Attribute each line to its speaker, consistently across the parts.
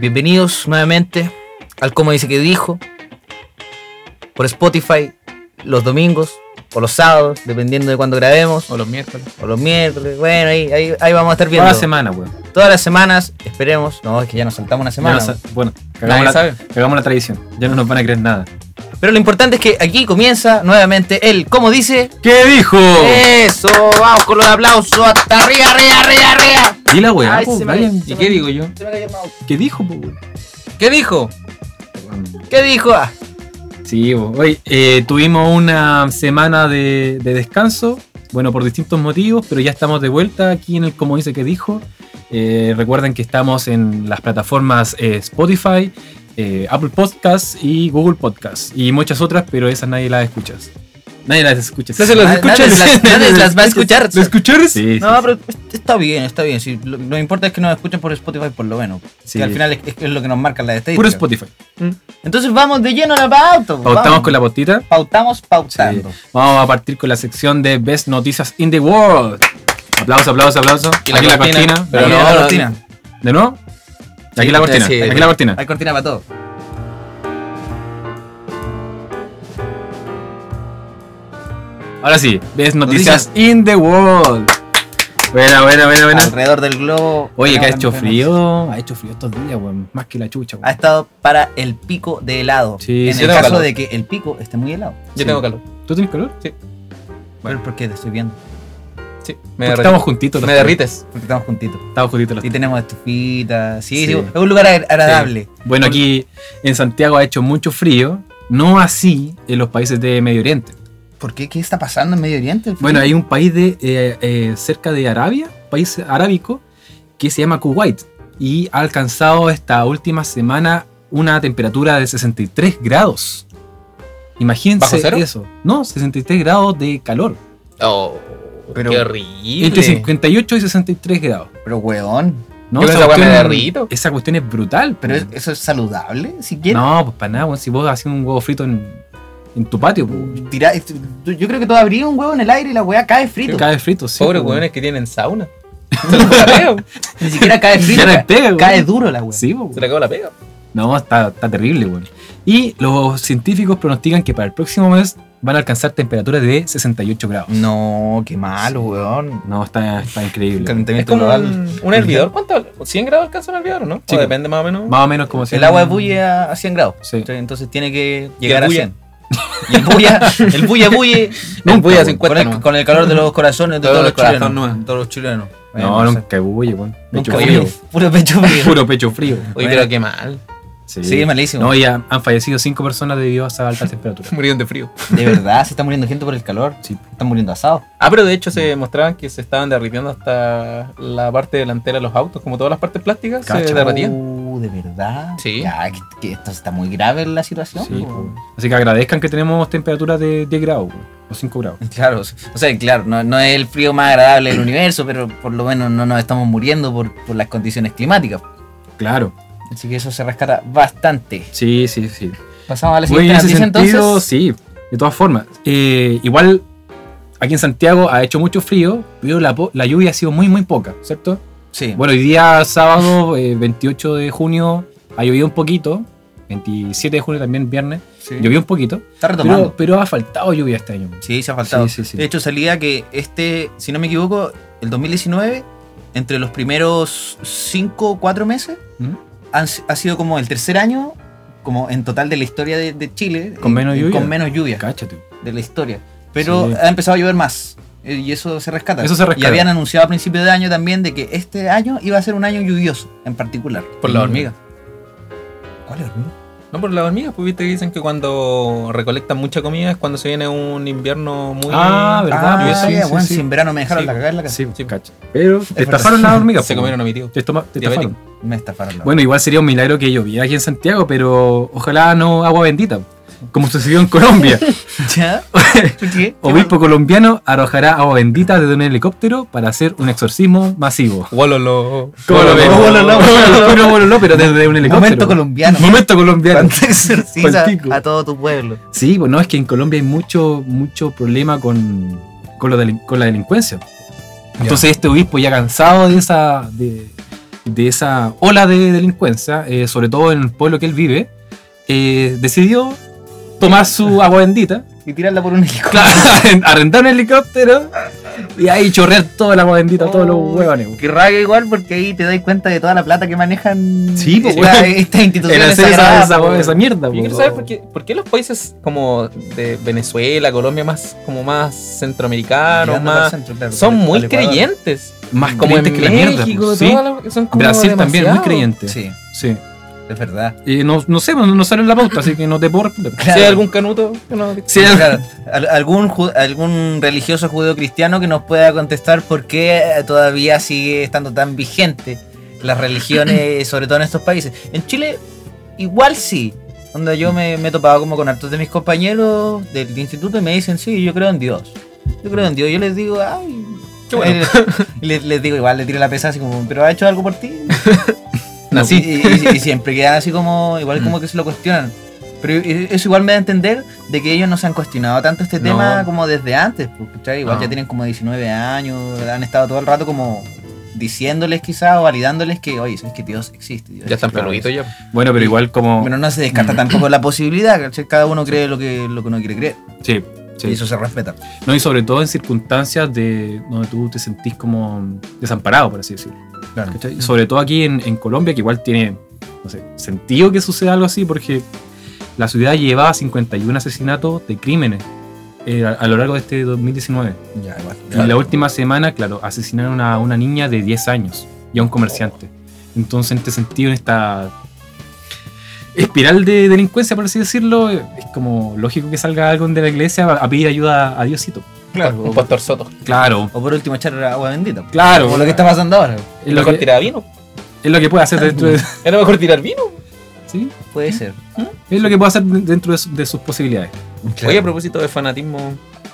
Speaker 1: Bienvenidos nuevamente al Como Dice que Dijo por Spotify los domingos o los sábados, dependiendo de cuándo grabemos,
Speaker 2: O los miércoles.
Speaker 1: o los miércoles. Bueno, ahí, ahí, ahí vamos a estar viendo.
Speaker 2: Toda la semana, weón.
Speaker 1: Todas las semanas, esperemos. No, es que ya nos saltamos una semana.
Speaker 2: Ya no sa- bueno,
Speaker 3: Nadie
Speaker 2: cagamos la,
Speaker 3: sabe.
Speaker 2: cagamos la tradición. Ya no nos van a creer nada.
Speaker 1: Pero lo importante es que aquí comienza nuevamente el Como Dice.
Speaker 2: ¿Qué dijo?
Speaker 1: Oh. Eso, vamos con los aplausos. Hasta arriba, arriba, arriba, arriba.
Speaker 2: Y la weá,
Speaker 1: Ay,
Speaker 2: po,
Speaker 1: se me-
Speaker 2: Brian.
Speaker 1: se
Speaker 2: ¿Y
Speaker 1: me-
Speaker 2: qué digo yo?
Speaker 1: Se me cayó el mouse.
Speaker 2: ¿Qué dijo, po, weón?
Speaker 1: ¿Qué dijo? ¿Qué dijo? Ah,
Speaker 2: Sí, po. Oye, eh, tuvimos una semana de, de descanso. Bueno, por distintos motivos, pero ya estamos de vuelta aquí en el Como Dice que Dijo. Eh, recuerden que estamos en las plataformas eh, Spotify, eh, Apple Podcasts y Google Podcasts. Y muchas otras, pero esas nadie las escucha. Nadie las escucha.
Speaker 3: Nadie las
Speaker 1: Nadie- nadie
Speaker 3: escucha.
Speaker 1: las- nadie las va a escuchar.
Speaker 2: ¿Lo escuchas? Sí, sí,
Speaker 1: No,
Speaker 2: sí.
Speaker 1: pero est- está bien, está bien. Sí, lo, lo que importa es que nos escuchen por Spotify por lo menos.
Speaker 2: Sí.
Speaker 1: Que al final es, es lo que nos marca la estadística.
Speaker 2: Puro Spotify.
Speaker 1: Entonces vamos de lleno a la pauta. pues,
Speaker 2: Pautamos
Speaker 1: vamos.
Speaker 2: con la botita.
Speaker 1: Pautamos pautando.
Speaker 2: Vamos a partir con la sección de Best Noticias in the World. Aplauso, aplauso, aplauso.
Speaker 3: Y la
Speaker 2: Aquí la
Speaker 3: cortina.
Speaker 2: cortina.
Speaker 3: Pero
Speaker 1: Ahí
Speaker 3: no,
Speaker 1: está la
Speaker 3: no,
Speaker 1: cortina.
Speaker 2: ¿De nuevo? Aquí la cortina.
Speaker 3: sí,
Speaker 2: Aquí la cortina.
Speaker 1: Hay cortina para todo.
Speaker 2: Ahora sí, Best Noticias in the World. Buena, buena, buena, buena.
Speaker 1: Alrededor del globo.
Speaker 2: Oye, que ha
Speaker 1: Bueno,
Speaker 2: hecho
Speaker 1: bueno,
Speaker 2: frío. Ha hecho frío estos días, weón. Más que la chucha,
Speaker 1: Ha
Speaker 3: Ah.
Speaker 2: weón.
Speaker 1: estado para el pico de helado.
Speaker 2: Sí,
Speaker 1: en
Speaker 2: sí,
Speaker 1: el
Speaker 3: tengo
Speaker 1: caso
Speaker 3: calor.
Speaker 1: de que el pico esté muy helado.
Speaker 3: Yo
Speaker 2: Sí.
Speaker 3: tengo calor.
Speaker 2: ¿Tú tienes calor?
Speaker 1: Pero porque te estoy viendo.
Speaker 3: Sí, me
Speaker 2: Porque
Speaker 3: derrites.
Speaker 2: estamos juntitos. los
Speaker 3: Me
Speaker 2: tres.
Speaker 3: derrites.
Speaker 1: Porque estamos juntitos.
Speaker 2: Estamos juntitos. los
Speaker 1: Y tenemos estufita. Sí,
Speaker 2: Sí.
Speaker 1: sí, es un lugar agra- agradable.
Speaker 2: tres. Bueno, aquí en Santiago ha hecho mucho frío. No así en los países de Medio Oriente.
Speaker 1: ¿Por qué? ¿Qué está pasando en Medio Oriente?
Speaker 2: Bueno, hay un país de eh, eh, cerca de Arabia, país arábico, que se llama Kuwait y ha alcanzado esta última semana una temperatura de 63 grados. Imagínense
Speaker 3: ¿Bajo cero?
Speaker 2: eso. No, 63 grados de calor.
Speaker 3: Oh,
Speaker 1: Pero-
Speaker 3: qué horrible.
Speaker 2: Entre 58 y 63 grados.
Speaker 1: Pero, weón.
Speaker 2: No,
Speaker 3: Yo con esa weá me derrito.
Speaker 2: esa cuestión es brutal.
Speaker 1: ¿Pero es-
Speaker 2: po.
Speaker 1: eso es saludable? Si quieres.
Speaker 2: No, pues para nada, weón, si vos haces un huevo frito en, en tu patio, pues, po,
Speaker 1: Tirá- esto- tú- yo creo que tú abrías un huevo en el aire y la weá cae frito.
Speaker 2: cae frito, sí. pues,
Speaker 3: Pobres
Speaker 2: po.
Speaker 3: hueones que tienen sauna. Se les acabó la pega.
Speaker 1: Ni siquiera cae frito.
Speaker 2: Ya no
Speaker 1: ca-
Speaker 2: pega, weón.
Speaker 1: cae duro la weá.
Speaker 2: Sí, pues, po.
Speaker 3: Se les acabó la pega.
Speaker 2: No, está, está terrible, weón. Y los científicos pronostican que para el próximo mes van a alcanzar temperaturas de 68 grados.
Speaker 1: No, qué malo, weón.
Speaker 2: No, está, está increíble.
Speaker 3: Es
Speaker 1: Calentamiento
Speaker 3: como
Speaker 1: global.
Speaker 3: un, un hervidor. ¿Cuánto? ¿100 grados alcanza un hervidor o no?
Speaker 2: Sí.
Speaker 3: O depende más o menos.
Speaker 2: Más o menos como si...
Speaker 1: El agua bulle a a 100 grados.
Speaker 2: Sí.
Speaker 1: Entonces tiene que
Speaker 3: Y el
Speaker 1: llegar a
Speaker 3: bulle.
Speaker 1: 100. Y el bulla, el bulla bulle
Speaker 2: Nunca,
Speaker 3: voy a
Speaker 2: weón.
Speaker 3: 50
Speaker 1: con el,
Speaker 3: nomás.
Speaker 1: con el calor de los corazones de
Speaker 3: Todos
Speaker 1: todos los
Speaker 3: los corazones
Speaker 1: chilenos.
Speaker 3: nuevos.
Speaker 1: de Todos los chilenos.
Speaker 2: No,
Speaker 1: Bueno, o sea,
Speaker 2: nunca bulle, weón. Pecho
Speaker 1: nunca
Speaker 2: frío.
Speaker 1: bulle. Puro pecho frío.
Speaker 2: Puro pecho frío.
Speaker 3: Oye,
Speaker 1: Bueno.
Speaker 3: pero qué mal.
Speaker 1: Sí, malísimo.
Speaker 2: No, ya han fallecido 5 personas debido a esa alta temperatura.
Speaker 3: Murieron de frío.
Speaker 1: De verdad, se está muriendo gente por el calor.
Speaker 2: Sí.
Speaker 1: Están muriendo asados.
Speaker 3: Ah, pero de hecho se mostraban que se estaban derritiendo hasta la parte delantera de los autos, como todas las partes plásticas se
Speaker 2: Cacha.
Speaker 3: derretían.
Speaker 1: Uh, de verdad.
Speaker 3: Sí.
Speaker 1: Ya, que, que esto está muy grave la situación.
Speaker 2: Sí,
Speaker 1: po.
Speaker 2: po. Así que agradezcan que tenemos temperaturas de 10 grados, weón, O 5 grados.
Speaker 1: Claro, o sea, claro, no, no es el frío más agradable del universo, pero por lo menos no nos estamos muriendo por, por las condiciones climáticas.
Speaker 2: Claro.
Speaker 1: Así que eso se rescata bastante.
Speaker 2: Sí, sí, sí.
Speaker 1: Pasamos a la
Speaker 2: Oye,
Speaker 1: siguiente
Speaker 2: en ese
Speaker 1: noticia
Speaker 2: sentido,
Speaker 1: entonces.
Speaker 2: sí, de todas formas. Eh, igual, aquí en Santiago ha hecho mucho frío, pero la, po- la lluvia ha sido muy, muy poca, ¿cierto?
Speaker 1: Sí.
Speaker 2: Bueno, hoy día sábado, eh, 28 de junio, ha llovido un poquito. 27 de junio también, viernes,
Speaker 1: Sí.
Speaker 2: llovió un poquito.
Speaker 1: Está
Speaker 2: Pero,
Speaker 1: retomando.
Speaker 2: pero ha faltado lluvia este año.
Speaker 1: sí, se ha faltado.
Speaker 2: Sí, sí, sí.
Speaker 1: De hecho, salía que este, si no me equivoco, el 2019, entre los primeros 5 o 4 meses,
Speaker 2: ¿Mm?
Speaker 1: han si- ha sido como el tercer año, como en total de la historia de, de Chile.
Speaker 2: Con
Speaker 1: en-
Speaker 2: menos
Speaker 1: en-
Speaker 2: lluvia.
Speaker 1: Con menos lluvia.
Speaker 2: Cáchate.
Speaker 1: de la historia. Pero
Speaker 2: Sí.
Speaker 1: ha empezado a llover más. eh, Y eso se rescata.
Speaker 2: Eso se
Speaker 1: Y
Speaker 2: rescata.
Speaker 1: habían anunciado a principios de año también de que este año iba a ser un año lluvioso, en particular.
Speaker 3: Por la hormiga.
Speaker 1: ¿Cuál es hormiga?
Speaker 3: No por las hormigas, pues viste que dicen que cuando recolectan mucha comida es cuando se viene un invierno muy.
Speaker 2: Ah, ¿verdad?
Speaker 1: Ah,
Speaker 2: lluvioso,
Speaker 1: ya,
Speaker 2: sí,
Speaker 1: bueno,
Speaker 2: sí.
Speaker 1: si en verano me dejaron
Speaker 3: Sí.
Speaker 1: la cagada en la casa.
Speaker 2: Sí,
Speaker 3: Sí.
Speaker 2: cacha. Pero te
Speaker 1: verdad.
Speaker 2: estafaron las hormigas.
Speaker 3: Se
Speaker 2: po.
Speaker 3: comieron a mi tío.
Speaker 2: Te, estoma- te
Speaker 3: Diabético.
Speaker 2: estafaron.
Speaker 1: Me estafaron. la
Speaker 2: Bueno, igual sería un milagro que lloviera aquí en Santiago, pero ojalá no agua bendita, como sucedió en Colombia.
Speaker 1: verdad. ¿Ya? ¿Por qué?
Speaker 2: Obispo colombiano arrojará agua bendita desde un helicóptero para hacer un exorcismo masivo.
Speaker 3: Wololo.
Speaker 2: ¿Cómo lo ves?
Speaker 1: Wololo, wololo, wololo.
Speaker 2: Pero wololo, pero desde un helicóptero.
Speaker 1: Momento colombiano.
Speaker 2: Momento colombiano.
Speaker 1: Cuando exorciza
Speaker 2: Cuantico.
Speaker 1: a todo tu pueblo.
Speaker 2: Sí, bueno, es que en Colombia hay mucho, mucho problema con, con, lo delin- con la delincuencia. Entonces este obispo ya cansado de esa de, de esa ola de delincuencia, eh, sobre todo en el pueblo que él vive, eh, decidió tomar su agua bendita,
Speaker 1: Y tirarla por un helicóptero.
Speaker 2: claro, arrendar un helicóptero y ahí chorrear toda el agua bendita, todos los
Speaker 1: Oh,
Speaker 2: huevones.
Speaker 1: Que rabia igual porque ahí te das cuenta de toda la plata que manejan
Speaker 2: Sí, pues,
Speaker 1: esta-
Speaker 2: weón.
Speaker 1: estas
Speaker 2: Era
Speaker 1: instituciones.
Speaker 2: hacer esa,
Speaker 1: sagradas,
Speaker 2: esa-
Speaker 1: pues.
Speaker 2: esa mierda.
Speaker 3: Yo
Speaker 2: po.
Speaker 3: quiero saber por qué, por qué los países como de Venezuela, Colombia, más como más centroamericanos,
Speaker 1: Llegando para el
Speaker 3: más
Speaker 1: centro, claro,
Speaker 3: son
Speaker 1: al-
Speaker 3: muy
Speaker 1: al Ecuador.
Speaker 3: creyentes.
Speaker 2: Más
Speaker 3: Como en
Speaker 2: creyentes que la mierda.
Speaker 3: México,
Speaker 2: po, sí.
Speaker 3: toda la- son como
Speaker 2: Brasil también, muy
Speaker 3: demasiado.
Speaker 2: creyente. Sí.
Speaker 1: Sí, es verdad.
Speaker 2: Eh, no, no sé, no, no sale en la pauta, así que no te puedo responder.
Speaker 1: Claro.
Speaker 3: Si hay algún canuto que no-
Speaker 2: Sí,
Speaker 1: Claro, al- algún, ju- algún religioso judeocristiano que nos pueda contestar por qué eh, todavía sigue estando tan vigente las religiones, eh, sobre todo en estos países. En Chile, igual sí. Onda, yo me, me he topado como con hartos de mis compañeros del instituto y me dicen, sí, yo creo en Dios. Yo creo en Dios. Yo les digo, ay.
Speaker 3: Qué bueno.
Speaker 1: eh, Les, les digo, igual le tiro la pesa así como, pero ha hecho algo por ti.
Speaker 2: Nací.
Speaker 1: Y, y- y siempre queda así como, igual
Speaker 2: Mm.
Speaker 1: como que se lo cuestionan. Pero i- eso igual me da a entender de que ellos no se han cuestionado tanto este
Speaker 2: No.
Speaker 1: tema como desde antes. pues, ¿cachai? Igual
Speaker 2: No.
Speaker 1: ya tienen como 19 años, han estado todo el rato como diciéndoles quizá o validándoles que, oye, sabes que Dios existe. Dios
Speaker 3: Ya están
Speaker 1: existe.
Speaker 3: peluditos ya.
Speaker 2: Bueno, pero igual como.
Speaker 1: Pero no se
Speaker 2: Mm.
Speaker 1: descarta tampoco la posibilidad, ¿cachai? Cada uno cree lo que, lo que uno quiere creer.
Speaker 2: Sí, sí.
Speaker 1: Y eso se respeta.
Speaker 2: No, y sobre todo en circunstancias de donde tú te sentís como desamparado, por así decirlo.
Speaker 1: Claro. Mm.
Speaker 2: ¿cachai? Sobre todo aquí en, en Colombia, que igual tiene no sé, sentido que suceda algo así, porque la ciudad llevaba 51 asesinatos de crímenes eh, a, a lo largo de este 2019.
Speaker 1: Ya, igual.
Speaker 2: Y la
Speaker 1: Claro.
Speaker 2: última semana, claro, asesinaron a una niña de 10 años y a un comerciante. Entonces, en este sentido, en esta espiral de delincuencia, por así decirlo, eh, es como lógico que salga alguien de la iglesia a a pedir ayuda a Diosito.
Speaker 1: Claro.
Speaker 3: Un pastor soto.
Speaker 2: Claro,
Speaker 1: O por último echar agua bendita.
Speaker 2: claro.
Speaker 1: Como lo que está pasando ahora.
Speaker 2: es, lo
Speaker 3: mejor
Speaker 2: que,
Speaker 3: tirar vino.
Speaker 2: es lo que puede hacer dentro de...
Speaker 3: Era mejor tirar vino.
Speaker 2: ¿sí?
Speaker 1: Puede ser.
Speaker 2: Es lo que puede hacer dentro de, su- de sus posibilidades.
Speaker 3: Oye, a propósito de fanatismo,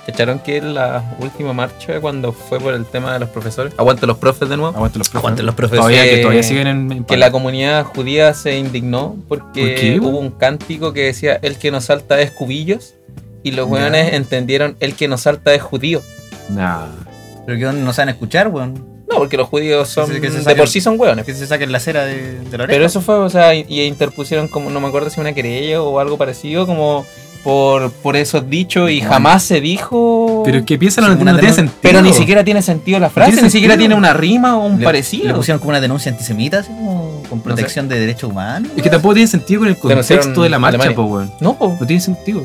Speaker 3: ¿cacharon que en la última marcha, cuando fue por el tema de los profesores? Aguante los profes de nuevo.
Speaker 2: Aguante los profes.
Speaker 1: Aguante los profesores.
Speaker 2: Todavía,
Speaker 3: Eh,
Speaker 2: que todavía siguen en... en
Speaker 3: Que la comunidad judía se indignó
Speaker 2: ¿Por qué,
Speaker 3: porque
Speaker 2: weón?
Speaker 3: hubo un cántico que decía el que nos salta es cubillos y los
Speaker 1: Ya.
Speaker 3: weones entendieron el que nos salta es judío.
Speaker 2: Nah.
Speaker 1: Pero que no saben escuchar, weón.
Speaker 3: No, porque los judíos son
Speaker 1: Sí, que se
Speaker 3: de
Speaker 1: sacan-
Speaker 3: por sí son weones.
Speaker 1: Que se saquen la cera de, de la oreja.
Speaker 3: Pero eso fue, o sea, y- y interpusieron como, no me acuerdo si una querella o algo parecido, como por, por esos dichos y
Speaker 1: Bueno.
Speaker 3: jamás se dijo.
Speaker 2: Pero es que piensan, no,
Speaker 1: Una
Speaker 2: no tiene
Speaker 1: denuncia-
Speaker 2: sentido.
Speaker 3: Pero ni siquiera tiene sentido la frase,
Speaker 2: tiene
Speaker 3: ni siquiera
Speaker 2: sentido.
Speaker 3: tiene una rima o un
Speaker 1: le, le
Speaker 3: parecido.
Speaker 1: pusieron como una denuncia antisemita, así como con protección de derechos humanos.
Speaker 2: Es que tampoco tiene sentido con el
Speaker 3: Denunciaron
Speaker 2: contexto de la marcha,
Speaker 3: Alemania.
Speaker 2: po, weón.
Speaker 3: no, po.
Speaker 1: Pues
Speaker 2: No tiene sentido.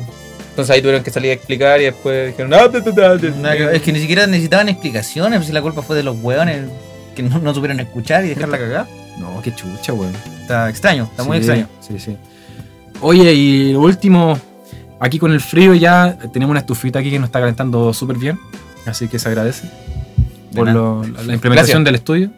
Speaker 3: entonces ahí tuvieron que salir a explicar y después dijeron, "Ah, ta, ta, ta, ta".
Speaker 1: Nada que- Es que ni siquiera necesitaban explicaciones, pues, si la culpa fue de los hueones que no, no supieron escuchar y dejarla cagar.
Speaker 2: No, qué chucha, weón.
Speaker 1: Está extraño, está muy
Speaker 2: Sí,
Speaker 1: extraño.
Speaker 2: Sí, sí. Oye, y lo último, aquí con el frío ya tenemos una estufita aquí que nos está calentando súper bien, así que se agradece
Speaker 1: De
Speaker 2: por
Speaker 1: nada.
Speaker 2: lo- la implementación del estudio.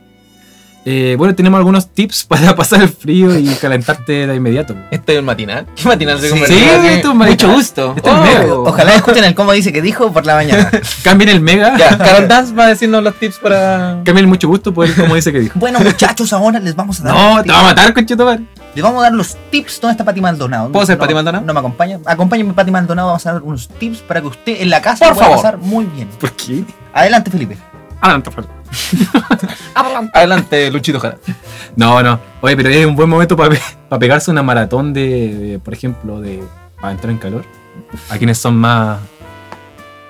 Speaker 2: Eh, bueno, tenemos algunos tips para pasar el frío y calentarte de inmediato.
Speaker 3: Este es el matinal. ¿Qué matinal Oh, se
Speaker 1: Sí.
Speaker 3: convirtió?
Speaker 2: Sí,
Speaker 3: Así,
Speaker 2: esto es
Speaker 3: Mucho
Speaker 2: matinal.
Speaker 3: gusto.
Speaker 2: Este es el mega.
Speaker 1: Ojalá escuchen el cómo dice que dijo por la mañana.
Speaker 2: Cambien el mega,
Speaker 3: Ya, Carol Dance va a decirnos los tips para.
Speaker 2: cambien el mucho gusto, pues como dice que dijo.
Speaker 1: bueno, muchachos, ahora les vamos a dar.
Speaker 2: No,
Speaker 1: los
Speaker 2: te va a
Speaker 1: tips.
Speaker 2: matar, conchetomar.
Speaker 1: Les vamos a dar los tips. ¿Dónde está Pati Maldonado?
Speaker 3: ¿Puedo ser
Speaker 1: No-
Speaker 3: Pati Maldonado?
Speaker 1: No me acompaña. Acompáñame, Pati Maldonado. Vamos a dar unos tips para que usted en la casa
Speaker 3: Por
Speaker 1: lo pueda
Speaker 3: favor.
Speaker 1: pasar muy bien.
Speaker 2: ¿Por qué? Ah,
Speaker 1: Adelante, Felipe.
Speaker 2: Adelante, Fran.
Speaker 3: Adelante, Luchito Jara.
Speaker 2: No, no. Oye, pero es un buen momento para pegarse una maratón de, de, por ejemplo, de para entrar en calor. A quienes son más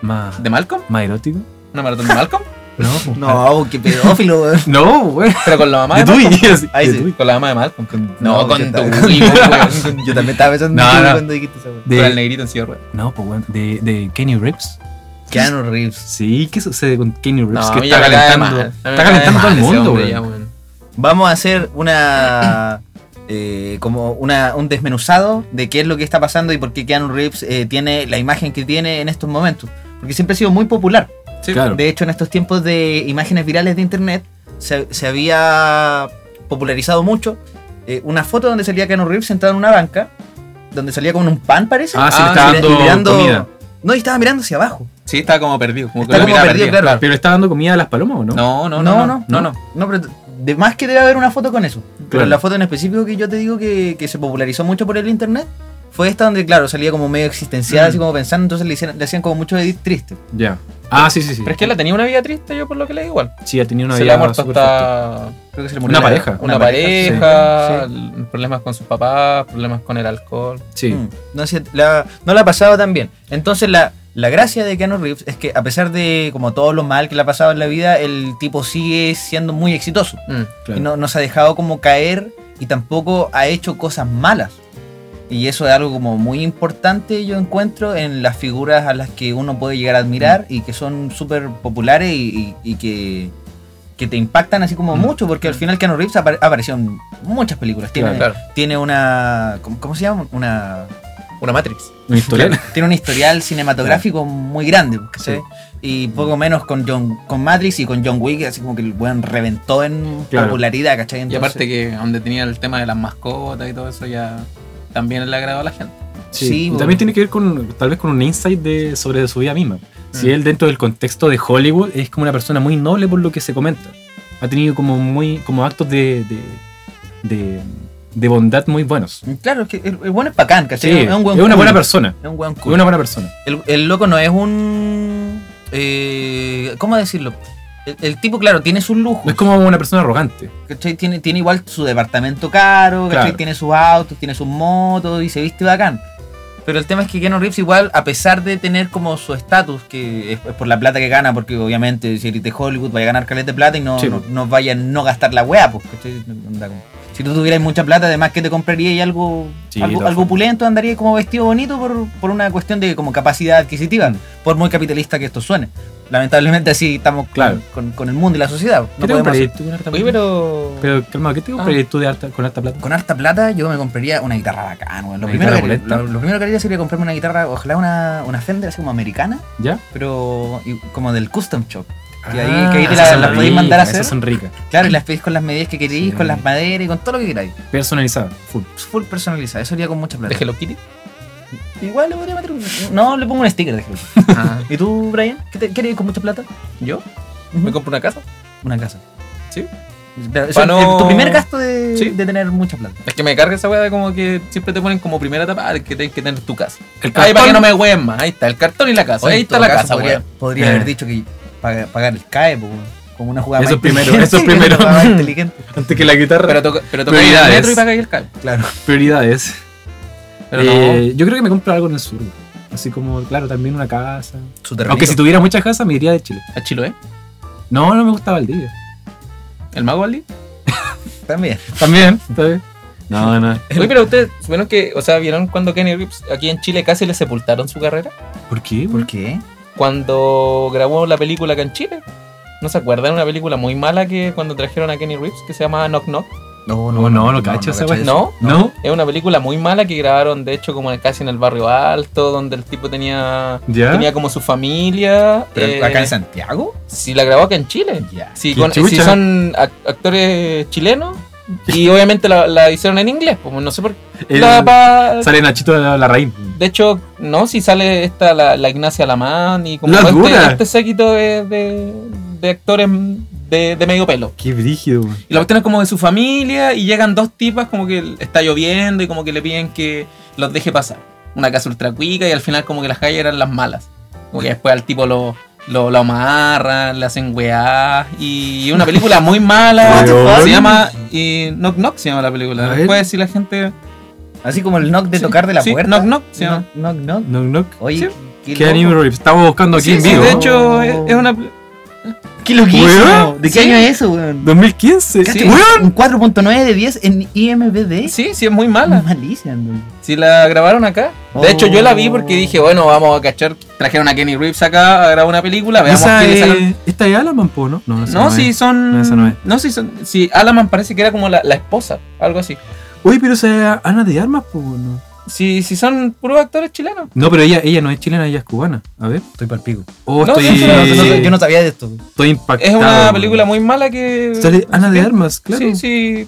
Speaker 2: más
Speaker 3: ¿De Malcolm?
Speaker 2: más eróticos.
Speaker 3: ¿Una maratón de Malcolm?
Speaker 2: No. pues, ah,
Speaker 1: No, qué pedófilo, weón.
Speaker 2: No, güey.
Speaker 3: Pero con la mamá
Speaker 2: De
Speaker 3: de
Speaker 2: tú
Speaker 3: Malcolm.
Speaker 1: Ahí sí.
Speaker 2: de, Tui.
Speaker 3: Con la mamá de Malcolm.
Speaker 1: No,
Speaker 3: no,
Speaker 1: yo
Speaker 3: con tu
Speaker 1: estaba-
Speaker 3: hijo, weón.
Speaker 1: Yo también estaba pensando
Speaker 2: No,
Speaker 1: en ti
Speaker 2: no.
Speaker 1: cuando dijiste esa weón.
Speaker 2: De-
Speaker 3: Con el negrito en silla de ruedas.
Speaker 2: no, pues güey, de, de Kenny Rips.
Speaker 1: Keanu Reeves.
Speaker 2: Sí, ¿qué sucede con Kenny Rips?
Speaker 3: No, a
Speaker 2: que
Speaker 3: mí
Speaker 2: está
Speaker 3: ya me cae
Speaker 2: calentando.
Speaker 3: mal. A mí me
Speaker 2: Está
Speaker 3: cae
Speaker 2: calentando todo
Speaker 3: mal
Speaker 2: el
Speaker 3: ese
Speaker 2: mundo,
Speaker 3: hombre
Speaker 2: güey.
Speaker 3: ya, weón.
Speaker 1: Vamos a hacer una. eh, como una, un desmenuzado de qué es lo que está pasando y por qué Keanu Reeves eh, tiene la imagen que tiene en estos momentos. Porque siempre ha sido muy popular.
Speaker 3: Sí.
Speaker 2: Claro.
Speaker 1: De hecho, en estos tiempos de imágenes virales de internet, se, se había popularizado mucho eh, una foto donde salía Keanu Reeves sentado en una banca, donde salía con un pan, parece.
Speaker 2: Ah, sí,
Speaker 3: Ah,
Speaker 2: le está
Speaker 1: y le-
Speaker 2: dando
Speaker 1: y mirando-
Speaker 2: comida.
Speaker 1: No, y estaba mirando hacia abajo.
Speaker 3: Sí, estaba como perdido. Como
Speaker 1: Está
Speaker 3: con la
Speaker 1: como
Speaker 3: mirada
Speaker 1: perdido,
Speaker 3: perdida.
Speaker 1: claro.
Speaker 2: Pero está dando comida a las palomas, ¿o no?
Speaker 3: No, no, no. No, no. no.
Speaker 1: No, pero de más que debe haber una foto con eso. Pero
Speaker 2: Claro.
Speaker 1: la foto en específico que yo te digo que, que se popularizó mucho por el internet fue esta donde, claro, salía como medio existencial,
Speaker 3: Mm.
Speaker 1: así como pensando, entonces le, hicieron- le hacían como mucho edit triste.
Speaker 2: Ya. Ah, sí, sí, sí.
Speaker 3: Pero es que él ha tenido una vida triste, yo por lo que leí igual.
Speaker 2: Sí, ha tenido una
Speaker 3: se le ha
Speaker 2: vida
Speaker 3: muerto
Speaker 2: súper fuerte.
Speaker 3: hasta
Speaker 1: Creo que se le
Speaker 2: Una
Speaker 1: la-
Speaker 2: pareja.
Speaker 3: una, pareja, l- problemas con sus papás, problemas con el alcohol.
Speaker 2: Sí.
Speaker 1: Mm, No, sé, la, no la ha pasado tan bien. Entonces la, la gracia de Keanu Reeves es que a pesar de como todo lo mal que le ha pasado en la vida, el tipo sigue siendo muy exitoso.
Speaker 3: Mm.
Speaker 2: Claro.
Speaker 1: Y no, no se ha dejado como caer y tampoco ha hecho cosas malas. Y eso es algo como muy importante yo encuentro en las figuras a las que uno puede llegar a admirar
Speaker 2: Mm.
Speaker 1: y que son súper populares y, y- y que, que te impactan así como
Speaker 2: Mm.
Speaker 1: mucho, porque al final Keanu Reeves apare- apareció en muchas películas. Tiene,
Speaker 2: Claro.
Speaker 3: Claro,
Speaker 1: tiene una... ¿cómo, cómo se llama? Una...
Speaker 3: una Matrix.
Speaker 2: Una historia.
Speaker 1: Claro, tiene un historial cinematográfico muy grande, pues, ¿cachai?
Speaker 2: Sí.
Speaker 1: Y poco menos con John, con Matrix y con John Wick, así como que el buen reventó en
Speaker 2: Claro.
Speaker 1: popularidad, ¿cachai?
Speaker 3: y
Speaker 1: Entonces-
Speaker 3: aparte que donde tenía el tema de las mascotas y todo eso ya también le agradó a la gente.
Speaker 2: Sí,
Speaker 1: Sí,
Speaker 2: y
Speaker 1: bo-
Speaker 2: también tiene que ver con tal vez con un insight de, sobre su vida
Speaker 1: Mm.
Speaker 2: misma. Si él dentro del contexto de Hollywood es como una persona muy noble por lo que se comenta. Ha tenido como muy como actos de, de, de- de bondad muy buenos.
Speaker 1: Claro, es que el, el bueno es bacán,
Speaker 2: Sí,
Speaker 1: ¿cachai?
Speaker 2: es, una
Speaker 1: cool.
Speaker 2: buena persona.
Speaker 1: Es un weón
Speaker 2: Es
Speaker 1: cool.
Speaker 2: una buena persona.
Speaker 1: El, el loco no es un. eh, ¿Cómo decirlo? El, el tipo, claro, tiene sus
Speaker 2: No
Speaker 1: lujos.
Speaker 2: es como una persona arrogante.
Speaker 1: ¿cachai? Tiene, tiene igual su departamento caro, ¿cachai?
Speaker 2: Claro.
Speaker 1: tiene sus autos, tiene sus motos y se viste bacán. Pero el tema es que Keanu Reeves igual, a pesar de tener como su estatus, que es, es por la plata que gana, porque obviamente si eres de Hollywood vaya a ganar caleta de plata y no,
Speaker 2: Sí,
Speaker 1: no,
Speaker 2: pues.
Speaker 1: no vaya a no gastar la weá, pues, ¿cachai? Onda como- Si tú tuvieras mucha plata, además que te compraría y algo,
Speaker 2: Sí, de
Speaker 1: algo,
Speaker 2: todas
Speaker 1: algo
Speaker 2: formas.
Speaker 1: opulento, andaría como vestido bonito por, por una cuestión de como capacidad adquisitiva, por muy capitalista que esto suene. Lamentablemente así estamos con-
Speaker 2: Claro.
Speaker 1: con, con el mundo y la sociedad.
Speaker 2: ¿Qué
Speaker 1: No
Speaker 2: te
Speaker 1: podemos
Speaker 2: comprarías tú con harta
Speaker 3: Oye,
Speaker 2: plata?
Speaker 3: pero...
Speaker 2: Pero, calmado, ¿qué te
Speaker 1: Ah.
Speaker 2: comprarías tú de harta- con harta plata?
Speaker 1: con harta plata yo me compraría una guitarra bacán, weón. Lo,
Speaker 2: ¿Una
Speaker 1: primero
Speaker 2: guitarra
Speaker 1: que,
Speaker 2: opulenta?
Speaker 1: lo, lo primero que haría sería comprarme una guitarra, ojalá una, una Fender así como americana,
Speaker 2: ¿Ya?
Speaker 1: pero y- como del custom shop. Que ahí, que ahí te
Speaker 2: Ah, esas
Speaker 1: la,
Speaker 2: son
Speaker 1: la
Speaker 2: ricas,
Speaker 1: podéis mandar a
Speaker 2: esas
Speaker 1: hacer.
Speaker 2: son ricas.
Speaker 1: Claro, y las pedís con las medidas que queréis,
Speaker 2: Sí.
Speaker 1: con las maderas y con todo lo que queráis.
Speaker 2: Personalizadas, full.
Speaker 1: Full personalizada, eso haría con mucha plata.
Speaker 3: ¿De Hello Kitty?
Speaker 1: Igual le podría meter un- No, le pongo un sticker de Hello Kitty. ¿Y tú, Brian? ¿Qué te- qué harías con mucha plata?
Speaker 3: ¿Yo?
Speaker 1: Ah. Ujú.
Speaker 3: ¿Me compro una casa?
Speaker 1: Una casa.
Speaker 3: Sí.
Speaker 1: Pero eso
Speaker 3: Pa'
Speaker 1: es
Speaker 3: no-
Speaker 1: el- Tu primer gasto de,
Speaker 3: Sí.
Speaker 1: de tener mucha plata.
Speaker 3: Es que me carga esa weá de como que siempre te ponen como primera etapa ah, que tienes que tener tu casa.
Speaker 2: El
Speaker 3: Ahí para que
Speaker 2: cartón-
Speaker 3: no me hueen más. Ahí está el cartón y la casa.
Speaker 1: Oye,
Speaker 3: ahí
Speaker 1: en
Speaker 3: está
Speaker 1: todo
Speaker 3: la
Speaker 1: caso,
Speaker 3: casa,
Speaker 1: podría,
Speaker 3: weón.
Speaker 1: podría
Speaker 2: Eh.
Speaker 1: haber dicho que paga- pagar el CAE, po, weón. como una jugada
Speaker 2: Eso
Speaker 1: más
Speaker 2: primero,
Speaker 1: inteligente,
Speaker 2: eso primero.
Speaker 1: una jugada más inteligente.
Speaker 2: Antes que la guitarra.
Speaker 3: Pero toca pero toca ir al
Speaker 2: Prioridades.
Speaker 3: metro y pagar el cal.
Speaker 1: Claro.
Speaker 2: Prioridades.
Speaker 3: Pero
Speaker 2: Eh, Yo creo que me compro algo en el sur. Así como, claro, también una casa.
Speaker 1: Su terreno.
Speaker 2: Aunque si tuviera muchas casas, me iría de Chile.
Speaker 3: no, a Chiloé.
Speaker 2: No, no me gusta Valdivia.
Speaker 3: ¿El mago Aldi?
Speaker 1: También.
Speaker 2: También, está bien. No, no.
Speaker 3: Oye, pero ustedes, supieron que, o sea, ¿vieron cuando Kenny Reeves aquí en Chile casi le sepultaron su carrera?
Speaker 2: ¿Por qué?
Speaker 1: ¿Por qué?
Speaker 3: Cuando grabó la película acá en Chile. ¿No se acuerdan? Una película muy mala que cuando trajeron a Kenny Reeves que se llamaba Knock Knock.
Speaker 1: No,
Speaker 2: no, no cacho esa wea.
Speaker 1: eso.
Speaker 3: ¿No?
Speaker 2: ¿No?
Speaker 3: Es una película muy mala que grabaron, de hecho, como en- casi en el barrio alto, donde el tipo tenía
Speaker 2: ¿Ya?
Speaker 3: tenía como su familia.
Speaker 1: Pero
Speaker 3: eh,
Speaker 1: acá en Santiago,
Speaker 3: Si la grabó acá en Chile.
Speaker 1: ya.
Speaker 3: Si,
Speaker 2: Qué
Speaker 3: con- si
Speaker 2: chucha.
Speaker 3: son ac- actores chilenos. Y obviamente la, la hicieron en inglés, como no sé por qué.
Speaker 2: El-
Speaker 3: la- pa-
Speaker 2: Sale Nachito de la, raíz.
Speaker 3: de hecho, no, si sale esta la, la Ignacia Lamán y como
Speaker 2: La
Speaker 3: todo
Speaker 2: dura.
Speaker 3: este, este séquito de, de- de actores de, de medio pelo.
Speaker 2: Qué brígido, weón.
Speaker 3: Y la cuestión es como de su familia y llegan dos tipas como que está lloviendo y como que le piden que los deje pasar. Una casa ultra cuica y al final como que las calles eran las malas. Como que después al tipo lo, lo, lo amarran, le hacen weá y una película muy mala.
Speaker 2: Weón.
Speaker 3: se llama y Knock Knock se llama la película.
Speaker 2: A ver.
Speaker 3: Después si la gente...
Speaker 1: Así como el knock de
Speaker 3: Sí,
Speaker 1: tocar de la
Speaker 3: sí,
Speaker 1: puerta.
Speaker 3: Knock Knock se llama.
Speaker 1: Knock, knock, knock.
Speaker 2: Knock, knock.
Speaker 1: Oye, qué,
Speaker 2: ¿Qué anime
Speaker 1: loco.
Speaker 2: Reeves? Estamos buscando aquí
Speaker 3: Sí,
Speaker 2: en
Speaker 3: sí,
Speaker 2: vivo.
Speaker 3: de hecho es, es una...
Speaker 1: Qué loquísimo.
Speaker 2: Weón,
Speaker 1: ¿De qué
Speaker 3: sí.
Speaker 1: año es eso, weón?
Speaker 2: 2015.
Speaker 1: Cacho,
Speaker 3: Sí.
Speaker 2: Weón.
Speaker 1: Un 4.9 de 10 en IMBD.
Speaker 3: Sí, sí, es muy mala.
Speaker 1: Malicia, weón.
Speaker 3: Si la grabaron acá. De hecho, yo la vi porque dije, bueno, vamos a cachar. Trajeron a Kenny Reeves acá a grabar una película. Veamos
Speaker 2: Esa
Speaker 3: quién le saca-
Speaker 2: es- Esta es Alaman, po, ¿no? No,
Speaker 3: No, si
Speaker 2: es.
Speaker 3: son.
Speaker 2: No,
Speaker 3: No,
Speaker 2: esa no es.
Speaker 3: si son. Si Alaman parece que era como la, la esposa, algo así.
Speaker 2: Oye, pero esa es Ana de Armas, po, ¿no?
Speaker 3: Si, si son puros actores chilenos.
Speaker 2: No, pero ella, ella no es chilena, ella es cubana. A ver.
Speaker 1: Estoy para el pico.
Speaker 2: Oh,
Speaker 3: No,
Speaker 2: estoy,
Speaker 3: sí, sí,
Speaker 1: No, no, no, yo no sabía de esto.
Speaker 2: estoy impactado.
Speaker 3: Es una
Speaker 2: weón.
Speaker 3: película muy mala que.
Speaker 2: Sale Ana de Armas, claro.
Speaker 3: Sí, sí.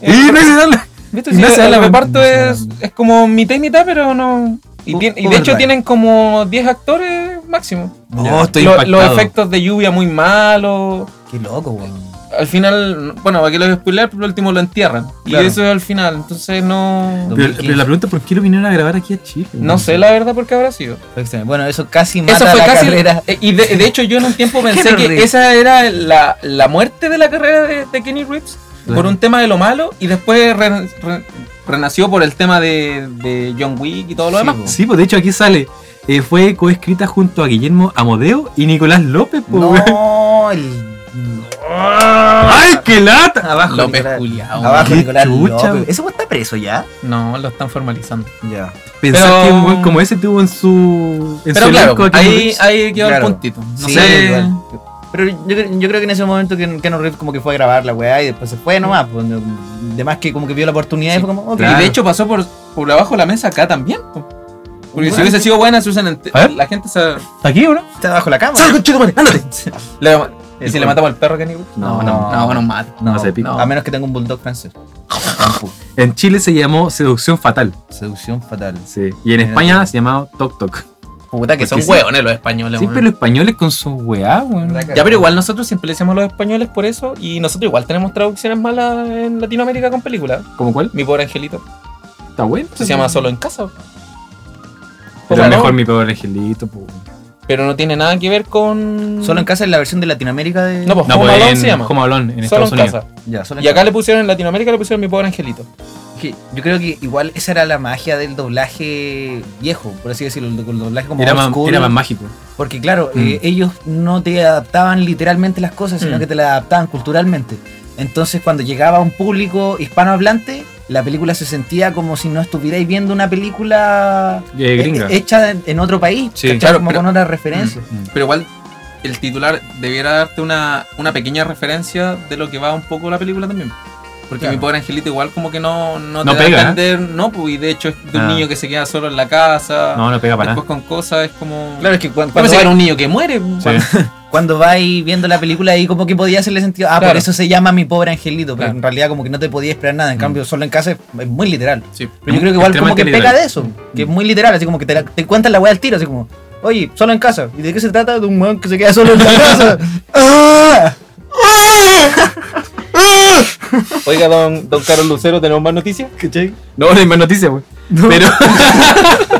Speaker 3: Eh,
Speaker 2: ¡Y no hay de darle!
Speaker 3: ¿Viste?
Speaker 2: y no
Speaker 3: Sí,
Speaker 2: se
Speaker 3: el
Speaker 2: habla-
Speaker 3: reparto
Speaker 2: no se
Speaker 3: es,
Speaker 2: habla.
Speaker 3: es como mitad y mitad, pero no. Y,
Speaker 1: Pu-
Speaker 3: tiene- y de
Speaker 1: puber
Speaker 3: hecho
Speaker 1: line.
Speaker 3: tienen como 10 actores máximo.
Speaker 2: No, Oh, estoy
Speaker 3: Lo-
Speaker 2: impactado.
Speaker 3: los efectos de lluvia muy malos.
Speaker 1: Qué loco, weón.
Speaker 3: al final, bueno, para que lo voy a spoiler, pero al último lo entierran.
Speaker 1: Claro.
Speaker 3: Y eso es al final, entonces no.
Speaker 2: Pero, pero la pregunta es: ¿por qué lo vinieron a grabar aquí a Chile?
Speaker 3: No sé la verdad por qué habrá sido.
Speaker 1: Fue extraño. Bueno, eso casi mata
Speaker 3: Eso fue
Speaker 1: la
Speaker 3: casi.
Speaker 1: carrera.
Speaker 3: eh, Y de, de hecho, yo en un tiempo pensé
Speaker 1: horrible.
Speaker 3: que esa era la, la muerte de la carrera de, de Kenny Reeves por
Speaker 2: Claro.
Speaker 3: un tema de lo malo y después re- re- renació por el tema de, de John Wick y todo lo
Speaker 1: Sí,
Speaker 3: demás.
Speaker 1: po.
Speaker 2: Sí, pues de hecho aquí sale. eh, fue coescrita junto a Guillermo Amodeo y Nicolás López, pues, weón.
Speaker 1: No, el.
Speaker 2: ¡Ay, qué lata!
Speaker 1: Abajo,
Speaker 3: López
Speaker 1: Nicolás.
Speaker 3: culiao,
Speaker 1: Abajo,
Speaker 2: qué
Speaker 1: Nicolás.
Speaker 2: chucha,
Speaker 1: López.
Speaker 2: weón.
Speaker 1: Ese weón está preso ya.
Speaker 3: No, lo están formalizando.
Speaker 1: Ya.
Speaker 2: Pensar
Speaker 3: Pero-
Speaker 2: que un weón como ese tuvo en su. En
Speaker 3: Pero
Speaker 2: su
Speaker 3: claro,
Speaker 2: elenco a Keanu
Speaker 3: ahí,
Speaker 2: Reeves.
Speaker 3: ahí quedó
Speaker 1: Claro.
Speaker 3: el puntito. No
Speaker 1: Sí,
Speaker 3: sé.
Speaker 1: igual. Pero yo, cre- yo creo que en ese momento que Keanu Reeves como que fue a grabar la weá y después se fue nomás. Pues, de- de más que como que vio la oportunidad y
Speaker 3: Sí.
Speaker 1: fue como, ok.
Speaker 2: Claro.
Speaker 3: Y de hecho pasó por, por abajo de la mesa acá también. po. Porque si
Speaker 1: Bueno.
Speaker 3: hubiese sido buena, Susan, ent-
Speaker 2: A ver.
Speaker 3: la gente se.
Speaker 2: ¿Aquí o no?
Speaker 1: Está bajo la cama.
Speaker 2: chido, ándate!
Speaker 3: le- ¿Y
Speaker 1: El
Speaker 3: si le
Speaker 1: bueno.
Speaker 3: matamos al perro, Kenny Reeves?
Speaker 2: No,
Speaker 3: no, no, no mata.
Speaker 2: No, se pica.
Speaker 3: no.
Speaker 1: A menos que tenga un bulldog francés.
Speaker 2: En Chile se llamó Seducción Fatal.
Speaker 1: Seducción fatal.
Speaker 2: Sí. Y en
Speaker 1: Mira.
Speaker 2: España se llamaba Toc Toc.
Speaker 1: Puta que
Speaker 3: Que son
Speaker 1: sí.
Speaker 3: hueones los españoles.
Speaker 2: Siempre
Speaker 3: weón.
Speaker 2: los españoles con sus weá, weón.
Speaker 1: La cagada.
Speaker 3: Ya, pero igual nosotros siempre le decimos a los españoles por eso y nosotros igual tenemos traducciones malas en Latinoamérica con películas.
Speaker 2: ¿Cómo cuál?
Speaker 3: Mi pobre angelito.
Speaker 2: Está bueno.
Speaker 3: Se llama Solo en Casa.
Speaker 2: Pero
Speaker 3: ¿Cómo no?
Speaker 2: mejor mi peor angelito, pues.
Speaker 3: Pero no tiene nada que ver con...
Speaker 1: Solo en casa es la versión de Latinoamérica de.
Speaker 3: No, pues
Speaker 2: No,
Speaker 3: Home
Speaker 2: pues
Speaker 3: Alone
Speaker 2: en,
Speaker 3: se llama.
Speaker 2: Home Alone, en
Speaker 3: Solo
Speaker 2: Estados
Speaker 3: en
Speaker 2: Unidos.
Speaker 3: Casa.
Speaker 1: Ya, solo en
Speaker 3: Y acá
Speaker 1: casa.
Speaker 3: le pusieron en Latinoamérica, le pusieron Mi pobre angelito.
Speaker 1: Que Yo creo que igual esa era la magia del doblaje viejo, por así decirlo, el, do- el doblaje como
Speaker 2: Era
Speaker 1: old
Speaker 2: más,
Speaker 1: school.
Speaker 2: era más mágico.
Speaker 1: Porque claro,
Speaker 2: Mm.
Speaker 1: eh, ellos no te adaptaban literalmente las cosas, sino
Speaker 3: Mm.
Speaker 1: que te las adaptaban culturalmente. Entonces cuando llegaba un público hispanohablante, la película se sentía como si no estuvierais viendo una película
Speaker 2: Eh, gringa.
Speaker 1: he- hecha en, en otro país,
Speaker 2: Sí,
Speaker 1: ¿cachai?
Speaker 3: claro,
Speaker 1: como
Speaker 3: pero-
Speaker 1: con otras referencias.
Speaker 2: Mm.
Speaker 3: Pero igual el titular debiera darte una, una pequeña referencia de lo que va un poco la película también. Porque
Speaker 1: Claro.
Speaker 3: mi pobre angelito igual como que no, no,
Speaker 2: No
Speaker 3: te da a
Speaker 2: pega, ¿eh?
Speaker 3: entender, no, pues, y de hecho es de un
Speaker 2: Ah.
Speaker 3: niño que se queda solo en la casa,
Speaker 2: No, no pega para
Speaker 3: después
Speaker 2: nada.
Speaker 3: con cosas, es como...
Speaker 1: Claro, es que cuan-
Speaker 3: Yo
Speaker 1: cuando,
Speaker 3: pensé que era
Speaker 1: vais-
Speaker 3: un niño que muere. pues,
Speaker 2: Sí.
Speaker 3: Bueno,
Speaker 1: cuando vais viendo la película ahí como que podía hacerle sentido, ah, por
Speaker 3: Claro.
Speaker 1: eso se llama Mi Pobre Angelito, pero
Speaker 3: Claro.
Speaker 1: en realidad como que no te podía esperar nada, en
Speaker 2: Mm.
Speaker 1: cambio solo en casa es es muy literal.
Speaker 3: sí.
Speaker 1: Pero yo creo que igual como que
Speaker 2: Extremadamente
Speaker 1: pega
Speaker 2: literal. Mm.
Speaker 1: de eso, que es muy literal, así como que te, la- te cuentan la weá al tiro, así como, oye, solo en casa. ¿Y de qué se trata? De un weón que se queda solo en la casa. ¡Ah!
Speaker 3: Oiga, don, don Carlos Lucero, ¿tenemos más noticias?
Speaker 1: ¿Cachai?
Speaker 2: No, no hay más noticias, güey. Pero.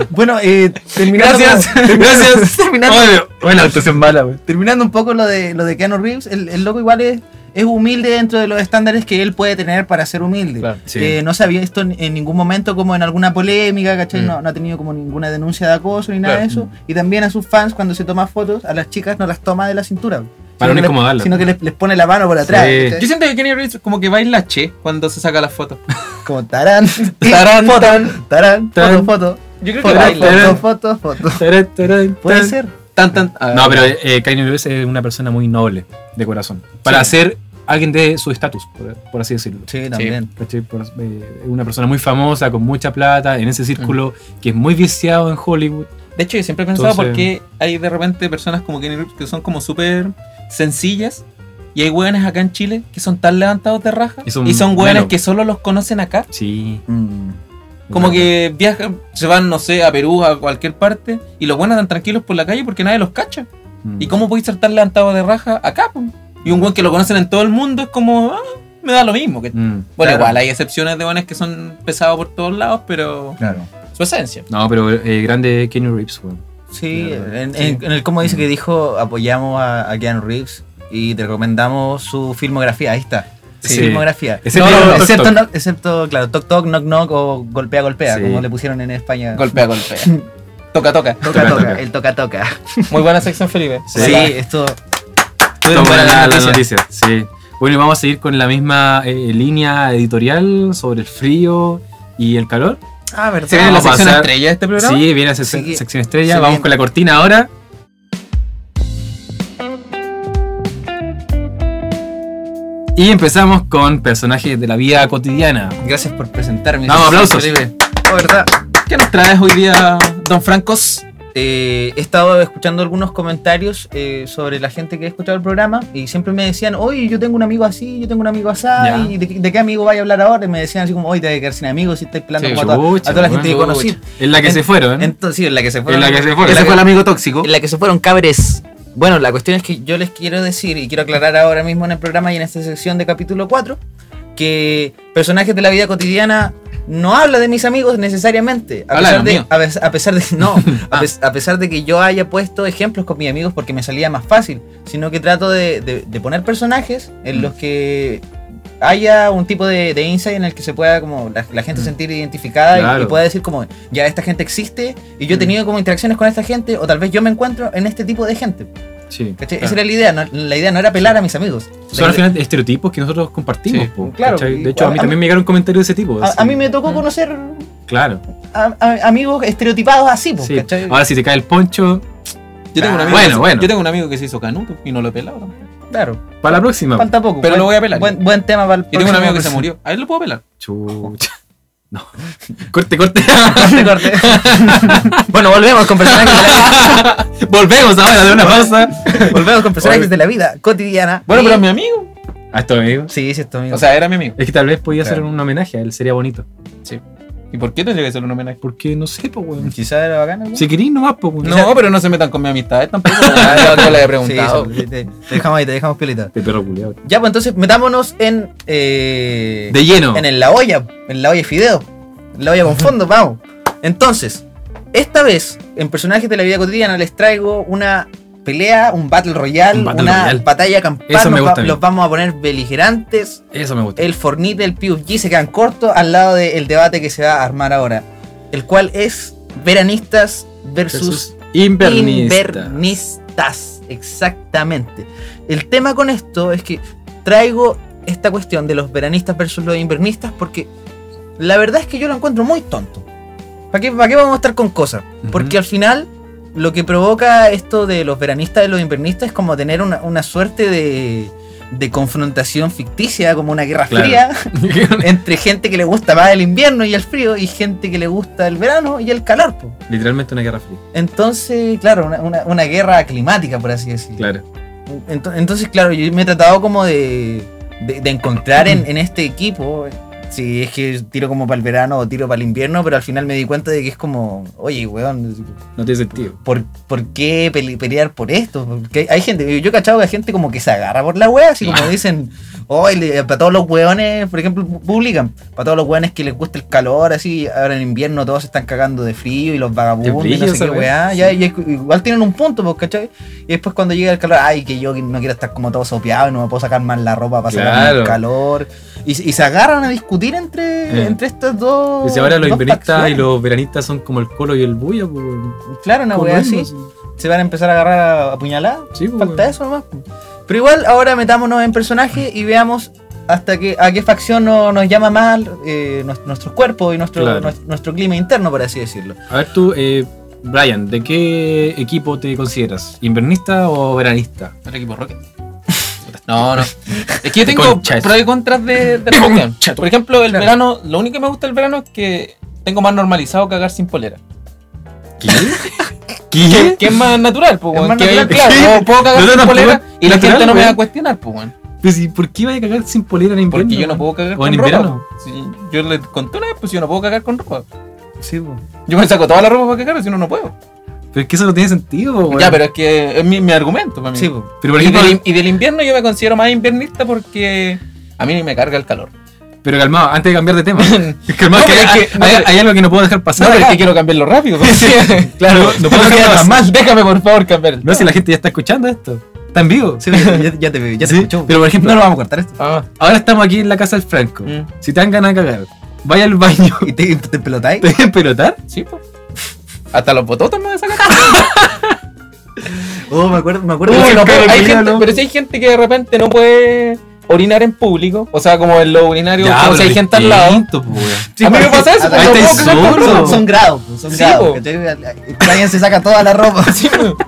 Speaker 1: Bueno, eh, terminando,
Speaker 2: gracias,
Speaker 1: como-
Speaker 2: gracias.
Speaker 1: terminando,
Speaker 2: Oye, Buena actuación mala, güey.
Speaker 1: terminando un poco lo de, lo de Keanu Reeves, el, el loco igual es, es humilde dentro de los estándares que él puede tener para ser humilde.
Speaker 3: Claro,
Speaker 2: sí.
Speaker 1: Eh, no se ha visto en, en ningún momento como en alguna polémica, ¿cachai?
Speaker 3: Mm.
Speaker 1: No, no ha tenido como ninguna denuncia de acoso ni nada
Speaker 3: Claro. Mm.
Speaker 1: de eso. Y también a sus fans cuando se toma fotos, a las chicas no las toma de la cintura. sino que
Speaker 2: Para no
Speaker 1: le-
Speaker 2: incomodarlas.
Speaker 1: Sino que les, les pone la mano por atrás.
Speaker 2: Sí.
Speaker 1: ¿cachai?
Speaker 3: Yo siento que Kenny Reeves como que baila che cuando se saca las fotos.
Speaker 1: Como tarán,
Speaker 3: Tarán,
Speaker 1: foto, tarán,
Speaker 2: tarán.
Speaker 1: foto,
Speaker 3: Yo creo que
Speaker 1: foto,
Speaker 2: Tarán,
Speaker 3: baila.
Speaker 2: tarán.
Speaker 1: foto, foto, foto, foto.
Speaker 2: Tarán, tarán,
Speaker 1: Puede
Speaker 2: tarán.
Speaker 1: ser.
Speaker 3: Tan, tan, ah, a ver,
Speaker 2: No, pero eh, Kanye Reeves es una persona muy noble de corazón. Para ser alguien de su estatus, por, por así decirlo.
Speaker 1: Sí, también.
Speaker 2: ¿Cachai? Por- eh, es una persona muy famosa, con mucha plata, en ese círculo que es muy viciado en Hollywood.
Speaker 3: De hecho, yo siempre he pensado por
Speaker 2: Entonces-
Speaker 3: qué hay de repente personas como Kenny Reeves que son como súper sencillas. Y hay hueones acá en Chile que son tan levantados de raja.
Speaker 2: Y
Speaker 3: Y
Speaker 2: son
Speaker 3: son, hueones
Speaker 2: menos.
Speaker 3: que solo los conocen acá.
Speaker 2: Sí.
Speaker 1: Mm.
Speaker 3: Como que viajan, se van, no sé, a Perú, a cualquier parte. Y los buenos están tranquilos por la calle porque nadie los cacha.
Speaker 2: Mm.
Speaker 3: ¿Y cómo podéis ser tan levantado de raja acá? po? Y un buen que lo conocen en todo el mundo es como, ah, me da lo mismo. que-
Speaker 2: Mm.
Speaker 3: Bueno,
Speaker 1: Claro.
Speaker 3: igual hay excepciones de buenas que son pesados por todos lados, pero
Speaker 1: Claro.
Speaker 3: su esencia.
Speaker 2: No, pero eh, grande Kenny Reeves, güey.
Speaker 1: Sí,
Speaker 2: Claro.
Speaker 1: en, en- en el como dice que dijo, apoyamos a, a Keanu Reeves y te recomendamos su filmografía. Ahí está. Su
Speaker 2: Sí.
Speaker 1: filmografía.
Speaker 2: Excepto
Speaker 1: No,
Speaker 2: Knock,
Speaker 1: excepto,
Speaker 2: Knock.
Speaker 1: no- excepto, claro, Toc Toc, Knock Knock o Golpea Golpea,
Speaker 2: Sí.
Speaker 1: como le pusieron en España.
Speaker 3: Golpea, golpea. toca,
Speaker 1: toca,
Speaker 3: toca.
Speaker 1: toca,
Speaker 2: Toca, toca.
Speaker 1: el toca toca.
Speaker 3: Muy buena sección, Felipe.
Speaker 1: Sí,
Speaker 3: Hola.
Speaker 1: esto.
Speaker 2: Toma
Speaker 3: buena
Speaker 2: la, la
Speaker 3: noticia.
Speaker 2: noticia, sí. Bueno, y vamos a seguir con la misma eh, línea editorial sobre el frío y el calor.
Speaker 1: Ah, verdad.
Speaker 3: ¿Se viene la
Speaker 2: Vamos a
Speaker 3: sección
Speaker 2: pasar-
Speaker 3: estrella de este programa?
Speaker 2: Sí, viene la
Speaker 1: Sí.
Speaker 2: sección estrella.
Speaker 1: Sí,
Speaker 2: Vamos
Speaker 1: bien.
Speaker 2: con la cortina ahora. Y empezamos con personajes de la vida cotidiana.
Speaker 1: Gracias por presentarme.
Speaker 2: Vamos, aplausos.
Speaker 1: Increíble. Oh, verdad.
Speaker 3: ¿Qué nos traes hoy día, don Francos?
Speaker 1: Eh, he estado escuchando algunos comentarios eh, sobre la gente que ha escuchado el programa y siempre me decían, oye, yo tengo un amigo así, yo tengo un amigo así,
Speaker 2: Ya.
Speaker 1: ¿y de, de qué amigo vais a hablar ahora? Y me decían así como, oye, te vas a quedar sin amigos si estáis pelando
Speaker 3: Sí,
Speaker 1: como a, toda-
Speaker 2: chucha,
Speaker 1: a toda la gente que
Speaker 3: bueno,
Speaker 1: conocí.
Speaker 2: Es la que
Speaker 1: En-
Speaker 2: se fueron. ¿eh?
Speaker 1: Entonces, sí, en la que se fueron.
Speaker 2: En la que se fueron.
Speaker 1: en la
Speaker 2: Ese
Speaker 1: que-
Speaker 2: fue el
Speaker 3: amigo tóxico.
Speaker 1: en la que se fueron cabres. Bueno, la cuestión es que yo les quiero decir y quiero aclarar ahora mismo en el programa y en esta sección de capítulo 4 que personajes de la vida cotidiana no habla de mis amigos necesariamente. A
Speaker 3: Habla de
Speaker 1: pesar
Speaker 3: los
Speaker 1: de,
Speaker 3: míos.
Speaker 1: a pes- a pesar de no, a,
Speaker 3: Ah.
Speaker 1: pes- a pesar de que yo haya puesto ejemplos con mis amigos porque me salía más fácil, sino que trato de, de- de poner personajes en
Speaker 3: Mm.
Speaker 1: los que haya un tipo de, de insight en el que se pueda como la, la gente
Speaker 3: Mm.
Speaker 1: sentir identificada y- y,
Speaker 2: Claro.
Speaker 1: pueda decir como ya esta gente existe y yo he
Speaker 3: Mm.
Speaker 1: tenido como interacciones con esta gente o tal vez yo me encuentro en este tipo de gente.
Speaker 2: Sí.
Speaker 1: ¿Cachai?
Speaker 3: Claro.
Speaker 1: Esa era la idea, no- la idea no era apelar a mis amigos.
Speaker 2: Son al
Speaker 1: La idea-
Speaker 2: final estereotipos que nosotros compartimos.
Speaker 3: Sí.
Speaker 2: po,
Speaker 1: Claro,
Speaker 2: ¿cachai?
Speaker 1: y-
Speaker 2: de hecho, a
Speaker 1: a
Speaker 2: mí
Speaker 1: mí-
Speaker 2: también me llegaron comentarios de ese tipo.
Speaker 1: a,
Speaker 2: así.
Speaker 1: a mí me tocó
Speaker 3: Mm.
Speaker 1: conocer
Speaker 2: Claro.
Speaker 1: a, a- amigos estereotipados así, pues,
Speaker 2: sí.
Speaker 1: ¿cachai?
Speaker 2: Ahora, si te cae el poncho,
Speaker 3: Yo tengo, un
Speaker 1: Ah,
Speaker 3: amigo
Speaker 2: bueno,
Speaker 3: que,
Speaker 2: bueno.
Speaker 3: yo tengo un amigo que se hizo canuto y no lo he pelado. tampoco.
Speaker 1: Claro,
Speaker 2: para la próxima. po.
Speaker 1: falta poco.
Speaker 3: Pero
Speaker 1: buen-
Speaker 3: lo voy a pelar.
Speaker 1: Buen, buen tema para el
Speaker 3: Yo tengo un amigo que se
Speaker 1: próximo-
Speaker 3: murió. A él lo puedo pelar.
Speaker 2: Chucha. No. Corte, corte.
Speaker 1: Corte, corte. bueno, volvemos con personajes, de la vida,
Speaker 2: Volvemos ahora de una pausa.
Speaker 1: volvemos con personajes de la vida cotidiana.
Speaker 3: Bueno,
Speaker 1: Y-
Speaker 3: pero es mi amigo.
Speaker 2: A esto, amigo.
Speaker 1: Sí, sí, esto amigo.
Speaker 3: O sea, era mi amigo.
Speaker 2: Es que tal vez podía hacer
Speaker 1: Claro.
Speaker 2: un homenaje a él, sería bonito.
Speaker 3: ¿Y por qué tendría que ser un homenaje?
Speaker 2: Porque no sé, pues, weón.
Speaker 1: quizás era bacán. ¿no?
Speaker 2: Si querís, nomás, pues, weón.
Speaker 3: No, pero no se metan con mi amistad eh, tampoco.
Speaker 1: Ah,
Speaker 3: yo le he
Speaker 1: Sí,
Speaker 3: preguntado.
Speaker 1: sí, te, te dejamos ahí, te dejamos piolita.
Speaker 2: Este perro culiao.
Speaker 1: Ya, pues entonces metámonos en. eh,
Speaker 2: De lleno.
Speaker 1: En el la olla, en la olla de fideo, en la olla con fondo, vamos. Entonces, esta vez, en personajes de la vida cotidiana, les traigo una pelea, un battle royale,
Speaker 2: Un battle
Speaker 1: una
Speaker 2: royale.
Speaker 1: batalla campal.
Speaker 2: Eso me
Speaker 1: Nos va-
Speaker 2: gusta a mí.
Speaker 1: los vamos a poner beligerantes.
Speaker 2: Eso me gusta.
Speaker 1: El Fornite, el PUBG se quedan cortos al lado del debate que se va a armar ahora, el cual es veranistas versus
Speaker 2: Invernista.
Speaker 1: Invernistas, exactamente. El tema con esto es que traigo esta cuestión de los veranistas versus los invernistas porque la verdad es que yo lo encuentro muy tonto. ¿Para qué, para qué vamos a estar con cosas? Porque
Speaker 2: Ujú.
Speaker 1: al final lo que provoca esto de los veranistas y los invernistas es como tener una, una suerte de, de confrontación ficticia, como una guerra
Speaker 2: Claro.
Speaker 1: fría entre gente que le gusta más el invierno y el frío y gente que le gusta el verano y el calor. po.
Speaker 2: Literalmente una guerra fría.
Speaker 1: Entonces, claro, una, una- una guerra climática, por así decirlo.
Speaker 2: Claro.
Speaker 1: Ento- Entonces, claro, yo me he tratado como de, de- de encontrar en, en este equipo, si es que tiro como para el verano o tiro para el invierno, pero al final me di cuenta de que es como, oye, weón,
Speaker 2: No tiene sentido.
Speaker 1: ¿por, por qué pele- pelear por esto? Porque hay, hay gente, yo he cachado que hay gente como que se agarra por la wea, así como dicen, "Oye, le- para todos los weones, por ejemplo, pu- publican, para todos los weones que les gusta el calor, así, ahora en invierno todos se están cagando de frío y los vagabundos y no
Speaker 2: brillo
Speaker 1: sé
Speaker 2: esa
Speaker 1: qué
Speaker 2: wea,
Speaker 1: weá, ya, y es- igual tienen un punto, pues, ¿cachai? Y después cuando llega el calor, ay, que yo no quiero estar como todo sopeado y no me puedo sacar más la ropa para sacar
Speaker 2: Claro.
Speaker 1: el calor. Y, se- y se agarran a discutir entre,
Speaker 2: Eh.
Speaker 1: entre estos dos.
Speaker 2: Dice ahora los
Speaker 1: Oh, dos
Speaker 2: invernistas y
Speaker 1: facciones.
Speaker 2: los veranistas son como el colo y el bulla, pues. weón.
Speaker 1: Claro, una
Speaker 2: Como
Speaker 1: weá
Speaker 2: lo mismo,
Speaker 1: así se van a empezar a agarrar a, a puñaladas.
Speaker 2: Sí, pues,
Speaker 1: Falta
Speaker 2: weón.
Speaker 1: eso nomás. po. Pero igual, ahora metámonos en personaje y veamos hasta que, a qué facción no- nos llama más eh, nues- nuestros cuerpos y nuestro,
Speaker 2: Claro.
Speaker 1: nues- nuestro clima interno, por así decirlo.
Speaker 2: A ver tú, eh, Brian, ¿de qué equipo te consideras? ¿Invernista o veranista?
Speaker 3: El equipo Rocket. No, no. Es que yo tengo
Speaker 2: Concha eso.
Speaker 3: pros y contras de, de la cuestión. Por ejemplo, el verano, lo único que me gusta del verano es que tengo más normalizado cagar sin polera.
Speaker 2: ¿Qué? ¿Qué?
Speaker 3: Que es más natural, pues,
Speaker 1: Es
Speaker 3: weón,
Speaker 1: más
Speaker 3: que,
Speaker 1: natural.
Speaker 3: Claro, no puedo cagar
Speaker 2: No, no,
Speaker 3: sin
Speaker 2: no,
Speaker 3: polera y la
Speaker 2: natural,
Speaker 3: gente no me va a
Speaker 2: weón.
Speaker 3: cuestionar, pues, weón.
Speaker 2: Pues, ¿y ¿Por qué vaya a cagar sin polera en invierno?
Speaker 3: Porque yo no puedo cagar
Speaker 2: ¿O
Speaker 3: con
Speaker 2: en
Speaker 3: ropa.
Speaker 2: invierno?
Speaker 3: pues. Sí, yo le conté una vez, pues yo no puedo cagar con ropa.
Speaker 1: Sí,
Speaker 3: Yo me saco toda la ropa para cagar, si no, no puedo.
Speaker 2: Pero es que eso no tiene sentido, weón.
Speaker 3: Ya, pero es que es mi, mi argumento para mí.
Speaker 1: po.
Speaker 2: Pero, por
Speaker 3: y,
Speaker 2: ejemplo,
Speaker 3: del, y del invierno yo me considero más inviernista porque a mí ni me carga el calor.
Speaker 2: pero calmado, antes de cambiar de tema. calmado,
Speaker 3: No,
Speaker 2: que
Speaker 3: pero
Speaker 2: hay,
Speaker 3: es que- no,
Speaker 2: hay-
Speaker 3: pero-
Speaker 2: hay algo que no puedo dejar
Speaker 3: No,
Speaker 2: pasar.
Speaker 3: pero es
Speaker 2: acá.
Speaker 3: que quiero cambiarlo rápido. pues.
Speaker 2: claro, no, puedo
Speaker 3: No,
Speaker 2: dejar
Speaker 3: queda
Speaker 2: pasar.
Speaker 3: mal. Déjame por favor cambiar.
Speaker 2: No, si la gente ya está escuchando esto. Está en vivo.
Speaker 1: Sí, ya, ya- ya te, ya te
Speaker 2: Sí,
Speaker 1: escucho.
Speaker 2: Pero, por ejemplo,
Speaker 1: no lo vamos a cortar esto.
Speaker 3: Ah,
Speaker 2: ahora estamos aquí en la casa del Franco.
Speaker 3: Mm.
Speaker 2: Si te dan ganas de cagar, vaya al baño.
Speaker 1: ¿Y te, te pelotáis?
Speaker 2: ¿Te dejan pelotar?
Speaker 3: sí, pues. Hasta los bototos me voy a sacar.
Speaker 1: Oh, me acuerdo, me acuerdo.
Speaker 3: Pero, si
Speaker 2: Uy,
Speaker 3: no puede-
Speaker 2: pero
Speaker 3: hay
Speaker 2: culiao,
Speaker 3: gente-
Speaker 2: loco.
Speaker 3: pero si hay gente que de repente no puede orinar en público, o sea, como en los urinarios, como
Speaker 2: pero
Speaker 3: si hay gente al lado.
Speaker 2: distinto, pues, weón.
Speaker 1: Sí,
Speaker 3: a mí me
Speaker 1: porque-
Speaker 3: pasa eso,
Speaker 1: a-
Speaker 2: pero
Speaker 1: a-
Speaker 2: no
Speaker 1: son-
Speaker 2: puedo creer,
Speaker 1: son-
Speaker 2: bro.
Speaker 1: Son grados, po, son
Speaker 3: Sí,
Speaker 1: grados.
Speaker 3: po.
Speaker 1: ¿cachai? Brian se saca toda la ropa.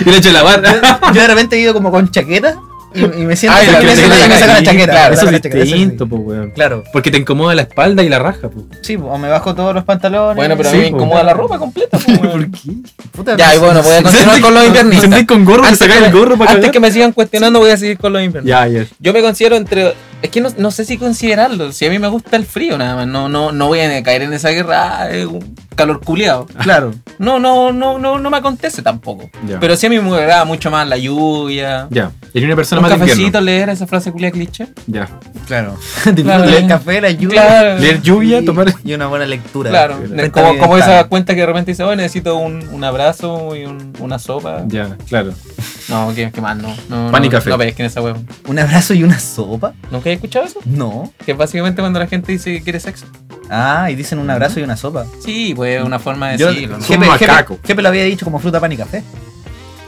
Speaker 2: Y le echo la barra.
Speaker 1: Yo de repente he ido como con chaqueta y, y me
Speaker 2: Ah,
Speaker 1: siento
Speaker 3: Ay,
Speaker 1: en
Speaker 3: la
Speaker 1: la mesa y
Speaker 3: chaqueta,
Speaker 1: me saca la chaqueta. me
Speaker 3: claro,
Speaker 2: Eso
Speaker 1: saca la
Speaker 2: es
Speaker 1: chaqueta, eso sí.
Speaker 2: distinto, pues, weón.
Speaker 1: Claro,
Speaker 2: Porque te incomoda la espalda y la raja, pues.
Speaker 1: sí, po, o me bajo todos los pantalones.
Speaker 3: Bueno, pero a
Speaker 2: Sí,
Speaker 3: mí me
Speaker 2: po.
Speaker 3: incomoda la ropa completa. po, weón.
Speaker 2: qué?
Speaker 1: Puta,
Speaker 3: Ya, y bueno, voy a continuar con los internistas.
Speaker 2: con gorro,
Speaker 3: Antes
Speaker 2: sacar
Speaker 3: que
Speaker 2: el
Speaker 3: me-
Speaker 2: gorro para
Speaker 3: Antes que
Speaker 2: cagar.
Speaker 3: me sigan cuestionando, voy a seguir con los invernistas.
Speaker 2: Ya, ya.
Speaker 3: Yo me considero entre Es que no, no sé si considerarlo. Si a mí me gusta el frío nada más. No, no, no voy a caer en esa guerra. ah, es un calor culeado.
Speaker 2: Claro,
Speaker 3: No, no, no, no, no me acontece tampoco.
Speaker 2: Ya.
Speaker 3: Pero sí a mí me agrada mucho más la lluvia.
Speaker 2: ya. Sería una persona
Speaker 3: un
Speaker 2: más de
Speaker 3: cafecito,
Speaker 2: invierno.
Speaker 3: leer esa frase culia cliché.
Speaker 2: Ya.
Speaker 1: Claro.
Speaker 3: Claro.
Speaker 1: Leer café, la lluvia.
Speaker 3: Claro.
Speaker 2: Leer lluvia,
Speaker 1: y-
Speaker 2: tomar.
Speaker 1: Y una buena lectura.
Speaker 3: Claro,
Speaker 1: Renta
Speaker 3: como, como
Speaker 1: ambiental.
Speaker 3: esa cuenta que de repente dice, oh, necesito un, un abrazo y un- una sopa.
Speaker 2: Ya, claro.
Speaker 3: No, que, que más, no. no
Speaker 2: Pan
Speaker 3: no,
Speaker 2: y café.
Speaker 3: No pesquen esa huevo.
Speaker 1: ¿Un abrazo y una sopa?
Speaker 3: ¿Nunca he escuchado eso?
Speaker 1: No.
Speaker 3: Que es básicamente cuando la gente dice que quiere sexo.
Speaker 1: Ah, y dicen un abrazo y una sopa.
Speaker 3: Sí, pues es una forma de
Speaker 1: Yo,
Speaker 3: decirlo. ¿no?
Speaker 2: sí.
Speaker 1: jefe,
Speaker 2: Un
Speaker 1: jefe-
Speaker 2: macaco.
Speaker 1: jefe lo había dicho como fruta, pan y café.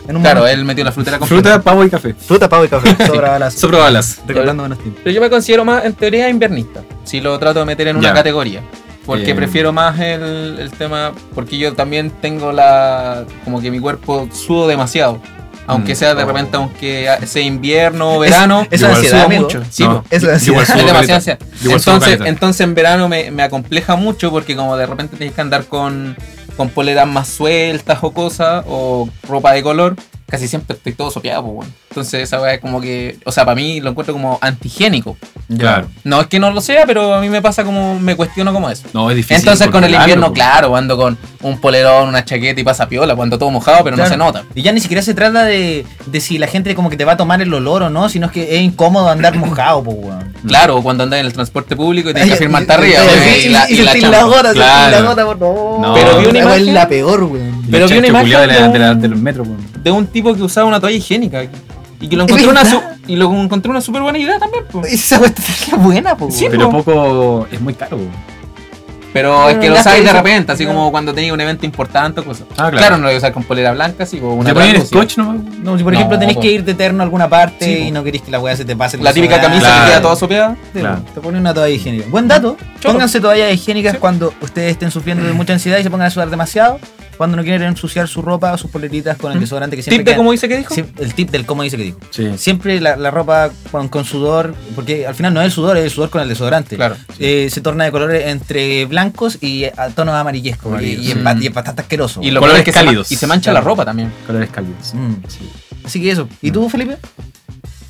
Speaker 1: En un
Speaker 3: Claro,
Speaker 1: momento.
Speaker 3: él metió la frutera con
Speaker 2: Fruta, pavo y café.
Speaker 1: Fruta, pavo y café. Sobra las.
Speaker 2: Sobre balas.
Speaker 1: Recordando menos tiempo.
Speaker 3: Pero yo me considero más, en teoría, invernista. Si lo trato de meter en una
Speaker 2: Ya.
Speaker 3: categoría. Porque
Speaker 2: Bien.
Speaker 3: prefiero más el, el tema. Porque yo también tengo la. Como que mi cuerpo sudo demasiado. Aunque
Speaker 2: Mm.
Speaker 3: sea de
Speaker 2: Oh.
Speaker 3: repente, aunque sea invierno o verano,
Speaker 1: Es
Speaker 2: Igual
Speaker 1: ansiedad,
Speaker 3: sudo
Speaker 1: amigo.
Speaker 3: mucho. Sí,
Speaker 2: No,
Speaker 3: po.
Speaker 1: Es
Speaker 2: yo- yo igual
Speaker 1: ansiedad.
Speaker 2: subo
Speaker 3: es demasiado
Speaker 2: caleta.
Speaker 3: ansiedad.
Speaker 2: Yo igual subo
Speaker 3: Entonces,
Speaker 2: caleta.
Speaker 3: entonces en verano me, me acompleja mucho porque como de repente tienes que andar con, con poleras más sueltas o cosas o ropa de color, casi siempre estoy todo sopeado, pues bueno. Entonces esa weá es como que, o sea, para mí lo encuentro como antihigiénico.
Speaker 2: Claro.
Speaker 3: No es que no lo sea, pero a mí me pasa como, me cuestiono como eso.
Speaker 2: No, es difícil.
Speaker 3: Entonces con el
Speaker 2: controlarlo,
Speaker 3: invierno,
Speaker 2: po.
Speaker 3: claro, pues. ando con un polerón, una chaqueta y pasa piola, cuando todo mojado, pero
Speaker 1: Claro.
Speaker 3: no se nota.
Speaker 1: Y ya ni siquiera se trata de, de si la gente como que te va a tomar el olor o no, sino es que es incómodo andar mojado, pues, weón.
Speaker 3: Claro, cuando andas en el transporte público y tienes que
Speaker 1: Ay,
Speaker 3: firmar
Speaker 1: y-
Speaker 3: arriba.
Speaker 1: y-
Speaker 3: weón,
Speaker 1: y-
Speaker 3: y la-
Speaker 1: y
Speaker 3: y la
Speaker 1: sentir
Speaker 3: chamba.
Speaker 1: la gota, sentir la
Speaker 2: Claro.
Speaker 1: gota, por no.
Speaker 2: No.
Speaker 3: Pero vi una
Speaker 1: esa weá es
Speaker 3: imagen-
Speaker 1: la peor, weón.
Speaker 2: Y
Speaker 3: Pero
Speaker 2: el
Speaker 3: vi una
Speaker 2: chancho
Speaker 3: imagen
Speaker 2: culiao de la-
Speaker 3: de un-
Speaker 2: de la- del metro, pues. po.
Speaker 3: de un tipo que usaba una toalla higiénica y que lo encontré
Speaker 1: ¿Es
Speaker 3: una
Speaker 1: verdad?
Speaker 3: su- y lo encontré una súper buena idea también pues. po.
Speaker 1: Esa weá es buena, pues.
Speaker 3: Sí,
Speaker 2: Pero
Speaker 3: po.
Speaker 2: poco. Es muy caro, po.
Speaker 3: pero es que lo
Speaker 1: Pero
Speaker 3: usáis de
Speaker 1: eso-
Speaker 3: repente así
Speaker 1: no.
Speaker 3: como cuando tenéis un evento importante o cosas
Speaker 2: Ah, claro.
Speaker 3: claro. no lo voy a usar con polera blanca sí o una
Speaker 2: Te ponen
Speaker 3: traducción.
Speaker 2: scotch nomás.
Speaker 1: No, si por
Speaker 3: No,
Speaker 1: ejemplo tenés
Speaker 3: po.
Speaker 1: que ir de terno a alguna parte
Speaker 3: Sí,
Speaker 1: y
Speaker 3: po.
Speaker 1: no querés que la weá se te pase.
Speaker 3: la típica camisa
Speaker 2: Claro.
Speaker 3: que queda toda sopeada
Speaker 2: Claro.
Speaker 1: Te ponen una toalla higiénica. Buen dato.
Speaker 3: Choro.
Speaker 1: Pónganse toallas higiénicas
Speaker 3: Sí.
Speaker 1: cuando ustedes estén sufriendo de mucha ansiedad y se pongan a sudar demasiado. Cuando no quieren ensuciar su ropa o sus poleritas con el
Speaker 3: ¿Mm?
Speaker 1: desodorante que siempre.
Speaker 3: tip de
Speaker 1: queda-
Speaker 3: como dice que dijo
Speaker 1: Sí, el tip del cómo dice que digo.
Speaker 2: Sí.
Speaker 1: Siempre la, la ropa con, con sudor, porque al final no es el sudor, es el sudor con el desodorante.
Speaker 3: claro
Speaker 1: Eh, se torna de colores entre blancos y eh, a tonos amarillescos.
Speaker 2: Amarillo,
Speaker 1: y, y es
Speaker 3: sí.
Speaker 1: ba- y es bastante asqueroso.
Speaker 3: y lo
Speaker 2: Colores
Speaker 3: peor es que se ma-
Speaker 2: cálidos.
Speaker 3: y se mancha
Speaker 2: Claro.
Speaker 3: la ropa también
Speaker 2: Colores cálidos.
Speaker 1: Mm.
Speaker 2: Sí.
Speaker 1: Así que eso. ¿Y tú, Felipe?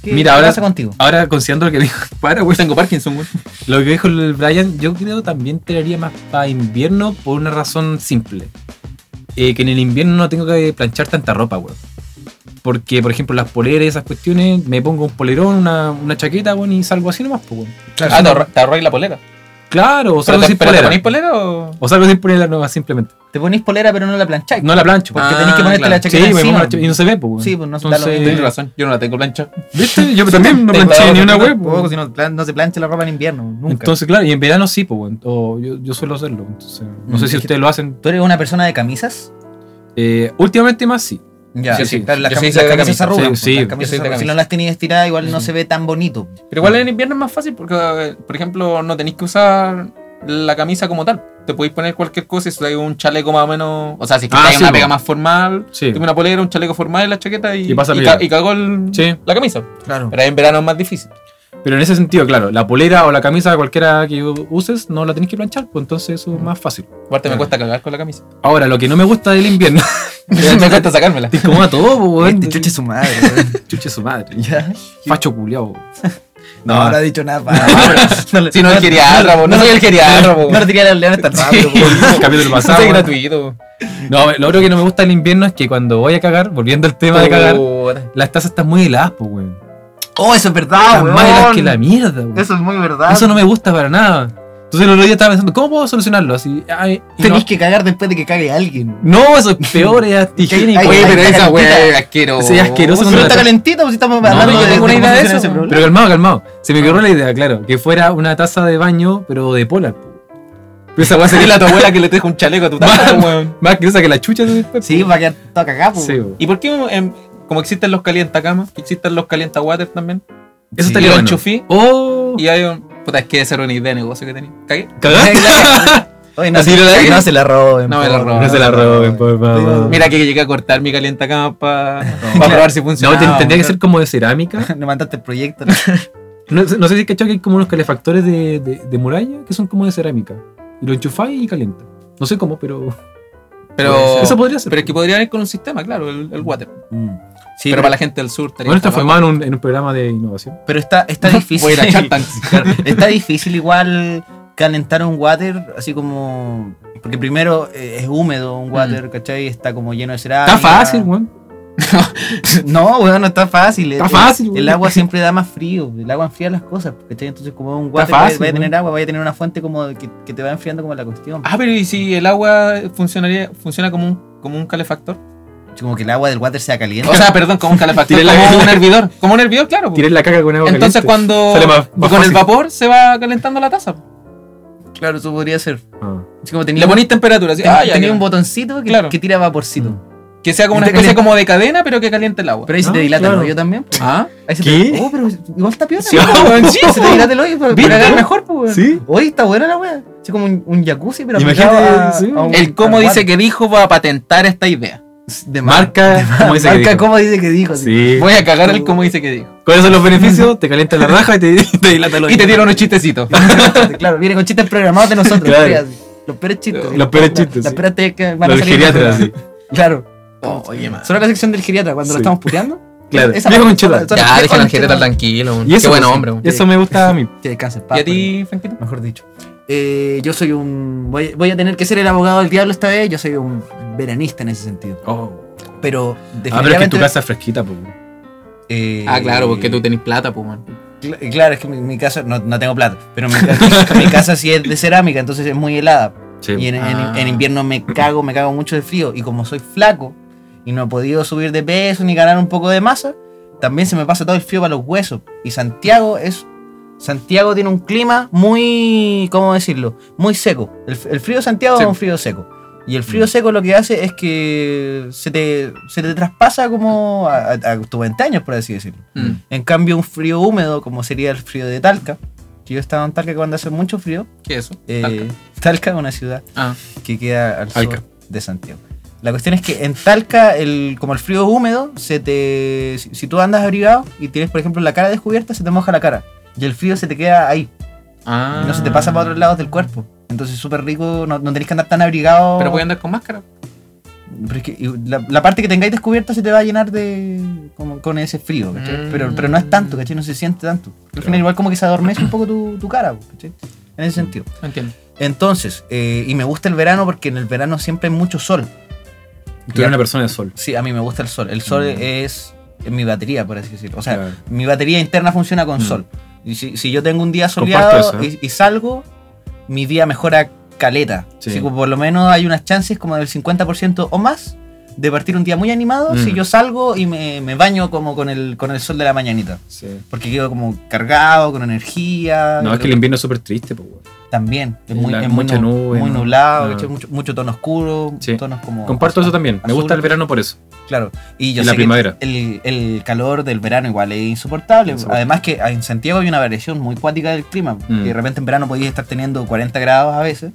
Speaker 1: ¿Qué
Speaker 2: Mira,
Speaker 1: qué
Speaker 2: ahora-
Speaker 1: pasa contigo?
Speaker 2: Ahora, considerando lo que dijo. Para, güey.
Speaker 3: tengo Parkinson güey.
Speaker 2: Lo que dijo el Brian, yo creo también tiraría más para invierno por una razón simple. Eh, que en el invierno no tengo que planchar tanta ropa, weón. Porque, por ejemplo, las poleras, esas cuestiones, me pongo un polerón, una, una chaqueta, weón, y salgo así nomás, pues, weón.
Speaker 3: ah te ahorra- te arroy la polera
Speaker 2: Claro, o
Speaker 3: pero
Speaker 2: salgo
Speaker 3: te,
Speaker 2: sin
Speaker 3: pero te
Speaker 2: polera.
Speaker 3: ponéis polera o
Speaker 2: O salgo sin polera nueva, simplemente.
Speaker 1: Te ponís polera pero no la plancháis.
Speaker 2: No la plancho.
Speaker 1: porque
Speaker 2: porque-
Speaker 3: Ah,
Speaker 1: tenés que ponerte
Speaker 3: claro.
Speaker 1: la
Speaker 2: sí,
Speaker 1: chaqueta
Speaker 2: me pongo
Speaker 1: encima.
Speaker 2: la chaqueta y no se ve, pues, weón.
Speaker 1: Sí, pues, no se da lo
Speaker 2: Entonces,
Speaker 1: mismo.
Speaker 3: tienes razón yo no la tengo plancha
Speaker 2: ¿Viste? Yo también no
Speaker 3: Tengo
Speaker 2: planché ni
Speaker 3: razón,
Speaker 2: una
Speaker 3: no,
Speaker 2: web,
Speaker 1: Tampoco, si no, plan- no se plancha la ropa en invierno. Nunca.
Speaker 2: pues, Entonces, claro, y en verano sí, pues, weón. O yo, yo suelo hacerlo. entonces, no
Speaker 1: Mm,
Speaker 2: sé
Speaker 1: es
Speaker 2: si
Speaker 1: que-
Speaker 2: ustedes lo hacen.
Speaker 1: ¿Tú eres una persona de camisas?
Speaker 2: Eh, últimamente más sí.
Speaker 1: Ya,
Speaker 2: Sí, sí.
Speaker 1: Claro, las
Speaker 3: Yo soy
Speaker 1: camisas,
Speaker 3: de
Speaker 1: las
Speaker 3: camisa,
Speaker 1: camisas se arrugan,
Speaker 2: sí,
Speaker 1: pues,
Speaker 2: sí.
Speaker 1: las
Speaker 3: Yo
Speaker 1: camisas
Speaker 3: soy de
Speaker 1: se arrugan. Si
Speaker 3: camisa.
Speaker 1: no las tenías estiradas, igual no
Speaker 3: Ujú.
Speaker 1: se ve tan bonito.
Speaker 3: Pero igual en invierno es más fácil porque, eh, por ejemplo, no tenéis que usar la camisa como tal. Te podéis poner cualquier cosa y si hay un chaleco más o menos. O sea, si es que
Speaker 2: Ah,
Speaker 3: hay
Speaker 2: sí,
Speaker 3: una
Speaker 2: po.
Speaker 3: pega más formal,
Speaker 2: Sí.
Speaker 3: tengo una polera, un chaleco formal en la chaqueta y,
Speaker 2: Y pasa
Speaker 3: ca-
Speaker 2: piola.
Speaker 3: y cagó el-
Speaker 2: Sí.
Speaker 3: la camisa.
Speaker 1: Claro.
Speaker 3: Pero ahí en verano es más difícil.
Speaker 2: Pero en ese sentido, claro, la polera o la camisa cualquiera que uses no la tenés que planchar, pues entonces eso es más fácil.
Speaker 3: Aparte,
Speaker 2: Claro.
Speaker 3: me cuesta cagar con la camisa.
Speaker 2: Ahora, lo que no me gusta del invierno,
Speaker 3: me cuesta sacármela.
Speaker 2: te incomoda todo, po, weón.
Speaker 1: Este chuche su madre. weón.
Speaker 2: Chuche su madre.
Speaker 1: ya.
Speaker 2: Facho culiao. po.
Speaker 1: No,
Speaker 2: No.
Speaker 1: habrá dicho nada. para- no, le-
Speaker 3: Si no,
Speaker 1: no-
Speaker 3: el geriatra, po. no soy el geriatra, po.
Speaker 1: No le tiré a los leones tan rápido. po.
Speaker 2: Capítulo pasado.
Speaker 3: Soy
Speaker 2: weón.
Speaker 3: gratuito.
Speaker 2: No, lo otro que no me gusta del invierno es que cuando voy a cagar, volviendo al tema de cagar,
Speaker 3: Puta.
Speaker 2: las tazas están muy heladas, pues, weón.
Speaker 1: Oh, eso es verdad,
Speaker 2: Están más heladas
Speaker 1: weón.
Speaker 2: que la mierda, weón. Eso,
Speaker 1: Eso es muy verdad.
Speaker 2: no me gusta para nada. Entonces el otro día estaba pensando, ¿cómo puedo solucionarlo? Así, ay, y no,
Speaker 1: Tenés que cagar después de que cague alguien.
Speaker 2: no, eso es peor, es antihigiénico.
Speaker 1: Ay,
Speaker 3: Oye,
Speaker 1: ay,
Speaker 3: pero
Speaker 1: está
Speaker 3: esa
Speaker 1: calentita.
Speaker 3: weá es asqueroso.
Speaker 2: Sí, asqueroso.
Speaker 1: Pero está calentito, pues estamos hablando
Speaker 2: yo
Speaker 1: de,
Speaker 2: tengo una
Speaker 1: cómo
Speaker 3: idea de
Speaker 1: funciona
Speaker 3: eso.
Speaker 1: ese problema.
Speaker 2: Pero calmado, calmado. Se me ocurrió la idea, claro. Que fuera una taza de baño, pero de polar. po. Pero esa weá
Speaker 3: Dile
Speaker 2: sería
Speaker 3: a tu abuela que le deje un chaleco a tu taza, po, weón.
Speaker 2: más que esa que la chucha de Pepe.
Speaker 1: Sí, va a quedar pues. toda cagada, po.
Speaker 2: Sí, po.
Speaker 3: ¿Y por qué, em, como existen los calientacamas, que existen los calientawater también?
Speaker 1: Sí.
Speaker 2: Eso estaría
Speaker 3: Yo lo
Speaker 2: bueno.
Speaker 3: enchufí.
Speaker 2: ¡Oh!
Speaker 3: Y hay un. Puta, es que esa era una idea de negocio que tenía. ¿Cagué?
Speaker 2: ¿Cagaste?
Speaker 1: Oye, no,
Speaker 2: Así
Speaker 1: se,
Speaker 2: lo de-
Speaker 1: no se la roben.
Speaker 3: No me la
Speaker 1: por-
Speaker 3: roben.
Speaker 2: No se la roben, por favor.
Speaker 3: Mira que llegué a cortar mi calienta cama para
Speaker 1: No.
Speaker 3: probar si funciona.
Speaker 2: No, ten- tendría que ser como de cerámica.
Speaker 1: No mandaste el proyecto. ¿no?
Speaker 2: No, sé- no sé si cachó que hay como unos calefactores de, de, de muralla que son como de cerámica. Y lo enchufáis y calienta. No sé cómo, pero
Speaker 3: Pero,
Speaker 2: eso podría ser.
Speaker 3: pero es que podría ir con un sistema, claro, el, el water.
Speaker 1: Mm. Sí,
Speaker 3: pero
Speaker 1: pero,
Speaker 3: para la gente del sur. estaría
Speaker 2: Bueno, esto fue
Speaker 3: tapado.
Speaker 2: más en un, en un programa de innovación.
Speaker 1: pero está, está
Speaker 3: Voy a
Speaker 1: difícil.
Speaker 3: ir a Shark Tanks.
Speaker 1: Claro, está difícil igual calentar un water, así como. Porque primero eh, es húmedo un water, ¿cachai? Está como lleno de cerámica.
Speaker 2: Está fácil, weón.
Speaker 1: No, weón, no está fácil.
Speaker 2: Está
Speaker 1: El-
Speaker 2: fácil,
Speaker 1: El,
Speaker 2: weón.
Speaker 1: agua siempre da más frío. El agua enfría las cosas, ¿cachai? Entonces, como un water,
Speaker 2: fácil,
Speaker 1: vaya a tener
Speaker 2: weón.
Speaker 1: agua, vaya a tener una fuente como de que, que te va enfriando como la cuestión.
Speaker 3: Ah, pero ¿y si el agua funcionaría, funciona como un, como un calefactor?
Speaker 1: Como que el agua del water sea caliente.
Speaker 3: O sea, perdón, como un calefactor,
Speaker 2: Tiré la-
Speaker 3: como un hervidor. Como un hervidor, claro. pues. po.
Speaker 2: Tiré la caca con agua
Speaker 3: Entonces
Speaker 2: caliente.
Speaker 3: cuando
Speaker 2: Sale más- más
Speaker 3: con el
Speaker 2: fácil.
Speaker 3: vapor se va calentando la taza. po.
Speaker 1: claro, eso podría ser.
Speaker 2: Ah.
Speaker 1: Así como
Speaker 3: Le
Speaker 1: tenía,
Speaker 3: ponís temperatura. así,
Speaker 1: ten-
Speaker 3: ah, ya,
Speaker 1: tenía
Speaker 3: que-
Speaker 1: un botoncito que,
Speaker 3: Claro.
Speaker 1: que tira vaporcito.
Speaker 3: que sea
Speaker 1: y
Speaker 3: como una
Speaker 1: te
Speaker 3: especie
Speaker 1: calienta.
Speaker 3: como de cadena, pero que caliente el agua.
Speaker 1: Pero ahí se
Speaker 2: Ah,
Speaker 1: te dilata
Speaker 2: claro.
Speaker 1: el hoyo también. pues.
Speaker 3: ah,
Speaker 1: Ahí se
Speaker 2: ¿Qué?
Speaker 1: Te... Oh, pero igual está piola.
Speaker 2: Sí,
Speaker 1: weón.
Speaker 2: weón, sí.
Speaker 1: Se te dilata el hoyo, pero- pero
Speaker 2: ¿Viste?
Speaker 1: era mejor, pues. weón.
Speaker 2: ¿Sí?
Speaker 1: Oye, está buena la wea. Es como un, un jacuzzi, pero
Speaker 2: Imagínate,
Speaker 1: aplicado
Speaker 2: sí.
Speaker 1: un-
Speaker 3: el cómo
Speaker 1: al
Speaker 3: dice
Speaker 1: water.
Speaker 3: que dijo va a patentar esta idea.
Speaker 1: De marca.
Speaker 2: Marca, como dice que
Speaker 1: marca
Speaker 2: dijo.
Speaker 1: cómo dice que dijo. así.
Speaker 2: Sí.
Speaker 3: Voy a cagar el cómo dice que dijo.
Speaker 2: ¿Cuáles son los beneficios? Te calienta la raja y te, te dilata los
Speaker 3: Y te dieron unos chistecitos.
Speaker 1: claro, viene con chistes programados de nosotros.
Speaker 2: Claro.
Speaker 1: mira, Los peores chistes.
Speaker 2: Los peores chistes,
Speaker 1: Las
Speaker 2: sí.
Speaker 1: peores teorías que van a
Speaker 2: Los
Speaker 1: salir.
Speaker 2: geriatras, sí.
Speaker 1: Claro.
Speaker 3: Oh, oye, man.
Speaker 1: Solo la sección del geriatra cuando
Speaker 2: Sí.
Speaker 1: lo estamos puteando.
Speaker 2: Claro.
Speaker 1: Esa-
Speaker 2: Viejo con
Speaker 1: esa-
Speaker 2: cheta.
Speaker 1: esa-
Speaker 3: Ya,
Speaker 1: esa-
Speaker 3: dejen al
Speaker 1: esa-
Speaker 3: Jereta tranquilo. un-
Speaker 2: Y eso,
Speaker 3: Qué buen
Speaker 2: pues,
Speaker 3: homhombre. un-
Speaker 2: Eso me gusta a mí.
Speaker 1: Que descanse, en paz,
Speaker 3: ¿Y a ti, Franquito?
Speaker 1: mejor dicho. Eh, yo soy un. Voy, voy a tener que ser el abogado del diablo esta vez. Yo soy un veranista en ese sentido. Pero Oh. definitivamente.
Speaker 2: Ah, pero es que tu casa es fresquita, pues.
Speaker 1: eh,
Speaker 3: Ah, claro, porque tú tenés plata, pues, man.
Speaker 1: cl- claro, es que mi, mi casa. No, no tengo plata. Pero mi, ca- mi casa sí es de cerámica, entonces es muy helada. Y en, en-
Speaker 3: Ah.
Speaker 1: en invierno me cago, me cago mucho de frío. Y como soy flaco y no he podido subir de peso ni ganar un poco de masa, también se me pasa todo el frío para los huesos. Y Santiago es. Santiago tiene un clima muy. ¿Cómo decirlo? Muy seco. El, f- el frío de Santiago
Speaker 3: Sí. Mm.
Speaker 1: es un frío seco. Y el frío seco lo que hace es que se te, se te traspasa como a, a, a tus ventañas, por así decirlo.
Speaker 3: Mm.
Speaker 1: En cambio, un frío húmedo, como sería el frío de Talca, que yo estaba en Talca cuando hace mucho frío.
Speaker 3: ¿Qué es eso?
Speaker 1: eh,
Speaker 3: Talca.
Speaker 1: Talca es una ciudad
Speaker 3: Ah,
Speaker 1: que queda al
Speaker 2: Talca.
Speaker 1: sur de Santiago. La cuestión es que en Talca, el, como el frío es húmedo, se te, si, si tú andas abrigado y tienes, por ejemplo, la cara descubierta, se te moja la cara. Y el frío se te queda ahí.
Speaker 3: ah.
Speaker 1: y no se te pasa para otros lados del cuerpo. Entonces es súper rico, no, no tenés que andar tan abrigado.
Speaker 3: Pero voy a andar con máscara.
Speaker 1: Pero es que, y la, la parte que tengáis descubierta se te va a llenar de como con ese frío, ¿cachai?
Speaker 3: Mm.
Speaker 1: Pero, pero no es tanto, ¿cachai? No se siente tanto. Al final
Speaker 2: Claro.
Speaker 1: igual como que se adormece un poco tu, tu cara, ¿cachai? En ese sentido.
Speaker 3: No entiendo.
Speaker 1: Entonces, eh, y me gusta el verano porque en el verano siempre hay mucho sol.
Speaker 2: Tú eres una persona de sol.
Speaker 1: Sí, a mí me gusta el sol. El sol
Speaker 2: Mm.
Speaker 1: es mi batería, por así decirlo. O sea,
Speaker 2: Claro.
Speaker 1: mi batería interna funciona con
Speaker 2: Mm.
Speaker 1: sol. Y si, si yo tengo un día
Speaker 2: Comparto
Speaker 1: soleado
Speaker 2: eso, ¿eh?
Speaker 1: y, y salgo, mi día mejora caleta.
Speaker 2: Sí.
Speaker 1: Así que por lo menos hay unas chances como del 50% o más de partir un día muy animado
Speaker 2: Mm.
Speaker 1: si yo salgo y me, me baño como con el, con el sol de la mañanita.
Speaker 2: Sí.
Speaker 1: Porque quedo como cargado, con energía.
Speaker 2: No, es que el invierno es súper triste, pues.
Speaker 1: También, es
Speaker 2: Sí,
Speaker 1: muy,
Speaker 2: la-
Speaker 1: es muy
Speaker 2: mucha
Speaker 1: nu-
Speaker 2: nube,
Speaker 1: muy
Speaker 2: ¿no?
Speaker 1: nublado,
Speaker 2: Ah.
Speaker 1: ¿cachai? mucho, mucho tono oscuro,
Speaker 2: Sí.
Speaker 1: tonos como...
Speaker 2: Comparto
Speaker 1: azul-
Speaker 2: eso también. Me gusta
Speaker 1: azul.
Speaker 2: el verano por eso.
Speaker 1: Claro, y yo
Speaker 2: Y
Speaker 1: sé
Speaker 2: la
Speaker 1: que
Speaker 2: primavera.
Speaker 1: el, el calor del verano igual es insoportable.
Speaker 2: Insoportable.
Speaker 1: Además que en Santiago hay una variación muy cuática del clima.
Speaker 2: Mm.
Speaker 1: que de repente en verano podías estar teniendo 40 grados a veces.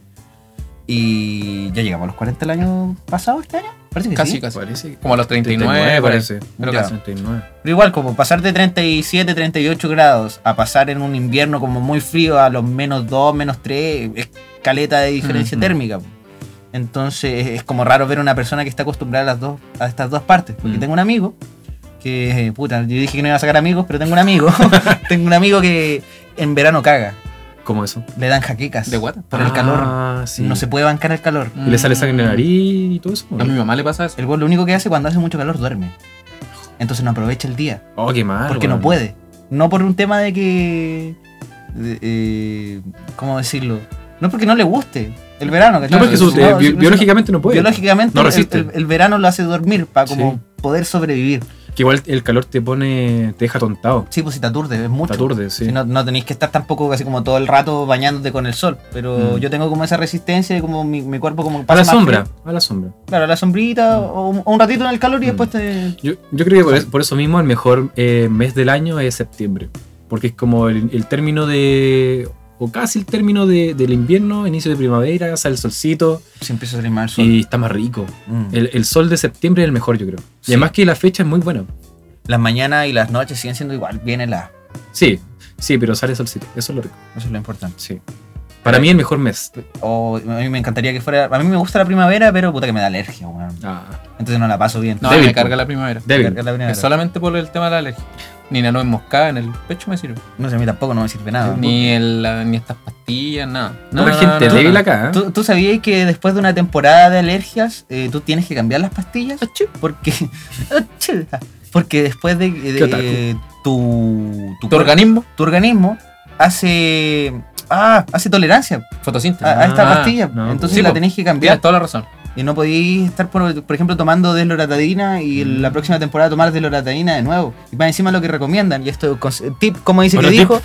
Speaker 1: Y ya llegamos a los 40 el año pasado, este año. Parece que
Speaker 3: Casi,
Speaker 1: sí.
Speaker 3: casi.
Speaker 2: Parece que-
Speaker 3: Como a los 39,
Speaker 2: 39
Speaker 3: por ahí.
Speaker 2: parece.
Speaker 3: Pero
Speaker 1: Ya.
Speaker 3: casi.
Speaker 2: 39.
Speaker 1: Pero igual, como pasar de 37, 38 grados a pasar en un invierno como muy frío a los menos 2, menos 3, es caleta de diferencia
Speaker 2: Mm, mm.
Speaker 1: térmica. Entonces es como raro ver una persona que está acostumbrada a, las dos, a estas dos partes. Porque
Speaker 2: Mm.
Speaker 1: tengo un amigo que, puta, yo dije que no iba a sacar amigos, pero tengo un amigo. tengo un amigo que en verano caga,
Speaker 2: ¿Cómo eso?
Speaker 1: le dan jaquecas
Speaker 3: ¿De guata?
Speaker 1: por el calor.
Speaker 2: Ah, sí.
Speaker 1: No se puede bancar el calor.
Speaker 2: Y le sale sangre en
Speaker 3: Mm.
Speaker 2: la nariz y todo eso.
Speaker 3: A mi mamá le pasa eso.
Speaker 1: El weón lo único que hace cuando hace mucho calor duerme. Entonces no aprovecha el día.
Speaker 2: Oh, qué mal.
Speaker 1: Porque no
Speaker 2: weón.
Speaker 1: puede. No por un tema de que. de- eh, ¿Cómo decirlo? No porque no le guste el verano. ¿cachai?
Speaker 2: No, porque su-
Speaker 1: No,
Speaker 2: eh, bi-
Speaker 1: no,
Speaker 2: biológicamente no puede.
Speaker 1: biológicamente
Speaker 2: No
Speaker 1: el-
Speaker 2: resiste.
Speaker 1: El, el verano lo hace dormir para como poder sobrevivir.
Speaker 2: Que igual el calor te pone. te deja tontado.
Speaker 1: Sí, pues si te aturde, es mucho.
Speaker 2: Te aturde, sí.
Speaker 1: Si no, no tenéis que estar tampoco así como todo el rato bañándote con el sol. Pero
Speaker 2: Mm.
Speaker 1: yo tengo como esa resistencia y como mi, mi cuerpo como que
Speaker 2: A
Speaker 1: pasa
Speaker 2: la
Speaker 1: más
Speaker 2: sombra,
Speaker 1: frío.
Speaker 2: a la sombra.
Speaker 1: Claro, a la sombrita o, un- o un ratito en el calor y
Speaker 2: Mm.
Speaker 1: después te.
Speaker 2: Yo, yo creo que por, es- por eso mismo el mejor eh, mes del año es septiembre. Porque es como el, el término de. o casi el término de- del invierno, inicio de primavera, sale el solcito
Speaker 1: Se empieza a salir mal el sol.
Speaker 2: y está más rico.
Speaker 1: Mm.
Speaker 2: El, el sol de septiembre es el mejor, yo creo. Y
Speaker 1: Sí.
Speaker 2: además que la fecha es muy buena.
Speaker 1: Las mañanas y las noches siguen siendo igual. Viene la.
Speaker 2: Sí, sí, pero sale solcito. Eso es lo rico.
Speaker 1: Eso es lo importante.
Speaker 2: Sí. Para mí el mejor mes.
Speaker 1: O a mí me encantaría que fuera. A mí me gusta la primavera, pero puta que me da alergia, weón.
Speaker 2: Ah,
Speaker 1: Entonces no la paso bien.
Speaker 3: No,
Speaker 2: Débil,
Speaker 3: me carga
Speaker 2: po.
Speaker 3: la primavera.
Speaker 1: Me
Speaker 2: débil.
Speaker 1: carga la primavera.
Speaker 3: Es solamente por el tema de la alergia. Ni la nuez moscada en el pecho me sirve.
Speaker 1: No sé, a mí tampoco no me sirve
Speaker 2: Ah,
Speaker 1: nada.
Speaker 3: Ni, el, la- ni estas pastillas, nada.
Speaker 2: No,
Speaker 3: Nada,
Speaker 2: hay gente
Speaker 3: nada,
Speaker 2: débil
Speaker 3: nada.
Speaker 2: acá. ¿eh?
Speaker 1: ¿Tú, tú sabías que después de una temporada de alergias, eh, tú tienes que cambiar las pastillas? Porque. Porque después de. de-
Speaker 2: Qué otaku.
Speaker 1: eh, tu,
Speaker 3: Tu organismo,
Speaker 1: tu organismo hace. Ah, hace tolerancia a,
Speaker 3: fotosíntesis.
Speaker 1: a esta
Speaker 2: Ah,
Speaker 1: pastillas.
Speaker 2: no,
Speaker 1: Entonces
Speaker 3: sí,
Speaker 1: la
Speaker 3: po.
Speaker 1: tenés que
Speaker 3: Tienes
Speaker 1: cambiar.
Speaker 3: toda la razón.
Speaker 1: Y no podéis estar, por, por ejemplo, tomando desloratadina y
Speaker 2: Mm.
Speaker 1: la próxima temporada tomar desloratadina de nuevo. Y más encima lo que recomiendan, y esto, con- tip, como dice
Speaker 2: Bueno,
Speaker 1: que
Speaker 2: tip.
Speaker 1: dijo,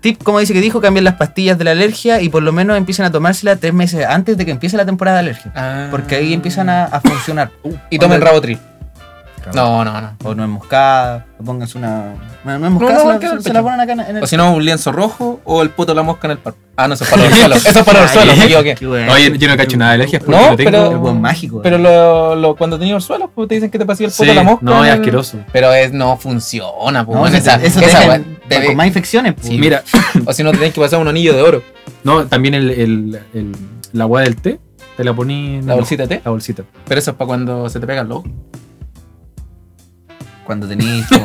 Speaker 1: tip, como dice que dijo, cambien las pastillas de la alergia y por lo menos empiecen a tomársela tres meses antes de que empiece la temporada de alergia.
Speaker 2: Ah.
Speaker 1: Porque ahí empiezan a, a funcionar.
Speaker 3: Y tomen
Speaker 1: Onda-
Speaker 3: Rabotril. No, no, no.
Speaker 1: O nuez moscada, o pónganse una, una nuez
Speaker 3: no,
Speaker 1: moscada, se la-
Speaker 3: queda en
Speaker 1: se,
Speaker 3: el
Speaker 1: la
Speaker 3: pecho.
Speaker 1: ponen acá en en el...
Speaker 3: O si no, un lienzo rojo o el puto la mosca en el par. Ah, no, eso es para el suelo. Eso es para el
Speaker 2: Ay,
Speaker 3: suelo, me
Speaker 2: eh.
Speaker 3: equivoqué.
Speaker 1: Qué bueno.
Speaker 2: Oye, yo no cacho nada de alergias porque
Speaker 3: No,
Speaker 2: no tengo.
Speaker 1: Es
Speaker 3: pero-
Speaker 1: buen mágico.
Speaker 3: Pero lo, lo- cuando tenías suelo, pues te dicen que te pasía el puto
Speaker 2: eh. Sí,
Speaker 3: la mosca.
Speaker 2: no, es
Speaker 3: en el-
Speaker 2: asqueroso.
Speaker 3: Pero es, no funciona, pues.
Speaker 1: No,
Speaker 3: bueno,
Speaker 1: eso
Speaker 3: esa,
Speaker 1: te- eso te
Speaker 3: esa
Speaker 1: deja
Speaker 3: wea,
Speaker 1: en-
Speaker 3: te-
Speaker 1: con más infecciones. pues.
Speaker 3: Sí.
Speaker 2: Mira,
Speaker 3: O si no, tenés que pasar un anillo de oro.
Speaker 2: no, también el, el- el- la agua del té, te la poní en
Speaker 3: La
Speaker 2: el-
Speaker 3: bolsita de té.
Speaker 2: La bolsita.
Speaker 3: Pero eso es para cuando se te pega el ojo.
Speaker 1: cuando tenéis como...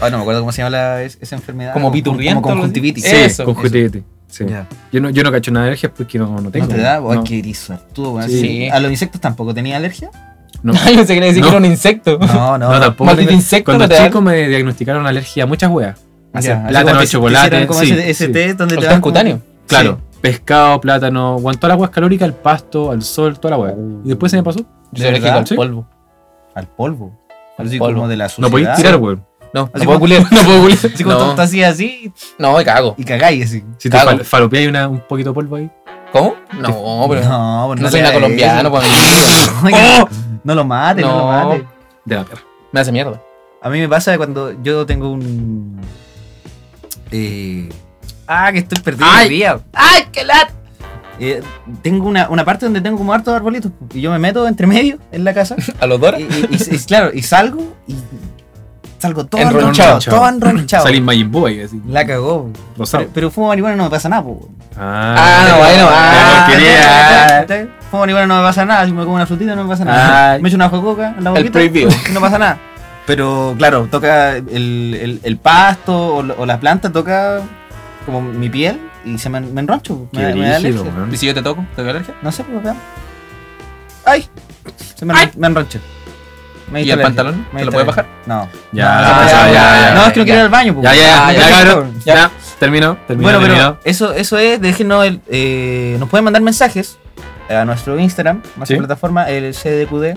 Speaker 1: Ay, no me acuerdo cómo se llama la- es- esa enfermedad.
Speaker 3: Como piturriento,
Speaker 1: Como
Speaker 3: algo así.
Speaker 1: conjuntivitis.
Speaker 3: Sí, Eso,
Speaker 2: con
Speaker 3: eso.
Speaker 2: juguete. Sí.
Speaker 1: Ya.
Speaker 2: Yo, no, yo no cacho nada de alergias porque no, no tengo.
Speaker 1: ¿No te da? Ay,
Speaker 2: No,
Speaker 1: qué erizo, tú, weón.
Speaker 2: Sí.
Speaker 1: Sí. ¿A los insectos tampoco tenía alergia?
Speaker 2: no.
Speaker 3: Yo pensé que le decía
Speaker 2: No.
Speaker 3: que era un insecto.
Speaker 1: No,
Speaker 2: No, tampoco.
Speaker 3: Maldito
Speaker 2: tengo-
Speaker 3: insecto,
Speaker 2: Cuando
Speaker 3: no te da.
Speaker 2: chico me diagnosticaron alergia a muchas weas.
Speaker 1: Así,
Speaker 3: Ya,
Speaker 1: así
Speaker 2: plátano,
Speaker 1: como te- te
Speaker 2: chocolate,
Speaker 1: hicieron como
Speaker 2: sí,
Speaker 1: ese, ese
Speaker 2: sí.
Speaker 1: test donde
Speaker 3: El
Speaker 1: te
Speaker 3: test
Speaker 1: dan como-
Speaker 3: cutáneo.
Speaker 2: Claro. Pescado, plátano, aguantó las aguas calóricas, al pasto, al sol, toda la wea. Y después se me pasó.
Speaker 3: Yo soy alérgico
Speaker 1: verdad?
Speaker 3: al
Speaker 2: Sí.
Speaker 3: polvo.
Speaker 1: Sí, al polvo.
Speaker 3: Al
Speaker 1: Así
Speaker 3: polvo.
Speaker 1: como de la
Speaker 2: No
Speaker 1: suciedad.
Speaker 2: podéis tirar, weón.
Speaker 1: Así
Speaker 3: No, no puedo
Speaker 1: como-
Speaker 3: culiar, no puedo culiar.
Speaker 1: Así como
Speaker 3: no,
Speaker 1: tú así, así,
Speaker 3: no, me cago.
Speaker 1: y cagáis así.
Speaker 2: Si te
Speaker 3: Cago.
Speaker 2: fal- falopeáis una- un poquito de polvo ahí.
Speaker 3: ¿Cómo? No, pero. No,
Speaker 1: No, pues
Speaker 3: soy
Speaker 1: le
Speaker 3: una
Speaker 1: hagas
Speaker 3: colombiana,
Speaker 1: eso.
Speaker 3: pues.
Speaker 1: Oiga, No lo mates, no.
Speaker 3: No.
Speaker 1: lo mates.
Speaker 2: De la perra.
Speaker 3: Me hace mierda.
Speaker 1: A mí me pasa cuando yo tengo un... eh, ah, que estoy perdido
Speaker 2: Ay.
Speaker 1: el día. ¡Ay, qué lat! Eh, tengo una, una parte donde tengo como hartos arbolitos y yo me meto entre medio en la casa
Speaker 3: ¿A los
Speaker 1: y,
Speaker 3: dos?
Speaker 1: y- y- y claro, y salgo y salgo todo
Speaker 3: Enronchado.
Speaker 1: enronchado, todo enronchado.
Speaker 2: Salís Majin Buu ahí, así.
Speaker 1: La cagó.
Speaker 2: Rosado.
Speaker 1: Pero, pero fumo marihuana no me pasa nada, po.
Speaker 3: Ah, no, bueno, ah.
Speaker 2: Pero quería-
Speaker 1: ¿Cachai? Fumo marihuana no me pasa nada, si me como una frutita no me pasa nada.
Speaker 2: Ay.
Speaker 1: Me echo una hoja de coca en la
Speaker 3: Ah, El
Speaker 1: boquita
Speaker 3: prohibido.
Speaker 1: y no pasa nada. Pero claro, toca el, el- el pasto o, la- o la planta, toca como mi piel y se me, me enroncho,
Speaker 2: Qué
Speaker 1: me, da- me da
Speaker 2: brígido,
Speaker 1: alergia.
Speaker 2: weón.
Speaker 3: ¿Y si yo te toco? ¿Te doy alergia?
Speaker 1: No sé, pues veamos. ¡Ay! Se me, enron- me enronché. Me
Speaker 3: ¿Y
Speaker 1: diste
Speaker 3: el
Speaker 1: alergia.
Speaker 3: pantalón?
Speaker 1: Me diste
Speaker 3: ¿Te lo puedes
Speaker 1: alergia.
Speaker 3: bajar?
Speaker 1: No.
Speaker 2: Ya,
Speaker 1: no,
Speaker 2: ya, ya,
Speaker 1: No,
Speaker 2: ya.
Speaker 1: es que no quiero ir al baño, pues.
Speaker 2: Ya, ya,
Speaker 3: Ah,
Speaker 2: ya,
Speaker 3: ya,
Speaker 2: cabrón.
Speaker 3: ya.
Speaker 2: Ya, terminó, terminó,
Speaker 1: Bueno,
Speaker 2: terminó.
Speaker 1: pero eso, eso es, déjenos, el- eh, nos pueden mandar mensajes a nuestro Instagram, más
Speaker 2: Sí.
Speaker 1: plataforma, el cdqd.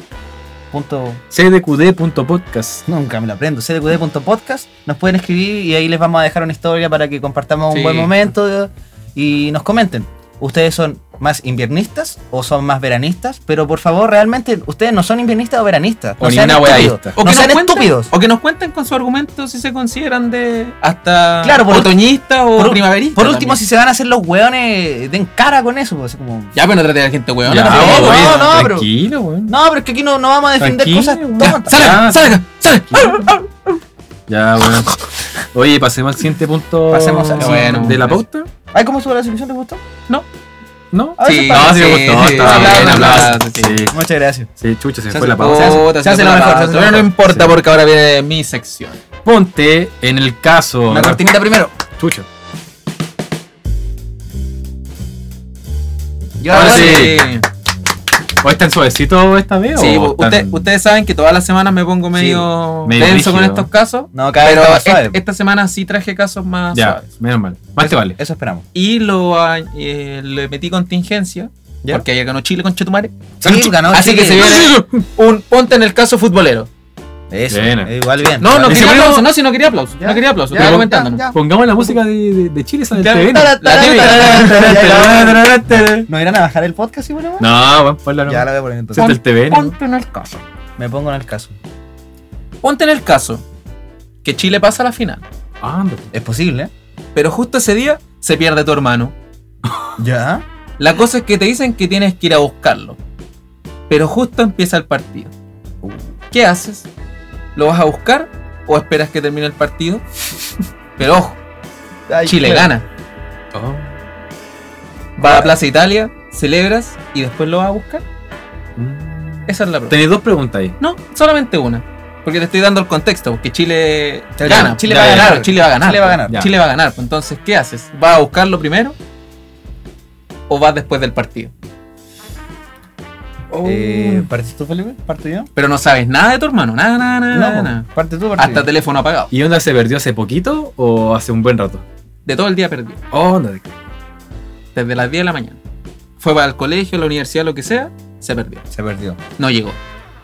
Speaker 1: punto-
Speaker 2: cdqd.podcast.
Speaker 1: nunca me lo aprendo, cdqd.podcast. Nos pueden escribir y ahí les vamos a dejar una historia para que compartamos un
Speaker 3: Sí.
Speaker 1: buen momento eh, y nos comenten. ¿Ustedes son más inviernistas o son más veranistas? Pero por favor, realmente, ustedes no son inviernistas o veranistas.
Speaker 2: O
Speaker 1: no sean
Speaker 2: ninguna wea
Speaker 1: estúpidos.
Speaker 2: esta.
Speaker 1: No sean estúpidos.
Speaker 3: O que nos cuenten con su argumento si se consideran de. hasta.
Speaker 1: Claro, por-
Speaker 3: otoñista o
Speaker 1: por-
Speaker 3: primaverista.
Speaker 1: Por último,
Speaker 3: también.
Speaker 1: si se van a hacer los hueones, den cara con eso. pues, así como,
Speaker 3: Ya, pero no trate de la gente weón.
Speaker 2: Ya,
Speaker 1: no,
Speaker 2: weón,
Speaker 1: no, no, pero-
Speaker 2: Tranquilo, weón.
Speaker 1: No, pero es que aquí no, no vamos a defender
Speaker 2: Tranquilo,
Speaker 1: cosas
Speaker 2: weón.
Speaker 1: tontas.
Speaker 3: ¡Sale!
Speaker 2: Ya.
Speaker 3: ¡Sale acá! ¡Sale!
Speaker 2: Ya, weón. Oye, pasemos al siguiente punto
Speaker 1: Pasemos al
Speaker 2: sí,
Speaker 3: siguiente.
Speaker 2: de la pauta.
Speaker 1: Ay, ¿cómo estuvo la selección? ¿Te gustó?
Speaker 2: ¿No?
Speaker 1: A ver,
Speaker 3: Sí,
Speaker 1: se pasa.
Speaker 3: no, sí me gustó, estaba
Speaker 1: bien,
Speaker 3: aplauso, sí.
Speaker 2: Sí,
Speaker 1: Muchas gracias.
Speaker 2: sí, chucha,
Speaker 1: Se
Speaker 2: se, fue
Speaker 1: hace
Speaker 2: la
Speaker 1: poco.
Speaker 2: pauta.
Speaker 3: Puta,
Speaker 1: se hace
Speaker 3: fue
Speaker 1: lo
Speaker 3: la
Speaker 1: mejor,
Speaker 3: pausa.
Speaker 1: se hace lo
Speaker 3: Pero no
Speaker 1: mejor.
Speaker 3: importa
Speaker 2: Sí.
Speaker 3: porque ahora viene mi sección.
Speaker 2: Ponte en el caso.
Speaker 1: Una cortinita primero.
Speaker 2: Chucha.
Speaker 1: Yo
Speaker 2: Ahora
Speaker 1: ahora-
Speaker 2: sí. ¿O es tan suavecito esta vez?
Speaker 3: Sí,
Speaker 2: o
Speaker 3: usted-
Speaker 2: tan-
Speaker 3: ustedes saben que todas las semanas me pongo medio,
Speaker 2: medio
Speaker 3: denso con
Speaker 2: rígido.
Speaker 3: estos casos.
Speaker 1: No, cada vez
Speaker 3: Pero
Speaker 1: está más
Speaker 3: est-
Speaker 1: suave. pues.
Speaker 3: esta semana sí traje casos más
Speaker 2: Ya,
Speaker 3: suaves.
Speaker 2: menos mal. Más te
Speaker 1: Eso-
Speaker 2: vale.
Speaker 1: Eso esperamos.
Speaker 3: Y lo a- eh, le metí contingencia.
Speaker 1: ¿Ya?
Speaker 3: Porque ayer ganó Chile con Chetumare.
Speaker 1: Sí, ganó
Speaker 3: Así
Speaker 1: Chile.
Speaker 3: que se viene un ponte en el caso futbolero.
Speaker 1: Eso.
Speaker 2: Bien.
Speaker 1: eh, Igual bien.
Speaker 3: No, no
Speaker 2: ¿Y
Speaker 1: Vale.
Speaker 3: quería
Speaker 2: seguro?
Speaker 3: aplauso, no, si no quería aplauso.
Speaker 1: Ya,
Speaker 3: No quería aplauso,
Speaker 1: ya,
Speaker 3: estaba
Speaker 1: ya,
Speaker 3: comentándolo.
Speaker 1: ya.
Speaker 2: Pongamos la música de, de, de Chile, esa del
Speaker 3: Ya,
Speaker 2: TVN.
Speaker 3: tara,
Speaker 2: La
Speaker 3: tara,
Speaker 1: tara,
Speaker 2: TVN.
Speaker 1: ¿No irán a bajar el podcast y bueno?
Speaker 2: No, weón, ponla no.
Speaker 1: Ya la voy a poner
Speaker 2: Esa
Speaker 1: entonces.
Speaker 2: es del TVN. ¿no?
Speaker 3: Ponte en el caso.
Speaker 1: Me pongo en el caso.
Speaker 3: Ponte en el caso que Chile pasa a la final.
Speaker 2: Ah, anda.
Speaker 1: Es posible, ¿eh?
Speaker 3: Pero justo ese día se pierde tu hermano.
Speaker 1: Ya.
Speaker 3: La cosa es que te dicen que tienes que ir a buscarlo. Pero justo empieza el partido. ¿Qué haces? ¿Lo vas a buscar o esperas que termine el partido? Pero ojo,
Speaker 1: Ay,
Speaker 3: Chile
Speaker 1: claro.
Speaker 3: gana.
Speaker 2: Ah.
Speaker 3: va a la Plaza Italia, celebras y después lo vas a buscar. Esa es la pregunta.
Speaker 2: mm. Tenéis dos preguntas ahí.
Speaker 3: No, solamente una. Porque te estoy dando el contexto, porque Chile
Speaker 1: Ya,
Speaker 3: gana.
Speaker 1: Chile
Speaker 2: ya,
Speaker 1: va a
Speaker 2: ya,
Speaker 1: ganar.
Speaker 3: Claro, Chile va a ganar.
Speaker 1: Chile va a ganar.
Speaker 2: Ya.
Speaker 3: Chile va a ganar. pues, Entonces, ¿qué haces? ¿Vas a buscarlo primero? ¿O vas después del partido?
Speaker 1: Eh, ¿Partes tú, Felipe? ¿Parto yo?
Speaker 3: Pero no sabes nada de tu hermano, nada, nada, nada, nada,
Speaker 1: po.
Speaker 3: nada.
Speaker 1: parte tú, parte
Speaker 3: Hasta
Speaker 1: yo.
Speaker 3: teléfono apagado.
Speaker 2: ¿Y onda se perdió hace poquito o hace un buen rato?
Speaker 3: De todo el día perdido.
Speaker 2: Oh, no te-
Speaker 3: Desde las 10 de la mañana. Fue para el colegio, la universidad, lo que sea, se perdió.
Speaker 1: Se perdió.
Speaker 3: No llegó.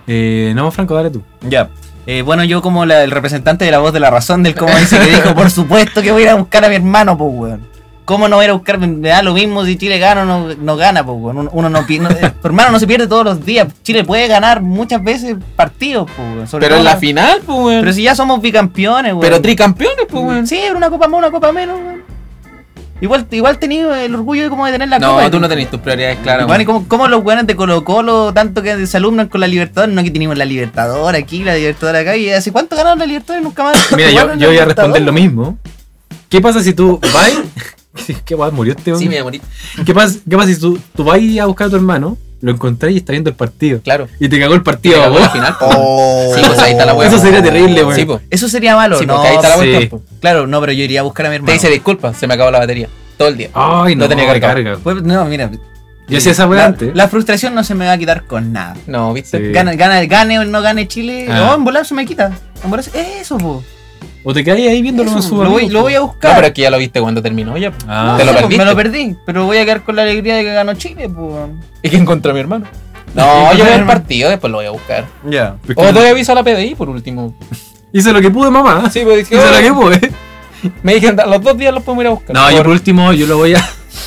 Speaker 2: Eh, no, Franco, dale tú.
Speaker 1: Ya. Eh, bueno, yo como la- el representante de la voz de la razón del como dice que dijo, por supuesto que voy a ir a buscar a mi hermano, pues, weón. ¿Cómo no voy a ir a buscar? Me- Me da lo mismo si Chile gana o no, no gana, pues, weón. Uno, uno no pierde. tu hermano no se pierde todos los días. Chile puede ganar muchas veces partidos, pues, weón. Sobre
Speaker 3: Pero
Speaker 1: todo
Speaker 3: en la
Speaker 1: la-
Speaker 3: final, pues, weón.
Speaker 1: Pero si ya somos bicampeones, weón.
Speaker 3: Pero tricampeones, pues, weón.
Speaker 1: Sí, era una copa más, una copa menos, weón. Igual, igual tenía el orgullo de como de tener la copa.
Speaker 3: No, tú no tenés tus prioridades claras.
Speaker 1: Bueno, ¿y
Speaker 3: weón.
Speaker 1: cómo, cómo los weones de Colo Colo, tanto que se alumnan con la Libertadores? No, que tenemos la Libertadores aquí, la Libertadores acá. ¿Y hace cuánto ganaron la Libertadores? Nunca más.
Speaker 2: Mira, yo,
Speaker 1: jugaron
Speaker 2: yo
Speaker 1: la
Speaker 2: voy a responder lo
Speaker 1: Libertadores.
Speaker 2: mismo. ¿Qué pasa si tú vas? ¿Qué guay, murió este
Speaker 3: Sí,
Speaker 2: hombre?
Speaker 3: me voy a morir.
Speaker 2: ¿Qué pasa, qué pasa si tú, tú vas a buscar a tu hermano, lo encontrás y está viendo el partido?
Speaker 3: Claro.
Speaker 2: Y te cagó el
Speaker 3: Te
Speaker 2: partido,
Speaker 3: cagó
Speaker 2: vos.
Speaker 3: la final, pues,
Speaker 1: Oh.
Speaker 3: weón. Sí, pues ahí está la weá.
Speaker 2: Eso sería terrible, weón.
Speaker 3: Sí, pues.
Speaker 1: Eso sería malo,
Speaker 3: Sí,
Speaker 1: ¿no?
Speaker 3: porque ahí está la pues.
Speaker 2: sí.
Speaker 3: vuelta, po.
Speaker 1: Claro, no, pero yo iría a buscar a mi hermano.
Speaker 3: Te dice disculpa, se me acabó la batería. Todo el día.
Speaker 2: Ay, no,
Speaker 3: No tenía carga.
Speaker 2: carga.
Speaker 1: Pues, no, mira.
Speaker 2: Yo hacía esa
Speaker 1: la,
Speaker 2: weá antes.
Speaker 1: la frustración no se me va a quitar con nada.
Speaker 3: No, ¿viste?
Speaker 2: Sí.
Speaker 1: Gana, gana, gane o no gane Chile.
Speaker 2: Ah.
Speaker 1: No, en volar se me quita. En volar se- Eso, po.
Speaker 2: O te caes ahí viéndolo en
Speaker 1: Eso,
Speaker 2: su
Speaker 1: lo, voy,
Speaker 2: amigo,
Speaker 1: lo voy a
Speaker 3: No,
Speaker 1: buscar.
Speaker 3: pero es que ya lo viste cuando terminó ya. po.
Speaker 2: Ah.
Speaker 3: Te lo
Speaker 1: sí, po,
Speaker 3: perdiste.
Speaker 1: me lo perdí, pero voy a quedar con la alegría de que ganó Chile, po.
Speaker 3: ¿Y que encontró a mi hermano?
Speaker 1: Sí,
Speaker 3: No,
Speaker 1: mi
Speaker 3: yo veo el
Speaker 1: hermano.
Speaker 3: partido, después lo voy a buscar.
Speaker 1: Ya.
Speaker 2: Pues
Speaker 3: O
Speaker 2: que-
Speaker 3: doy aviso a la PDI por último.
Speaker 2: Hice lo que pude, mamá.
Speaker 3: Sí, pues dije,
Speaker 2: Hice lo
Speaker 3: "Oye".
Speaker 2: que pude.
Speaker 3: me dijeron, los dos días los podemos ir a buscar.
Speaker 2: No, yo
Speaker 3: Por-
Speaker 2: por último, yo lo voy a.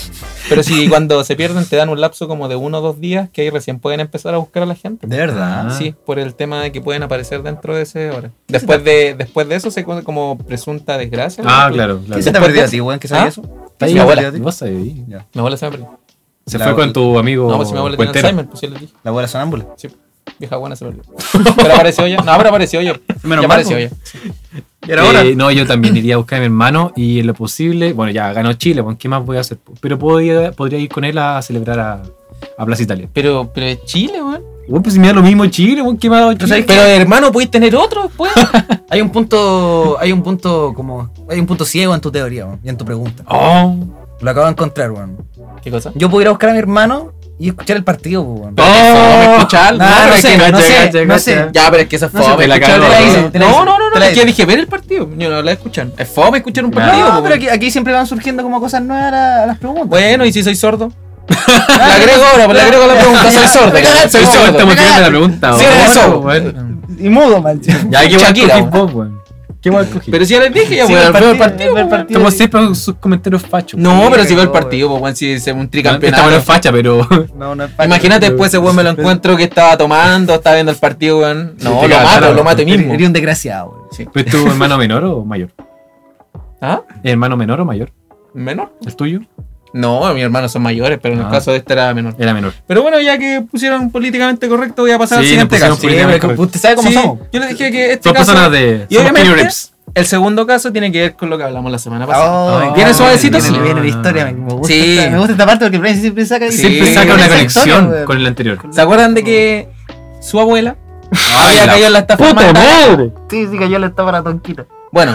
Speaker 3: Pero si cuando se pierden te dan un lapso como de uno o dos días que ahí recién pueden empezar a buscar a la gente.
Speaker 1: De verdad.
Speaker 2: Ah.
Speaker 3: Sí, por el tema de que pueden aparecer dentro de ese hora. Después de, después de eso se conoce como presunta desgracia.
Speaker 2: Ah,
Speaker 3: ¿no?
Speaker 2: claro, claro.
Speaker 1: ¿Qué se te ha perdido a ti, weón? ¿Qué sabía
Speaker 3: ¿Ah?
Speaker 1: eso?
Speaker 2: Está
Speaker 1: ¿Qué
Speaker 2: ahí,
Speaker 1: se te ha
Speaker 3: abuela.
Speaker 1: perdido a ti?
Speaker 2: ¿Vos sabés?
Speaker 1: Ya.
Speaker 3: Mi abuela se me perdió.
Speaker 2: Se
Speaker 1: La-
Speaker 2: fue con tu amigo.
Speaker 3: No, pues si mi abuela tiene
Speaker 2: cuentero.
Speaker 3: Alzheimer, pues yo le dije.
Speaker 1: La abuela sonámbula.
Speaker 3: Sí, vieja buena se perdió. Pero apareció ya. No, pero apareció ya.
Speaker 1: Menos
Speaker 3: ya
Speaker 1: mal,
Speaker 3: apareció
Speaker 1: pues.
Speaker 3: ya.
Speaker 1: Pero ahora.
Speaker 2: Eh, no, yo también iría a buscar a mi hermano y en lo posible, bueno, ya ganó Chile, pues, ¿qué más voy a hacer? Pero podría, podría ir con él a celebrar a, a Plaza Italia.
Speaker 3: Pero, pero es Chile, weón.
Speaker 2: Bueno, pues si me da lo mismo Chile, bueno, ¿qué más hago Chile?
Speaker 3: Pero hermano, podéis tener otro después.
Speaker 1: Hay un punto. Hay un punto como. Hay un punto ciego en tu teoría, weón, y en tu pregunta.
Speaker 2: Oh,
Speaker 1: Lo acabo de encontrar, weón.
Speaker 3: ¿Qué cosa?
Speaker 1: Yo puedo ir a buscar a mi hermano y escuchar el partido, weón.
Speaker 3: Pero es fome escuchar,
Speaker 1: no,
Speaker 3: no, pero
Speaker 1: no
Speaker 3: es
Speaker 1: sé,
Speaker 3: que-
Speaker 1: no
Speaker 2: cacha,
Speaker 1: sé,
Speaker 2: cacha,
Speaker 1: no
Speaker 2: cacha.
Speaker 1: sé.
Speaker 3: Ya, pero es que esa es
Speaker 2: No sé,
Speaker 3: fome.
Speaker 2: te la
Speaker 3: escuchar
Speaker 2: cago,
Speaker 3: el
Speaker 2: te la
Speaker 3: partido.
Speaker 1: hice, te la hice,
Speaker 3: No, no, no,
Speaker 1: te
Speaker 3: no.
Speaker 1: la
Speaker 3: Es que
Speaker 1: hice.
Speaker 3: dije ver el partido. Yo no la escuchan. Es fome escuchar un
Speaker 2: Ya.
Speaker 3: partido.
Speaker 1: No,
Speaker 3: weón.
Speaker 1: pero aquí, aquí siempre van surgiendo como cosas nuevas a, la- a las preguntas.
Speaker 3: Bueno, y si soy sordo. Le agrego ahora, le agrego la pregunta. Soy sordo. Soy
Speaker 2: soy yo,
Speaker 3: sordo.
Speaker 2: estamos tirando la pregunta.
Speaker 3: Sí,
Speaker 2: weón,
Speaker 3: eres sordo.
Speaker 2: weón.
Speaker 1: Y mudo, man.
Speaker 2: Ya, ¿qué guay
Speaker 3: Shakira,
Speaker 2: cogí vos, weón? ¿Qué guay cogí?
Speaker 3: Pero si ya les dije, ya,
Speaker 1: Sí,
Speaker 3: weón.
Speaker 1: el
Speaker 3: veo
Speaker 1: partido,
Speaker 3: el partido.
Speaker 1: veo el
Speaker 3: weón.
Speaker 1: partido.
Speaker 2: Como siempre con sus comentarios fachos.
Speaker 3: No,
Speaker 1: Sí,
Speaker 3: pero si veo el
Speaker 1: no,
Speaker 3: partido, pues, weón, si es un
Speaker 2: Esta
Speaker 3: tricampeonato.
Speaker 2: weón es facha, pero.
Speaker 1: No, no es fácil.
Speaker 3: Imagínate después ese weón me lo encuentro que estaba tomando, estaba viendo el partido, weón.
Speaker 2: Sí,
Speaker 3: No,
Speaker 2: te
Speaker 3: lo
Speaker 2: cagaste,
Speaker 3: mato,
Speaker 2: weón.
Speaker 3: lo mato ahí mismo.
Speaker 1: Sería un desgraciado, weón.
Speaker 2: ¿Pero tu hermano menor o mayor?
Speaker 3: ¿Ah?
Speaker 2: ¿Hermano menor o mayor?
Speaker 3: ¿Menor?
Speaker 2: ¿El tuyo?
Speaker 3: No, mis hermanos son mayores, pero en el
Speaker 2: Ah.
Speaker 3: caso de este era menor.
Speaker 2: Era menor.
Speaker 3: Pero bueno, ya que pusieron políticamente correcto, voy a pasar al
Speaker 2: Sí,
Speaker 3: siguiente
Speaker 2: nos pusieron
Speaker 3: caso.
Speaker 2: Sí, pero que-
Speaker 1: usted sabe cómo
Speaker 3: Sí,
Speaker 1: somos.
Speaker 3: Yo les dije que este
Speaker 2: Son
Speaker 3: caso.
Speaker 2: personas de.
Speaker 3: y
Speaker 2: somos
Speaker 3: obviamente-
Speaker 2: opinion reps.
Speaker 3: El segundo caso tiene que ver con lo que hablamos la semana pasada.
Speaker 1: Ay,
Speaker 2: ¿Viene
Speaker 1: viene
Speaker 3: Oh, suavecito?
Speaker 1: Viene,
Speaker 3: Sí.
Speaker 1: viene la historia, me, me gusta
Speaker 3: Sí.
Speaker 1: esta, me gusta esta parte porque Brian siempre saca
Speaker 3: Sí,
Speaker 2: Siempre
Speaker 3: Sí,
Speaker 2: saca una
Speaker 1: esa
Speaker 2: conexión
Speaker 1: historia,
Speaker 2: con el anterior.
Speaker 3: ¿Se acuerdan de que su abuela
Speaker 2: Oh. Ay,
Speaker 3: había
Speaker 2: la
Speaker 3: caído en la estafa?
Speaker 2: ¡Puta
Speaker 3: Amanda?
Speaker 2: madre!
Speaker 1: Sí, sí, que yo le estaba la tonquita.
Speaker 3: Bueno,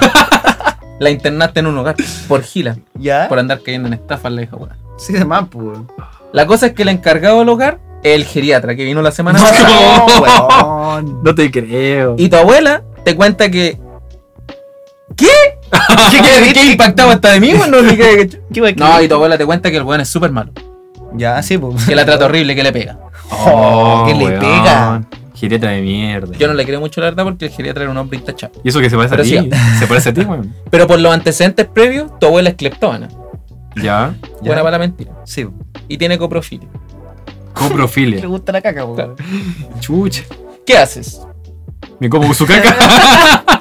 Speaker 3: la internaste en un hogar por gila,
Speaker 1: ¿Ya?
Speaker 3: por andar cayendo en estafas, la hija abuela.
Speaker 1: Sí, de más, pues. weón.
Speaker 3: La cosa es que el encargado del hogar es el geriatra que vino la semana pasada.
Speaker 1: No, weón.
Speaker 2: No te creo.
Speaker 3: Y tu abuela te cuenta que.
Speaker 1: ¿Qué
Speaker 3: ¿Qué,
Speaker 1: querés?
Speaker 3: qué impactado está de mí? weón? No, ni que-
Speaker 1: ¿Qué weón?
Speaker 3: no, y tu abuela te cuenta que el weón es súper malo,
Speaker 1: Ya, sí, pues.
Speaker 3: que la trata horrible, que le pega.
Speaker 1: Oh, que le
Speaker 2: weón.
Speaker 1: pega.
Speaker 2: Geriatra de mierda.
Speaker 3: Yo no le creo mucho la verdad porque el geriatra era un hombre intachable.
Speaker 2: Y eso que se parece
Speaker 3: Pero
Speaker 2: a ti. Se parece a ti, weón.
Speaker 3: Pero por los antecedentes previos, tu abuela es cleptómana.
Speaker 2: Ya.
Speaker 3: Buena para la mentira.
Speaker 1: Sí, po.
Speaker 3: Y tiene coprofilia.
Speaker 1: le
Speaker 2: Coprofilia.
Speaker 1: gusta la caca, pues.
Speaker 3: Claro.
Speaker 2: Chucha.
Speaker 3: ¿Qué haces?
Speaker 2: Me como su caca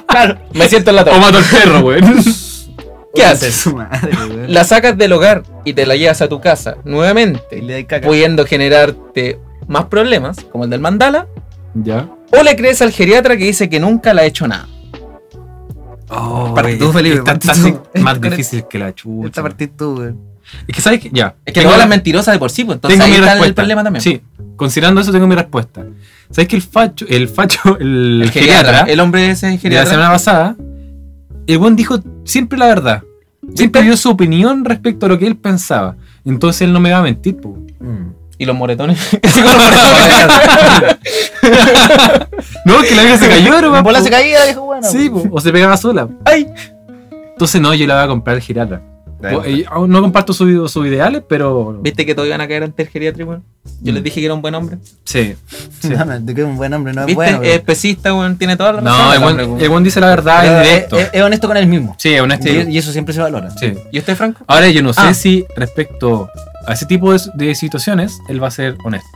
Speaker 1: Claro.
Speaker 3: Me siento en la
Speaker 2: o
Speaker 3: toma.
Speaker 2: mato al perro, weón.
Speaker 3: ¿Qué haces?
Speaker 1: Su madre, weón.
Speaker 3: La sacas del hogar y te la llevas a tu casa
Speaker 1: Y
Speaker 3: nuevamente,
Speaker 1: Le da caca.
Speaker 3: pudiendo generarte más problemas, como el del mandala,
Speaker 2: Ya.
Speaker 3: o le crees al geriatra que dice que nunca le ha hecho nada.
Speaker 2: Oh,
Speaker 1: Parte tú,
Speaker 2: weón,
Speaker 1: Felipe,
Speaker 3: Oh,
Speaker 2: está
Speaker 1: parte
Speaker 2: tan
Speaker 1: tú.
Speaker 2: más difícil que la chucha.
Speaker 1: Esta partida tú, weón.
Speaker 2: Es que sabes que. Ya.
Speaker 3: Es que
Speaker 2: Tengo-
Speaker 3: luego las mentirosas de por sí, pues entonces
Speaker 2: tengo
Speaker 3: ahí
Speaker 2: mi
Speaker 3: está el
Speaker 2: respuesta.
Speaker 3: problema también. pues.
Speaker 2: Sí, considerando eso tengo mi respuesta. ¿Sabes que el facho, el facho, el,
Speaker 3: El
Speaker 2: geriatra,
Speaker 3: geriatra, el hombre ese
Speaker 2: de la
Speaker 3: geriatra.
Speaker 2: semana pasada, el buen dijo siempre la verdad. Siempre dio su opinión respecto a lo que él pensaba. Entonces él no me va a mentir, po.
Speaker 1: Mm.
Speaker 3: Y los moretones.
Speaker 2: No, que la vieja se cayó, hermano.
Speaker 1: bola se caía, dijo, bueno.
Speaker 2: Sí,
Speaker 3: pues.
Speaker 2: po, o se pegaba sola.
Speaker 3: ¡Ay!
Speaker 2: Entonces no, yo la voy a comprar el geriatra.
Speaker 1: Da
Speaker 3: Pues,
Speaker 1: igual.
Speaker 2: Eh, aún no comparto su- sus ideales, pero.
Speaker 3: ¿Viste que todos iban a caer ante el geriatra, weón? Yo les dije que era un buen hombre.
Speaker 2: Sí. sí.
Speaker 1: No, no, te queda un buen hombre, no es
Speaker 3: ¿Viste?
Speaker 1: Ah, bueno.
Speaker 3: es
Speaker 1: pero-
Speaker 3: especista, weón. Tiene toda la razón.
Speaker 2: No, el
Speaker 3: el hombre,
Speaker 2: buen,
Speaker 3: weón.
Speaker 2: el buen dice la verdad
Speaker 1: pero
Speaker 2: en
Speaker 1: es,
Speaker 2: directo.
Speaker 1: es- es honesto con él mismo.
Speaker 2: sí, es honesto.
Speaker 1: Y, y eso siempre se valora.
Speaker 2: Sí.
Speaker 3: ¿Y usted, Franco?
Speaker 2: Ahora yo no sé
Speaker 3: Ah.
Speaker 2: si respecto a ese tipo de, de situaciones él va a ser honesto.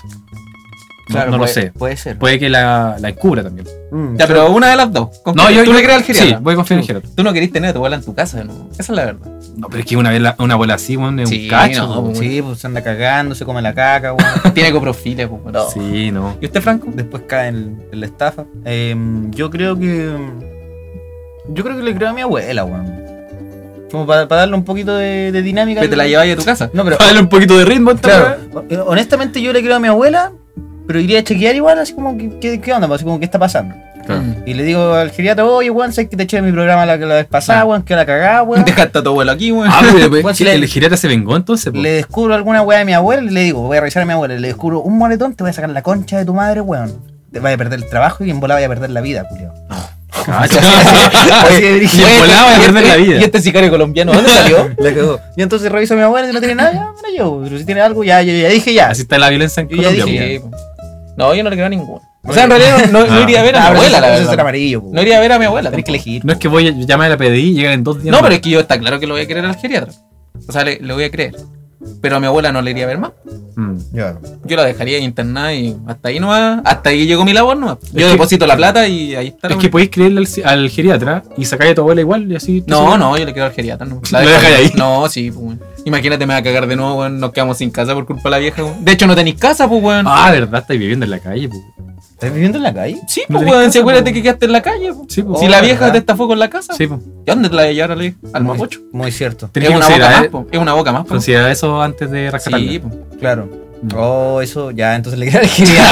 Speaker 2: No, no lo
Speaker 1: puede-
Speaker 2: sé.
Speaker 1: Puede ser.
Speaker 2: Puede que la, la encubra también.
Speaker 1: Mm.
Speaker 3: Ya, pero una de las dos. ¿Con
Speaker 2: No,
Speaker 3: qué-
Speaker 2: yo-
Speaker 3: ¿Tú
Speaker 2: yo-
Speaker 3: le crees al
Speaker 2: sí,
Speaker 3: geriatra?
Speaker 2: voy a confiar en el
Speaker 3: Tú-
Speaker 2: geriatra.
Speaker 3: Tú no querís tener a tu abuela en tu casa, ¿no? Esa es la verdad.
Speaker 2: No, pero es que una vez la- una bola así, weón, es
Speaker 3: Sí,
Speaker 2: un cacho.
Speaker 3: no,
Speaker 2: weón.
Speaker 1: Sí, pues anda cagando, se come la caca, bueno.
Speaker 3: Tiene coprofilia, pues, weón.
Speaker 2: Sí, no.
Speaker 3: ¿Y usted, Franco?
Speaker 1: Después cae en, en la estafa. Eh, yo creo que. Yo creo que le creo a mi abuela, weón. Como para, darle un poquito de, de dinámica.
Speaker 3: Que te la
Speaker 1: al-
Speaker 3: lleváis a tu casa.
Speaker 1: No, pero
Speaker 2: Dale un poquito de ritmo, esta
Speaker 1: Claro,
Speaker 2: weá.
Speaker 1: eh, honestamente yo le creo a mi abuela, pero iría a chequear igual, así como, ¿qué, qué, qué onda? Así como, ¿qué está pasando?
Speaker 2: Claro.
Speaker 3: Mm.
Speaker 1: Y le digo al geriatra, oye, weón, sabes que te eché de mi programa la, la vez pasada,
Speaker 3: Ah.
Speaker 1: weón, que la cagá, weón.
Speaker 3: Dejaste a tu abuelo aquí, weón.
Speaker 2: Ah, pero, pero,
Speaker 1: Bueno,
Speaker 2: ¿qué?
Speaker 1: le-
Speaker 2: el geriatra se vengó entonces. po?
Speaker 1: Le descubro alguna weá de mi abuela y le digo, voy a revisar a mi abuela. Le descubro un moretón, te voy a sacar la concha de tu madre, weón. Te vas a perder el trabajo y en volada vas a perder la vida, culiao.
Speaker 3: Ah,
Speaker 2: Cacho.
Speaker 1: Así de
Speaker 2: Y
Speaker 1: brígido.
Speaker 2: en volada va a perder la vida.
Speaker 3: ¿Y este sicario colombiano dónde salió?
Speaker 1: La cagó. Y entonces reviso a mi abuela, si no tiene nada, ya, bueno, yo. Pero si tiene algo, ya, yo ya dije ya.
Speaker 2: Así está la violencia en
Speaker 1: Yo ya
Speaker 2: Colombia.
Speaker 1: dije,
Speaker 2: weón.
Speaker 3: Sí, po. No, yo no le creo a ninguno. O
Speaker 1: Oye.
Speaker 3: sea, en realidad no, no
Speaker 2: Ah.
Speaker 3: iría a ver a
Speaker 1: Ah,
Speaker 3: mi
Speaker 1: pero
Speaker 3: abuela, la
Speaker 1: eso- eso será
Speaker 3: verdad.
Speaker 1: amarillo, po.
Speaker 3: No iría a ver a mi abuela.
Speaker 1: Tenés que
Speaker 3: tampoco.
Speaker 1: elegir.
Speaker 2: No es que voy, a- ya me la pedí, llega en dos días.
Speaker 3: No,
Speaker 2: más.
Speaker 3: pero es que yo está claro que lo voy a querer al geriatra. O sea, le, le voy a creer. Pero a mi abuela no le iría a ver más.
Speaker 2: Mm.
Speaker 1: Ya.
Speaker 3: Yo la dejaría internada y hasta ahí nomás. Hasta ahí llegó mi labor nomás. Yo
Speaker 2: que-
Speaker 3: deposito la plata y ahí está. la
Speaker 2: Es que
Speaker 3: buena.
Speaker 2: podéis creerle al, al geriatra y sacar a tu abuela igual y así.
Speaker 3: No, no, yo le creo al geriatra. No.
Speaker 2: ¿Lo dejáis ahí?
Speaker 3: No, sí, pues, weón. Imagínate, me va a cagar de nuevo, weón. Nos quedamos sin casa por culpa de la vieja, weón. De hecho, no tenéis casa, pues, weón.
Speaker 2: Ah, verdad, estáis viviendo en la calle. po.
Speaker 1: ¿Estás viviendo en la calle?
Speaker 3: sí,
Speaker 2: no
Speaker 3: pues,
Speaker 2: tenés
Speaker 3: weón. Si
Speaker 2: casa,
Speaker 3: acuérdate
Speaker 2: po.
Speaker 3: que quedaste en la calle, pues.
Speaker 2: Sí, po.
Speaker 3: Si la
Speaker 1: Oh,
Speaker 3: vieja
Speaker 1: ¿verdad?
Speaker 3: te estafó con la
Speaker 1: Oh,
Speaker 3: casa,
Speaker 2: Sí, po.
Speaker 3: ¿y dónde te la voy a llevar a la vieja? Al
Speaker 1: Muy-
Speaker 3: mapocho.
Speaker 1: Muy cierto.
Speaker 2: Tenés
Speaker 3: Es
Speaker 2: que
Speaker 3: una boca
Speaker 2: considerar,
Speaker 3: más, po. Es una boca más, po.
Speaker 2: considerar eso antes de rescatarla.
Speaker 3: Sí, pues. po.
Speaker 1: Claro.
Speaker 2: Mm.
Speaker 1: Oh, eso, ya, entonces le queda el genial.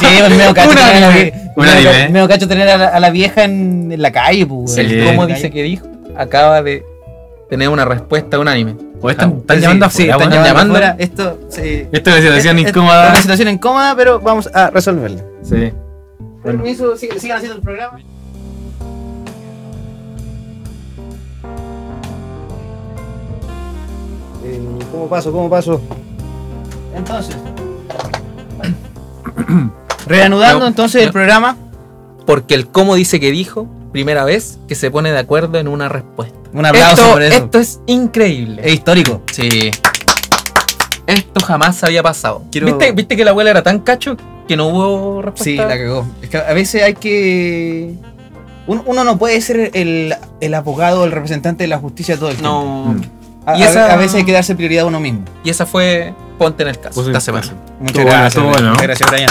Speaker 1: sí, pues medio cacho
Speaker 2: Un
Speaker 1: tener, a la,
Speaker 2: anime.
Speaker 1: vie-
Speaker 2: Un
Speaker 1: medio ca-
Speaker 2: anime.
Speaker 1: medio cacho tener a, la, a la vieja en, en la calle, pues.
Speaker 2: Sí.
Speaker 1: weón.
Speaker 3: El
Speaker 2: Eh,
Speaker 3: cómo
Speaker 1: En la
Speaker 3: dice
Speaker 1: calle.
Speaker 3: que dijo acaba de tener una respuesta unánime.
Speaker 2: O están,
Speaker 3: Ah,
Speaker 2: están
Speaker 1: Sí,
Speaker 2: llamando
Speaker 1: sí,
Speaker 2: afuera,
Speaker 1: están
Speaker 2: weón.
Speaker 1: llamando
Speaker 3: llamando.
Speaker 1: afuera. Esto, sí.
Speaker 2: Esta es una situación
Speaker 1: Es- es
Speaker 2: incómoda.
Speaker 1: Una situación incómoda, pero vamos a resolverla.
Speaker 2: Sí. Bueno.
Speaker 1: Permiso, sig- sigan haciendo el programa. Eh, ¿Cómo paso? ¿Cómo paso? Entonces. Reanudando
Speaker 3: No,
Speaker 1: entonces el
Speaker 3: no.
Speaker 1: programa.
Speaker 3: Porque el cómo dice que dijo, primera vez que se pone de acuerdo en una respuesta.
Speaker 1: Un aplauso
Speaker 3: esto,
Speaker 1: por eso.
Speaker 3: esto es increíble.
Speaker 1: Es histórico.
Speaker 3: Sí. Esto jamás había pasado.
Speaker 1: Quiero-
Speaker 3: ¿Viste, viste que la abuela era tan cacho que no hubo respuesta?
Speaker 1: Sí, la cagó. Es que a veces hay que. Uno, uno no puede ser el, el abogado o el representante de la justicia todo el tiempo.
Speaker 3: No.
Speaker 2: Mm.
Speaker 1: A,
Speaker 3: Y
Speaker 1: a-
Speaker 3: esa-
Speaker 1: a veces hay que darse prioridad a uno mismo.
Speaker 3: Y esa fue Ponte en el caso
Speaker 2: Puse-
Speaker 3: esta semana.
Speaker 1: Muchas
Speaker 2: Estuvo bueno,
Speaker 1: gracias.
Speaker 2: estuvo bueno, ¿no?
Speaker 1: Muchas gracias, Brian.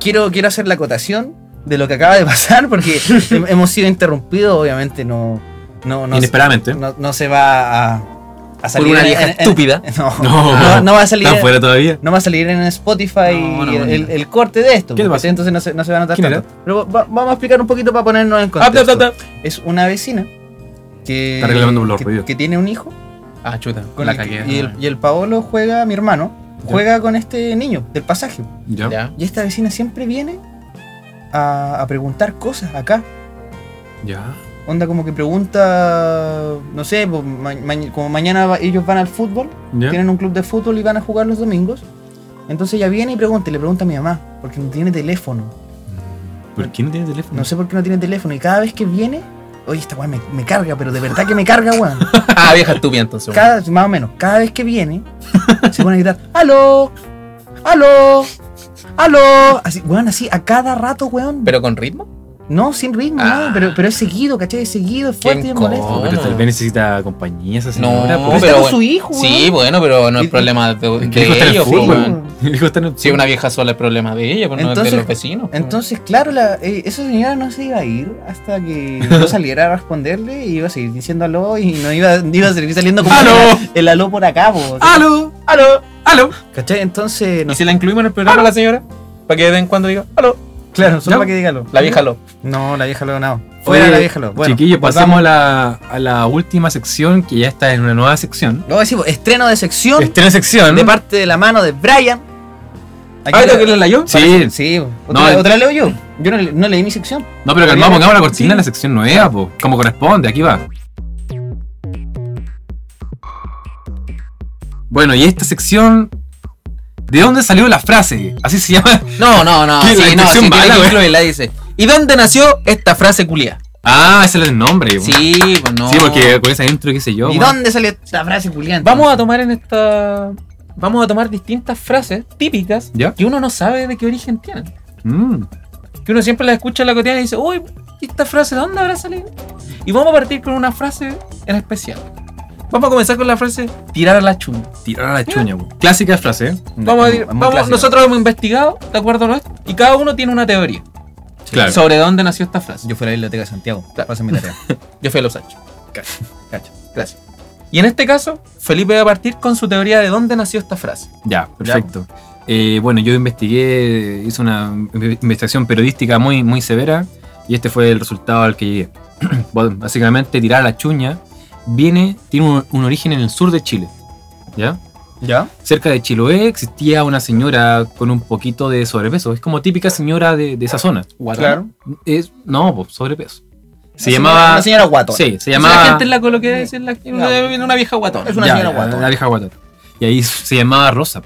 Speaker 1: Quiero, quiero hacer la acotación de lo que acaba de pasar porque hem- hemos sido interrumpidos, obviamente no, no, no,
Speaker 2: Inesperadamente.
Speaker 1: no, no se va a, a
Speaker 3: Por
Speaker 1: salir
Speaker 3: una
Speaker 1: en-
Speaker 3: vieja
Speaker 1: en- en-
Speaker 3: estúpida.
Speaker 1: no,
Speaker 2: No.
Speaker 1: no, no va a salir.
Speaker 2: Están fuera todavía.
Speaker 1: No va a salir en Spotify
Speaker 3: No, no,
Speaker 1: el,
Speaker 3: no.
Speaker 1: el corte de esto.
Speaker 2: ¿Qué te pasa?
Speaker 1: Entonces no se, no se va a notar
Speaker 2: ¿Quién
Speaker 1: tanto. Pero va- vamos a explicar un poquito para ponernos en
Speaker 3: Ah,
Speaker 1: contexto.
Speaker 3: ta, ta, ta.
Speaker 1: Es una vecina que,
Speaker 2: Está reclamando por los
Speaker 1: que-
Speaker 2: ruidos.
Speaker 1: que tiene un hijo
Speaker 3: Ah, chuta.
Speaker 1: con
Speaker 3: la
Speaker 1: el que-
Speaker 3: cagué.
Speaker 1: y, el, y el Paolo juega, mi hermano,
Speaker 2: Ya.
Speaker 1: juega con este niño del pasaje.
Speaker 2: Ya.
Speaker 3: Ya.
Speaker 1: Y esta vecina siempre viene a, a preguntar cosas acá.
Speaker 2: Ya.
Speaker 1: Onda como que pregunta, no sé, po, ma- ma- como mañana va- ellos van al fútbol,
Speaker 2: Ya.
Speaker 1: tienen un club de fútbol y van a jugar los domingos. Entonces ella viene y pregunta, y le pregunta a mi mamá, porque no tiene teléfono.
Speaker 2: ¿Por qué no tiene teléfono?
Speaker 3: Mm.
Speaker 1: No sé por qué no tiene teléfono. Y cada vez que viene, oye, esta weá me, me carga, pero de verdad que me carga, weón.
Speaker 3: Ah, vieja estúpida entonces.
Speaker 1: Cada, más o menos, cada vez que viene, se pone a gritar, ¡Aló! ¡Aló! ¡Aló! Así, weón, así, a cada rato, weón.
Speaker 3: ¿Pero con ritmo?
Speaker 1: No, sin ritmo,
Speaker 3: Ah.
Speaker 1: nada, pero, pero es seguido, ¿cachai? Es seguido, es fuerte y es molesto.
Speaker 3: incómodo.
Speaker 2: Oh, pero
Speaker 3: no.
Speaker 2: tal vez necesita compañía esa
Speaker 3: No,
Speaker 2: señora.
Speaker 1: Pero
Speaker 2: pues.
Speaker 1: está
Speaker 3: pero
Speaker 1: con su hijo,
Speaker 3: Sí,
Speaker 1: weón.
Speaker 3: bueno, pero no
Speaker 1: Y-
Speaker 3: es problema de,
Speaker 2: Es
Speaker 3: de
Speaker 2: que el hijo está en el
Speaker 3: ellos.
Speaker 1: po,
Speaker 2: fútbol.
Speaker 3: weón.
Speaker 2: El hijo está en el
Speaker 3: Si es
Speaker 2: fútbol.
Speaker 3: una vieja sola es problema de ella, pues no es
Speaker 1: Entonces-
Speaker 3: de los vecinos. pues.
Speaker 1: Entonces, claro, la- eh, esa señora no se iba a ir hasta que yo saliera a responderle y iba a seguir diciendo aló y no iba, iba a seguir saliendo como
Speaker 2: ¡Aló!
Speaker 1: el aló por acá, po,
Speaker 3: Ah.
Speaker 2: ¡Aló! ¡Aló! ¡Aló!
Speaker 1: ¿cachai? Entonces, no,
Speaker 3: ¿Y si la incluimos en el programa la señora? Para que de vez en cuando diga, aló,
Speaker 1: claro, solo
Speaker 2: ¿Ya?
Speaker 1: para que diga aló.
Speaker 3: la vieja lo.
Speaker 1: No, la vieja lo no. Fuera
Speaker 2: Oye,
Speaker 1: la vieja lo. Bueno,
Speaker 2: Chiquillos, pasamos
Speaker 1: volvamos.
Speaker 2: a la, a la última sección, que ya está en una nueva sección.
Speaker 1: No, decimos, estreno de sección
Speaker 2: Estrena sección.
Speaker 1: de parte de la mano de Brian. Aquí
Speaker 3: Ah,
Speaker 1: la-
Speaker 3: tengo que leerla yo.
Speaker 2: Sí,
Speaker 1: Sí,
Speaker 2: No,
Speaker 1: otra,
Speaker 2: el-
Speaker 1: otra leo yo. Yo no, le- no leí mi sección.
Speaker 2: no, pero calmado, pongamos la cortina
Speaker 1: Sí.
Speaker 2: en la sección nueva, po, como corresponde, aquí va. Bueno, y esta sección, ¿de dónde salió la frase? Así se llama.
Speaker 3: No, no, no.
Speaker 2: ¿Qué?
Speaker 3: Sí,
Speaker 2: La
Speaker 3: no,
Speaker 2: intención
Speaker 3: sí, tiene
Speaker 2: mala,
Speaker 3: que
Speaker 2: güey.
Speaker 3: incluirla, dice. ¿Y dónde nació esta frase culia?
Speaker 2: Ah, ese es el nombre. po.
Speaker 3: Sí, pues no.
Speaker 2: Sí, porque con esa intro, qué sé yo.
Speaker 1: ¿Y
Speaker 2: bueno.
Speaker 1: dónde salió esta frase, Julián?
Speaker 3: Vamos a tomar en esta. Vamos a tomar distintas frases típicas
Speaker 2: ¿Ya?
Speaker 3: que uno no sabe de qué origen tienen.
Speaker 2: Mm.
Speaker 3: Que uno siempre las escucha en la cotidiana y dice, uy, ¿esta frase de dónde habrá salido? Y vamos a partir con una frase en especial. Vamos a comenzar con la frase tirar a la chuma.
Speaker 2: Tirar a la chuña, po. Clásica frase, ¿eh?
Speaker 3: Vamos a
Speaker 1: Es muy-
Speaker 3: dir-
Speaker 1: es muy
Speaker 3: vamos-
Speaker 1: clásico.
Speaker 3: nosotros hemos investigado, de acuerdo a nuestro, y cada uno tiene una teoría
Speaker 2: Claro.
Speaker 3: sobre dónde nació esta frase. Yo,
Speaker 1: Yo fui a la biblioteca de Santiago.
Speaker 3: Claro.
Speaker 1: Pasen mi tarea.
Speaker 3: fui a los anchos.
Speaker 1: Cacha.
Speaker 3: Gracias. Y en este caso, Felipe va a partir con su teoría de dónde nació esta frase.
Speaker 2: Ya, perfecto. Eh, bueno, yo investigué, hice una inve- investigación periodística muy, muy severa y este fue el resultado al que llegué. Bueno, Básicamente, tirar a la chuña viene, tiene un, un origen en el sur de Chile. ¿Ya?
Speaker 1: ¿Ya?
Speaker 2: Cerca de Chiloé existía una señora con un poquito de sobrepeso. Es como típica señora de, de esa zona.
Speaker 1: Claro.
Speaker 2: Es, no, po, sobrepeso. Se
Speaker 1: Una
Speaker 2: llamaba.
Speaker 1: señora- Una señora guatona.
Speaker 2: Sí, se
Speaker 3: O sea, la
Speaker 2: llamaba.
Speaker 3: gente en la coloquia es en la- en una, en una vieja guatona.
Speaker 1: Es una-
Speaker 2: Ya,
Speaker 1: señora
Speaker 2: ya,
Speaker 1: guatona.
Speaker 2: La vieja guatona. Y ahí se llamaba Rosa.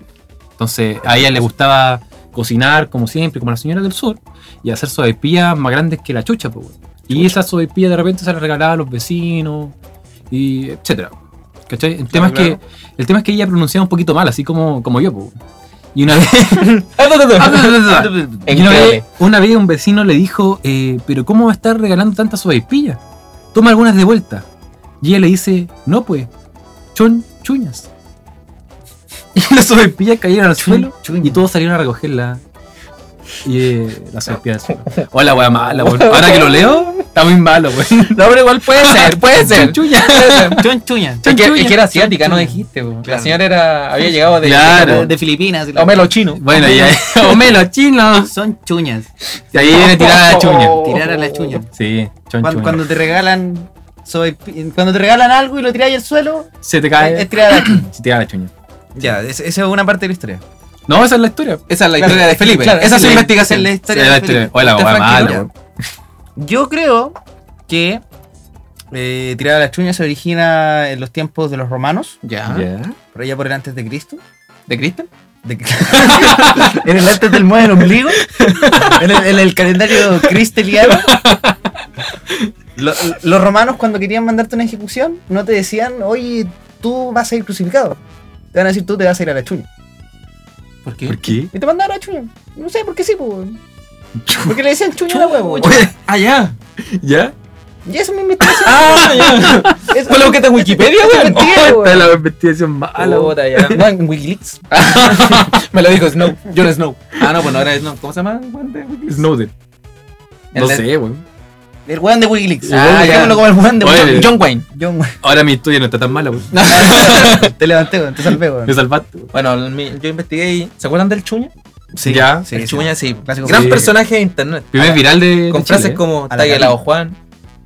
Speaker 2: Entonces a ella le gustaba cocinar como siempre, como la señora del sur, y hacer sopaipillas más grandes que la chucha. Pues, weón. y esas sopaipillas de repente se las regalaba a los vecinos, y etcétera. ¿Cachai? El, tema es que, el tema es que ella pronunciaba un poquito mal, así como, como yo. Pues. weón. Y una vez...
Speaker 3: Ah,
Speaker 2: Ah, y una, vez, una vez un vecino le dijo, eh, pero ¿cómo va a estar regalando tantas sopaipillas? Toma algunas de vuelta. Y ella le dice, no pues, son chuñas. Y las sopaipillas cayeron al suelo
Speaker 1: chuñas.
Speaker 2: y todos salieron a recogerla. Y eh, las sopaipillas al suelo. Hola, wea mala, weón. Ahora que lo leo, está muy malo, weón.
Speaker 3: No, pero igual puede ser, puede ser.
Speaker 2: Chuñas.
Speaker 1: Chonchuña.
Speaker 3: Es que, es que era
Speaker 2: Chonchuña.
Speaker 3: asiática, no dijiste. po. La
Speaker 1: Claro.
Speaker 3: señora era, había llegado de,
Speaker 2: Claro.
Speaker 1: De, de Filipinas. y la-
Speaker 3: o melo chino.
Speaker 2: Bueno, y ahí, Homelo, chinos.
Speaker 1: Son chuñas.
Speaker 2: Y ahí viene tirada la chuña.
Speaker 3: Oh,
Speaker 1: Tirar a la chuña.
Speaker 2: Sí, chon
Speaker 1: Cuando,
Speaker 2: chuña.
Speaker 1: cuando te regalan. soy- cuando te regalan algo y lo tiráis al suelo,
Speaker 2: se te
Speaker 1: es
Speaker 2: cae,
Speaker 1: tirar a la chuña.
Speaker 2: se tira la chuña.
Speaker 1: Ya, es- esa es una parte de la historia.
Speaker 2: No, esa es la historia.
Speaker 3: Esa es la
Speaker 1: Claro,
Speaker 3: historia de Felipe.
Speaker 1: claro,
Speaker 3: Esa es su
Speaker 1: la-
Speaker 3: investigación.
Speaker 1: es
Speaker 3: este-
Speaker 1: la historia
Speaker 2: Sí,
Speaker 1: de
Speaker 2: la historia.
Speaker 1: Felipe.
Speaker 2: Hola,
Speaker 3: Está
Speaker 2: weá,
Speaker 3: tranquilo,
Speaker 2: mala,
Speaker 1: Ah, ya.
Speaker 2: weón.
Speaker 1: Yo creo que eh, tirar a la chuña se origina en los tiempos de los romanos,
Speaker 3: Ya.
Speaker 2: Ya.
Speaker 1: por allá por el antes de Cristo.
Speaker 3: ¿De Cristian?
Speaker 1: De- en el antes del mueve del ombligo, en el, en el calendario cristeliano. Lo- los romanos cuando querían mandarte una ejecución no te decían, oye, tú vas a ir crucificado. Te van a decir, tú te vas a ir a la chuña.
Speaker 3: ¿Por qué?
Speaker 2: ¿Por qué?
Speaker 1: Y te mandaron a la chuña. No sé por qué sí, pues. Porque le decían chuña a la huevo.
Speaker 3: Ah, ya.
Speaker 2: ¿Ya?
Speaker 1: Y eso me investigación.
Speaker 3: Ah, ya.
Speaker 1: Eso-
Speaker 3: ¿Fue lo que está en Wikipedia,
Speaker 1: Eso es
Speaker 3: weón?
Speaker 1: mentira,
Speaker 2: Oh,
Speaker 1: weón.
Speaker 2: está la investigación mala, weón.
Speaker 3: bota, ya.
Speaker 1: No, en Wikileaks.
Speaker 3: Me lo dijo Snow. John Snow. Ah, no, pues no era Snow. ¿Cómo se llama? Juan de Wikileaks?
Speaker 2: Snowden. No
Speaker 3: El de-
Speaker 2: sé, weón.
Speaker 1: El weón de Wikileaks.
Speaker 3: Ah,
Speaker 1: Ah,
Speaker 3: ya.
Speaker 1: dejémoslo como el weón de
Speaker 2: Oye,
Speaker 1: Wikileaks.
Speaker 3: John Wayne.
Speaker 1: John, weón.
Speaker 2: Ahora mi historia no está tan mala, weón.
Speaker 1: te levanté, weón. Te salvé, weón.
Speaker 2: Me salvaste, weón.
Speaker 3: Bueno, el mi- yo investigué y. ¿Se acuerdan del Chuña?
Speaker 1: Sí,
Speaker 2: Ya.
Speaker 1: sí,
Speaker 3: el
Speaker 1: sí.
Speaker 3: Chuña, sí.
Speaker 1: Clásico
Speaker 3: Gran
Speaker 2: Sí.
Speaker 3: personaje de internet.
Speaker 2: Primer viral de. de
Speaker 3: Con
Speaker 2: Chile,
Speaker 3: frases
Speaker 2: ¿eh?
Speaker 3: como
Speaker 1: A la
Speaker 3: Está helado
Speaker 1: Karina".
Speaker 3: Juan.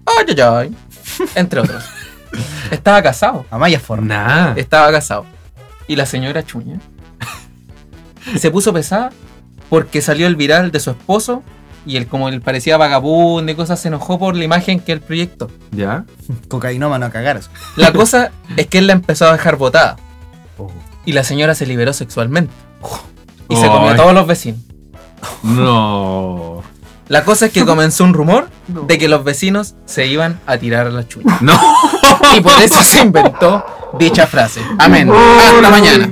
Speaker 3: Ay, ay, ay. Entre otros. Estaba casado.
Speaker 1: Amaya Forna.
Speaker 2: Nah.
Speaker 3: Estaba casado. Y la señora Chuña se puso pesada porque salió el viral de su esposo y él, como él parecía vagabundo y cosas, se enojó por la imagen que el proyecto.
Speaker 2: Ya.
Speaker 1: Cocainómano a cagar.
Speaker 3: La cosa es que él la empezó a dejar botada. Y la señora se liberó sexualmente. Y se comió a
Speaker 2: Ay.
Speaker 3: todos los vecinos.
Speaker 2: No.
Speaker 3: La cosa es que comenzó un rumor de que los vecinos se iban a tirar a la chuña.
Speaker 2: No.
Speaker 3: Y por eso se inventó dicha frase. Amén. Hasta mañana.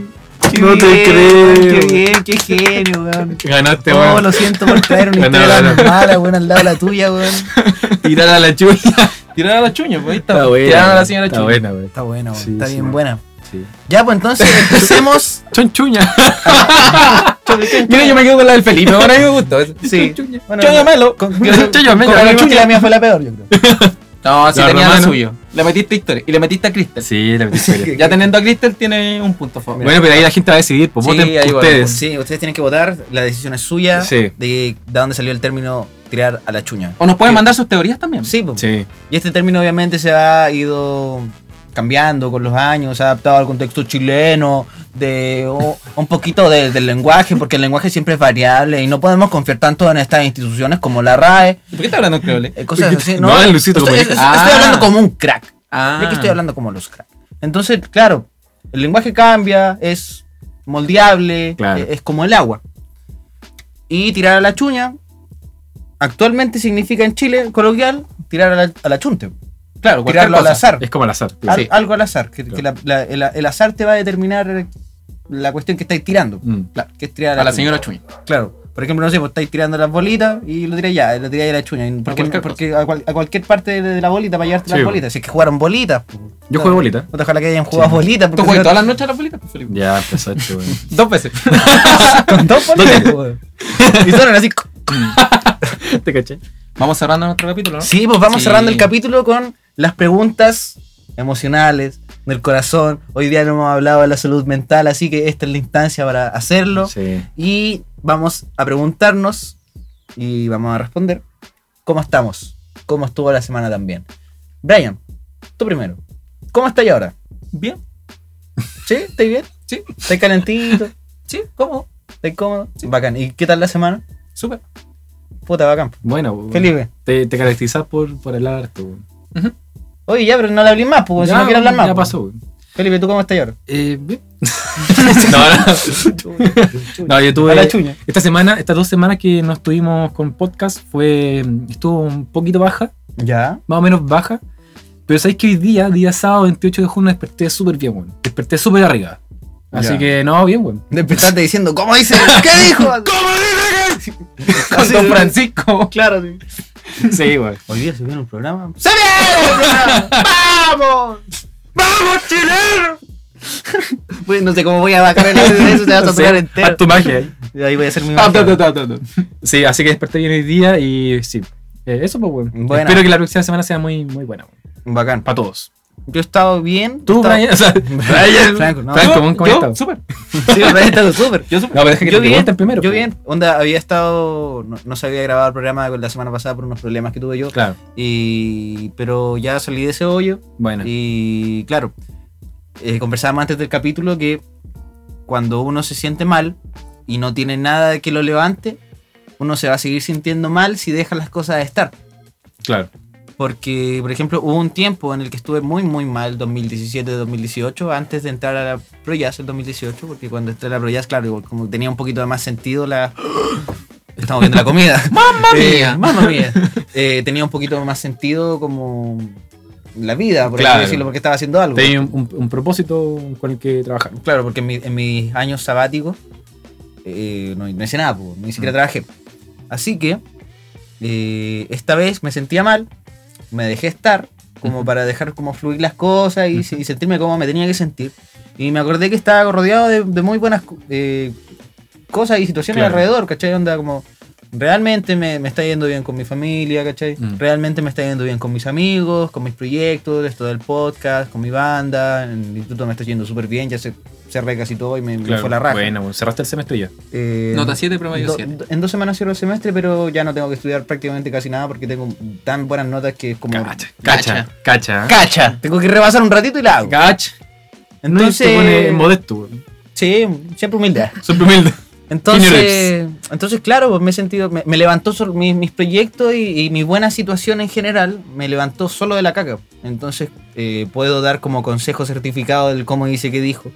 Speaker 1: Qué
Speaker 2: No te
Speaker 1: bien,
Speaker 2: creo.
Speaker 1: weón, Qué bien, qué genio, weón.
Speaker 2: Ganaste,
Speaker 1: Oh,
Speaker 2: weón.
Speaker 1: lo siento por traer una
Speaker 2: Ganó,
Speaker 1: historia
Speaker 2: ganó.
Speaker 1: tan mala, weón, al lado de la tuya, weón.
Speaker 2: Tirar a la chuña.
Speaker 3: Tiraron a la chuña, pues ahí está.
Speaker 2: Está buena.
Speaker 3: Tiraron a la señora
Speaker 2: está
Speaker 3: chuña.
Speaker 2: buena, weón.
Speaker 1: Está buena, weón.
Speaker 2: Sí,
Speaker 1: está
Speaker 2: sí,
Speaker 1: bien
Speaker 2: weón.
Speaker 1: buena.
Speaker 2: Sí.
Speaker 1: Ya, pues entonces empecemos.
Speaker 2: Chonchuña. Mira, yo me quedo con la del Felipe. Ahora a mí me gustó.
Speaker 1: Sí. Bueno,
Speaker 3: Chuña Melo.
Speaker 1: con-
Speaker 2: Yo- yo- yo-
Speaker 1: con-
Speaker 2: yo-
Speaker 1: con la
Speaker 2: yo-
Speaker 1: chuña, la mía fue la peor, yo creo.
Speaker 3: No, si
Speaker 2: La
Speaker 3: tenía lo
Speaker 2: romana.
Speaker 3: suyo. Le metiste historia. Y le metiste a Crystal.
Speaker 2: Sí, la historia.
Speaker 3: Ya teniendo a Crystal tiene un punto favor.
Speaker 2: Bueno, pero ahí la gente va a decidir, pues
Speaker 3: Sí,
Speaker 2: voten
Speaker 3: ahí va.
Speaker 2: ustedes.
Speaker 1: Sí, ustedes tienen que votar, la decisión es suya
Speaker 2: Sí.
Speaker 1: de, de dónde salió el término tirar a la chuña.
Speaker 3: O nos
Speaker 2: eh,
Speaker 3: pueden mandar sus teorías también.
Speaker 1: Sí, pues.
Speaker 2: Sí.
Speaker 1: Y este término obviamente se ha ido cambiando con los años, se ha adaptado al contexto chileno, de o- un poquito de- del lenguaje, porque el lenguaje siempre es variable y no podemos confiar tanto en estas instituciones como la RAE,
Speaker 3: ¿Por qué está hablando en creole?
Speaker 1: eh, cosas así. No,
Speaker 2: No, el Luisito
Speaker 1: estoy,
Speaker 2: Comunica.
Speaker 1: estoy- estoy
Speaker 3: Ah.
Speaker 1: hablando como un crack.
Speaker 3: Ah.
Speaker 1: Yo aquí estoy hablando como los cracks. Entonces, claro, el lenguaje cambia, es moldeable,
Speaker 2: Claro.
Speaker 1: eh, es como el agua. Y tirar a la chuña, actualmente significa en Chile, coloquial, tirar a la, a la chunte.
Speaker 3: Ah, Claro, cualquier
Speaker 1: Tirarlo al
Speaker 3: cosa.
Speaker 1: azar.
Speaker 2: Es como al azar. pues.
Speaker 1: Al-
Speaker 2: claro.
Speaker 1: Algo al azar. Que, que la- la- el, el azar te va a determinar la cuestión que estáis tirando.
Speaker 2: Mm.
Speaker 1: Claro, que es tirar
Speaker 3: A la
Speaker 1: chuña.
Speaker 3: señora Chuña.
Speaker 1: Claro. Por ejemplo, no sé, pues estáis tirando las bolitas y lo tiráis ya, lo tiráis a la chuña. Porque,
Speaker 3: cualquier
Speaker 1: porque a, cual- a cualquier parte de, de la bolita para llevarte
Speaker 2: Sí,
Speaker 1: las
Speaker 2: bo.
Speaker 1: bolitas. Si es que jugaron bolitas. pues.
Speaker 2: Yo juego bolita.
Speaker 1: Puta, Ojalá que hayan jugado bolitas.
Speaker 3: ¿Tú
Speaker 1: porque
Speaker 3: juegas
Speaker 1: si no-
Speaker 3: todas las noches a la bolita, Felipe?
Speaker 2: Ya empezaste, weón.
Speaker 3: Dos veces.
Speaker 1: con dos bolitas. po. y son así.
Speaker 2: Te caché.
Speaker 3: Vamos cerrando nuestro capítulo, ¿no?
Speaker 1: Sí, pues vamos
Speaker 3: Sí.
Speaker 1: cerrando el capítulo con las preguntas emocionales del corazón. Hoy día no hemos hablado de la salud mental, así que esta es la instancia para hacerlo.
Speaker 2: Sí.
Speaker 1: Y vamos a preguntarnos y vamos a responder cómo estamos, cómo estuvo la semana también. Brian, tú primero. ¿Cómo estás ahora?
Speaker 3: Bien.
Speaker 1: ¿Sí? ¿Estás bien?
Speaker 3: Sí.
Speaker 1: ¿Estás calentito?
Speaker 3: Sí, ¿cómo?
Speaker 1: ¿Estás cómodo? Bacán. ¿Y qué tal la semana?
Speaker 3: Súper.
Speaker 1: Puta, bacán.
Speaker 2: Bueno, weón.
Speaker 1: Felipe.
Speaker 2: Te, te caracterizas por, por el arte, weón.
Speaker 3: Ujú.
Speaker 1: Oye, ya, pero no le hablé más, porque si no quiero hablar más.
Speaker 2: Ya
Speaker 1: pues.
Speaker 2: pasó, weón.
Speaker 1: Felipe, ¿tú cómo estás ahora?
Speaker 2: Eh, bien. no, no. no, yo tuve.
Speaker 1: A la chuña.
Speaker 2: Esta semana, estas dos semanas que no estuvimos con podcast, fue estuvo un poquito baja,
Speaker 1: Ya.
Speaker 2: más o menos baja. Pero sabéis que hoy día, día sábado 28 de junio, desperté súper bien, weón. Desperté súper arriba. Así
Speaker 1: Ya.
Speaker 2: que no, bien, weón.
Speaker 1: Empezaste diciendo, ¿cómo dice? ¿Qué dijo? ¿Cómo dice?
Speaker 3: Con Don Francisco.
Speaker 1: Claro, sí.
Speaker 2: Sí, weón.
Speaker 1: Hoy día se viene un programa. ¡Se viene un programa! ¡Vamos! ¡Vamos, chileno! Bueno, no sé cómo voy a bajar el audio de eso, te vas a tocar entero.
Speaker 2: Haz tu magia ahí.
Speaker 1: Y ahí voy a hacer mi
Speaker 3: Ta,
Speaker 1: magia.
Speaker 3: ta, ta, ta, ta, ta.
Speaker 2: Sí, así que desperté bien hoy día y sí. Eh, eso pues bueno.
Speaker 1: Buena.
Speaker 2: Espero que la próxima semana sea muy, muy buena.
Speaker 1: Bacán.
Speaker 2: Para todos.
Speaker 1: Yo he estado bien.
Speaker 2: Tú,
Speaker 1: he estado-
Speaker 2: Brian. O sea, Brian.
Speaker 1: Franco, no.
Speaker 2: Franco, ¿cómo-
Speaker 3: Yo-
Speaker 2: cómo
Speaker 3: yo,
Speaker 2: has estado?
Speaker 3: Súper.
Speaker 1: Sí, Brian ha estado súper.
Speaker 3: Yo súper.
Speaker 2: No, pero deja que
Speaker 1: yo
Speaker 2: te
Speaker 1: bien,
Speaker 2: pregunten primero.
Speaker 1: yo
Speaker 2: pues.
Speaker 1: bien. Onda, había estado. No, no sabía grabar el programa la semana pasada por unos problemas que tuve yo.
Speaker 2: Claro.
Speaker 1: Y, pero ya salí de ese hoyo.
Speaker 2: Bueno.
Speaker 1: Y claro, eh, conversábamos antes del capítulo que cuando uno se siente mal y no tiene nada que lo levante, uno se va a seguir sintiendo mal si deja las cosas de estar.
Speaker 2: Claro.
Speaker 1: Porque, por ejemplo, hubo un tiempo en el que estuve muy, muy mal, 2017-2018, antes de entrar a la ProJazz el 2018, porque cuando entré a la ProJazz, claro, igual como tenía un poquito de más sentido la... Estamos viendo la comida. ¡Mamma
Speaker 3: mía!
Speaker 1: ¡Mamma mía! Eh, tenía un poquito más sentido como la vida, por
Speaker 2: Claro.
Speaker 1: así decirlo, porque estaba haciendo algo.
Speaker 2: Tenía un, un- un propósito con el que trabajar.
Speaker 1: Claro, porque en, mi- en mis años sabáticos eh, no, no hice nada, po, ni siquiera trabajé. Así que eh, esta vez me sentía mal, me dejé estar, como para dejar como fluir las cosas y, se- y sentirme como me tenía que sentir. Y me acordé que estaba rodeado de, de muy buenas co- eh, cosas y situaciones
Speaker 2: Claro.
Speaker 1: alrededor, ¿cachai? Onda como, realmente me, me está yendo bien con mi familia, ¿cachai?
Speaker 2: Mm.
Speaker 1: Realmente me está yendo bien con mis amigos, con mis proyectos, esto del podcast, con mi banda, en el instituto me está yendo súper bien, ya se cerré casi todo y me, me
Speaker 2: Claro.
Speaker 1: fue la raja.
Speaker 2: Bueno, bueno, cerraste el semestre ya.
Speaker 1: Eh,
Speaker 3: Nota 7, promedio
Speaker 1: do-
Speaker 3: 7.
Speaker 1: do- en dos semanas cierro el semestre, pero ya no tengo que estudiar prácticamente casi nada porque tengo tan buenas notas que es como...
Speaker 2: Cacha. Cacha. Cacha.
Speaker 1: Cacha. Tengo que rebasar un ratito y la hago.
Speaker 2: Cacha. Entonces. Te pone
Speaker 1: Entonces...
Speaker 2: modesto, weón.
Speaker 1: sí, siempre humildad.
Speaker 2: Súper humilde.
Speaker 1: Entonces, entonces claro, pues me he sentido, me, me levantó sol- mis, mis proyectos y, y mi buena situación en general, me levantó solo de la caca. Entonces, eh, puedo dar como consejo certificado del cómo dice que dijo,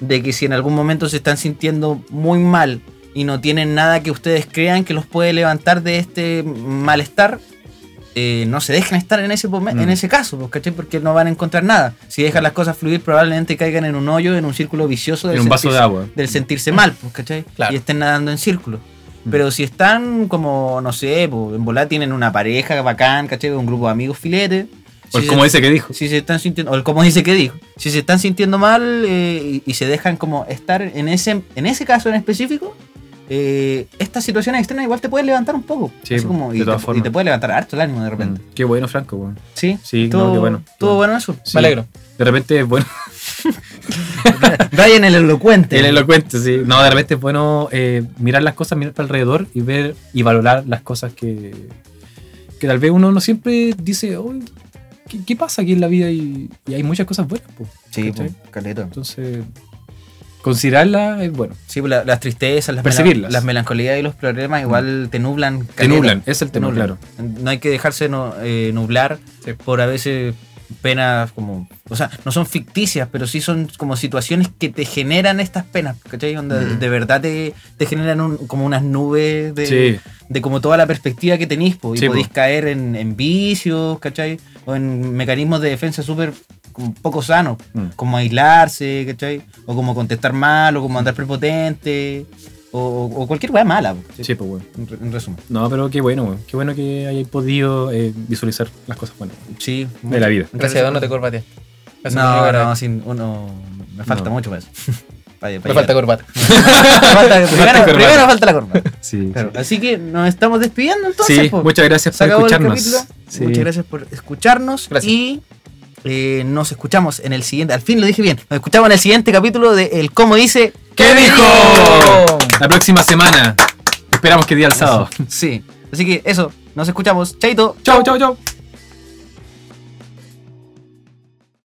Speaker 1: de que si en algún momento se están sintiendo muy mal y no tienen nada que ustedes crean que los puede levantar de este malestar, eh, no se dejen estar en ese, momen-
Speaker 2: Mm.
Speaker 1: en ese caso, pues, ¿cachai? Porque no van a encontrar nada. Si dejan las cosas fluir, probablemente caigan en un hoyo, en un círculo vicioso del,
Speaker 2: en un vaso de
Speaker 1: sentirse,
Speaker 2: agua.
Speaker 1: del sentirse mal, pues, ¿cachai?
Speaker 3: Claro.
Speaker 1: Y estén nadando en círculo.
Speaker 2: Mm.
Speaker 1: Pero si están como, no sé, pues, en volar tienen una pareja bacán, ¿cachai? Un grupo de amigos filete.
Speaker 2: O
Speaker 1: Si se-
Speaker 2: Pues como dice que dijo.
Speaker 1: si se están sintiendo, o el como dice que dijo, si se están sintiendo mal eh, y, y se dejan como estar en ese, en ese caso en específico, eh, estas situaciones externas igual te pueden levantar un poco.
Speaker 2: Sí,
Speaker 1: Así como,
Speaker 2: de
Speaker 1: y,
Speaker 2: todas
Speaker 1: te,
Speaker 2: formas.
Speaker 1: y te puede levantar harto el ánimo de repente.
Speaker 2: Mm, Qué bueno, Franco, weón.
Speaker 1: Sí,
Speaker 2: Sí,
Speaker 1: todo,
Speaker 2: no, qué bueno.
Speaker 1: todo bueno eso.
Speaker 2: Sí.
Speaker 3: Me alegro.
Speaker 2: De repente es bueno.
Speaker 1: Brian el elocuente.
Speaker 2: El elocuente, sí. No, de repente es bueno eh, mirar las cosas, mirar para alrededor y ver y valorar las cosas que, que tal vez uno no siempre dice, "Uy, ¿qué, qué pasa aquí en la vida? Y, y hay muchas cosas buenas, pues.
Speaker 1: Sí,
Speaker 2: ¿cachai?
Speaker 1: pues, caleta.
Speaker 2: Entonces, considerarla es bueno.
Speaker 1: Sí, pues, la- las tristezas, las,
Speaker 2: Percibirlas. Mm.
Speaker 1: las melancolías y los problemas igual te nublan.
Speaker 2: Te
Speaker 1: caleta.
Speaker 2: nublan, es el tema, claro.
Speaker 1: No hay que dejarse nu- eh, nublar
Speaker 3: Sí.
Speaker 1: por a veces penas como. O sea, no son ficticias, pero sí son como situaciones que te generan estas penas, ¿cachai? Donde
Speaker 2: Mm.
Speaker 1: de verdad te, te generan un- como unas nubes de,
Speaker 2: Sí,
Speaker 1: de como toda la perspectiva que tenéis, po, y
Speaker 2: Sí, po.
Speaker 1: podéis caer en, en vicios, ¿cachai? O en mecanismos de defensa súper como poco sanos,
Speaker 2: Mm.
Speaker 1: como aislarse, ¿cachai? O como contestar mal, o como andar prepotente, o, o- o cualquier weá mala, po, ¿cachai?
Speaker 2: sí, pues bueno.
Speaker 1: en, re- en resumen.
Speaker 2: No, pero qué bueno, weón. Qué bueno que hayáis podido eh, visualizar las cosas buenas
Speaker 1: Sí,
Speaker 2: de la vida.
Speaker 3: Gracias a Dios no te corbateas. Eso me
Speaker 1: No,
Speaker 3: alegra.
Speaker 1: no, sin uno. Me falta
Speaker 2: No.
Speaker 1: mucho para eso. Vaya,
Speaker 3: Me
Speaker 1: vaya.
Speaker 3: falta corbata.
Speaker 1: Me falta- primero,
Speaker 2: corbata.
Speaker 1: primero falta la corbata.
Speaker 2: Sí,
Speaker 1: Claro, Así que nos estamos despidiendo entonces.
Speaker 2: sí
Speaker 1: po.
Speaker 2: muchas gracias
Speaker 1: Se
Speaker 2: por
Speaker 1: acabó el
Speaker 2: escucharnos.
Speaker 1: capítulo.
Speaker 2: Sí.
Speaker 1: Muchas gracias por escucharnos.
Speaker 3: Gracias.
Speaker 1: Y eh, nos escuchamos en el siguiente. Al fin lo dije bien. Nos escuchamos en el siguiente capítulo de El Cómo Dice.
Speaker 2: ¿Qué
Speaker 1: dijo?
Speaker 2: dijo? La próxima semana. Esperamos que día al sábado.
Speaker 1: Sí. Así que eso. Nos escuchamos. Chaito.
Speaker 2: Chau, chau, chau.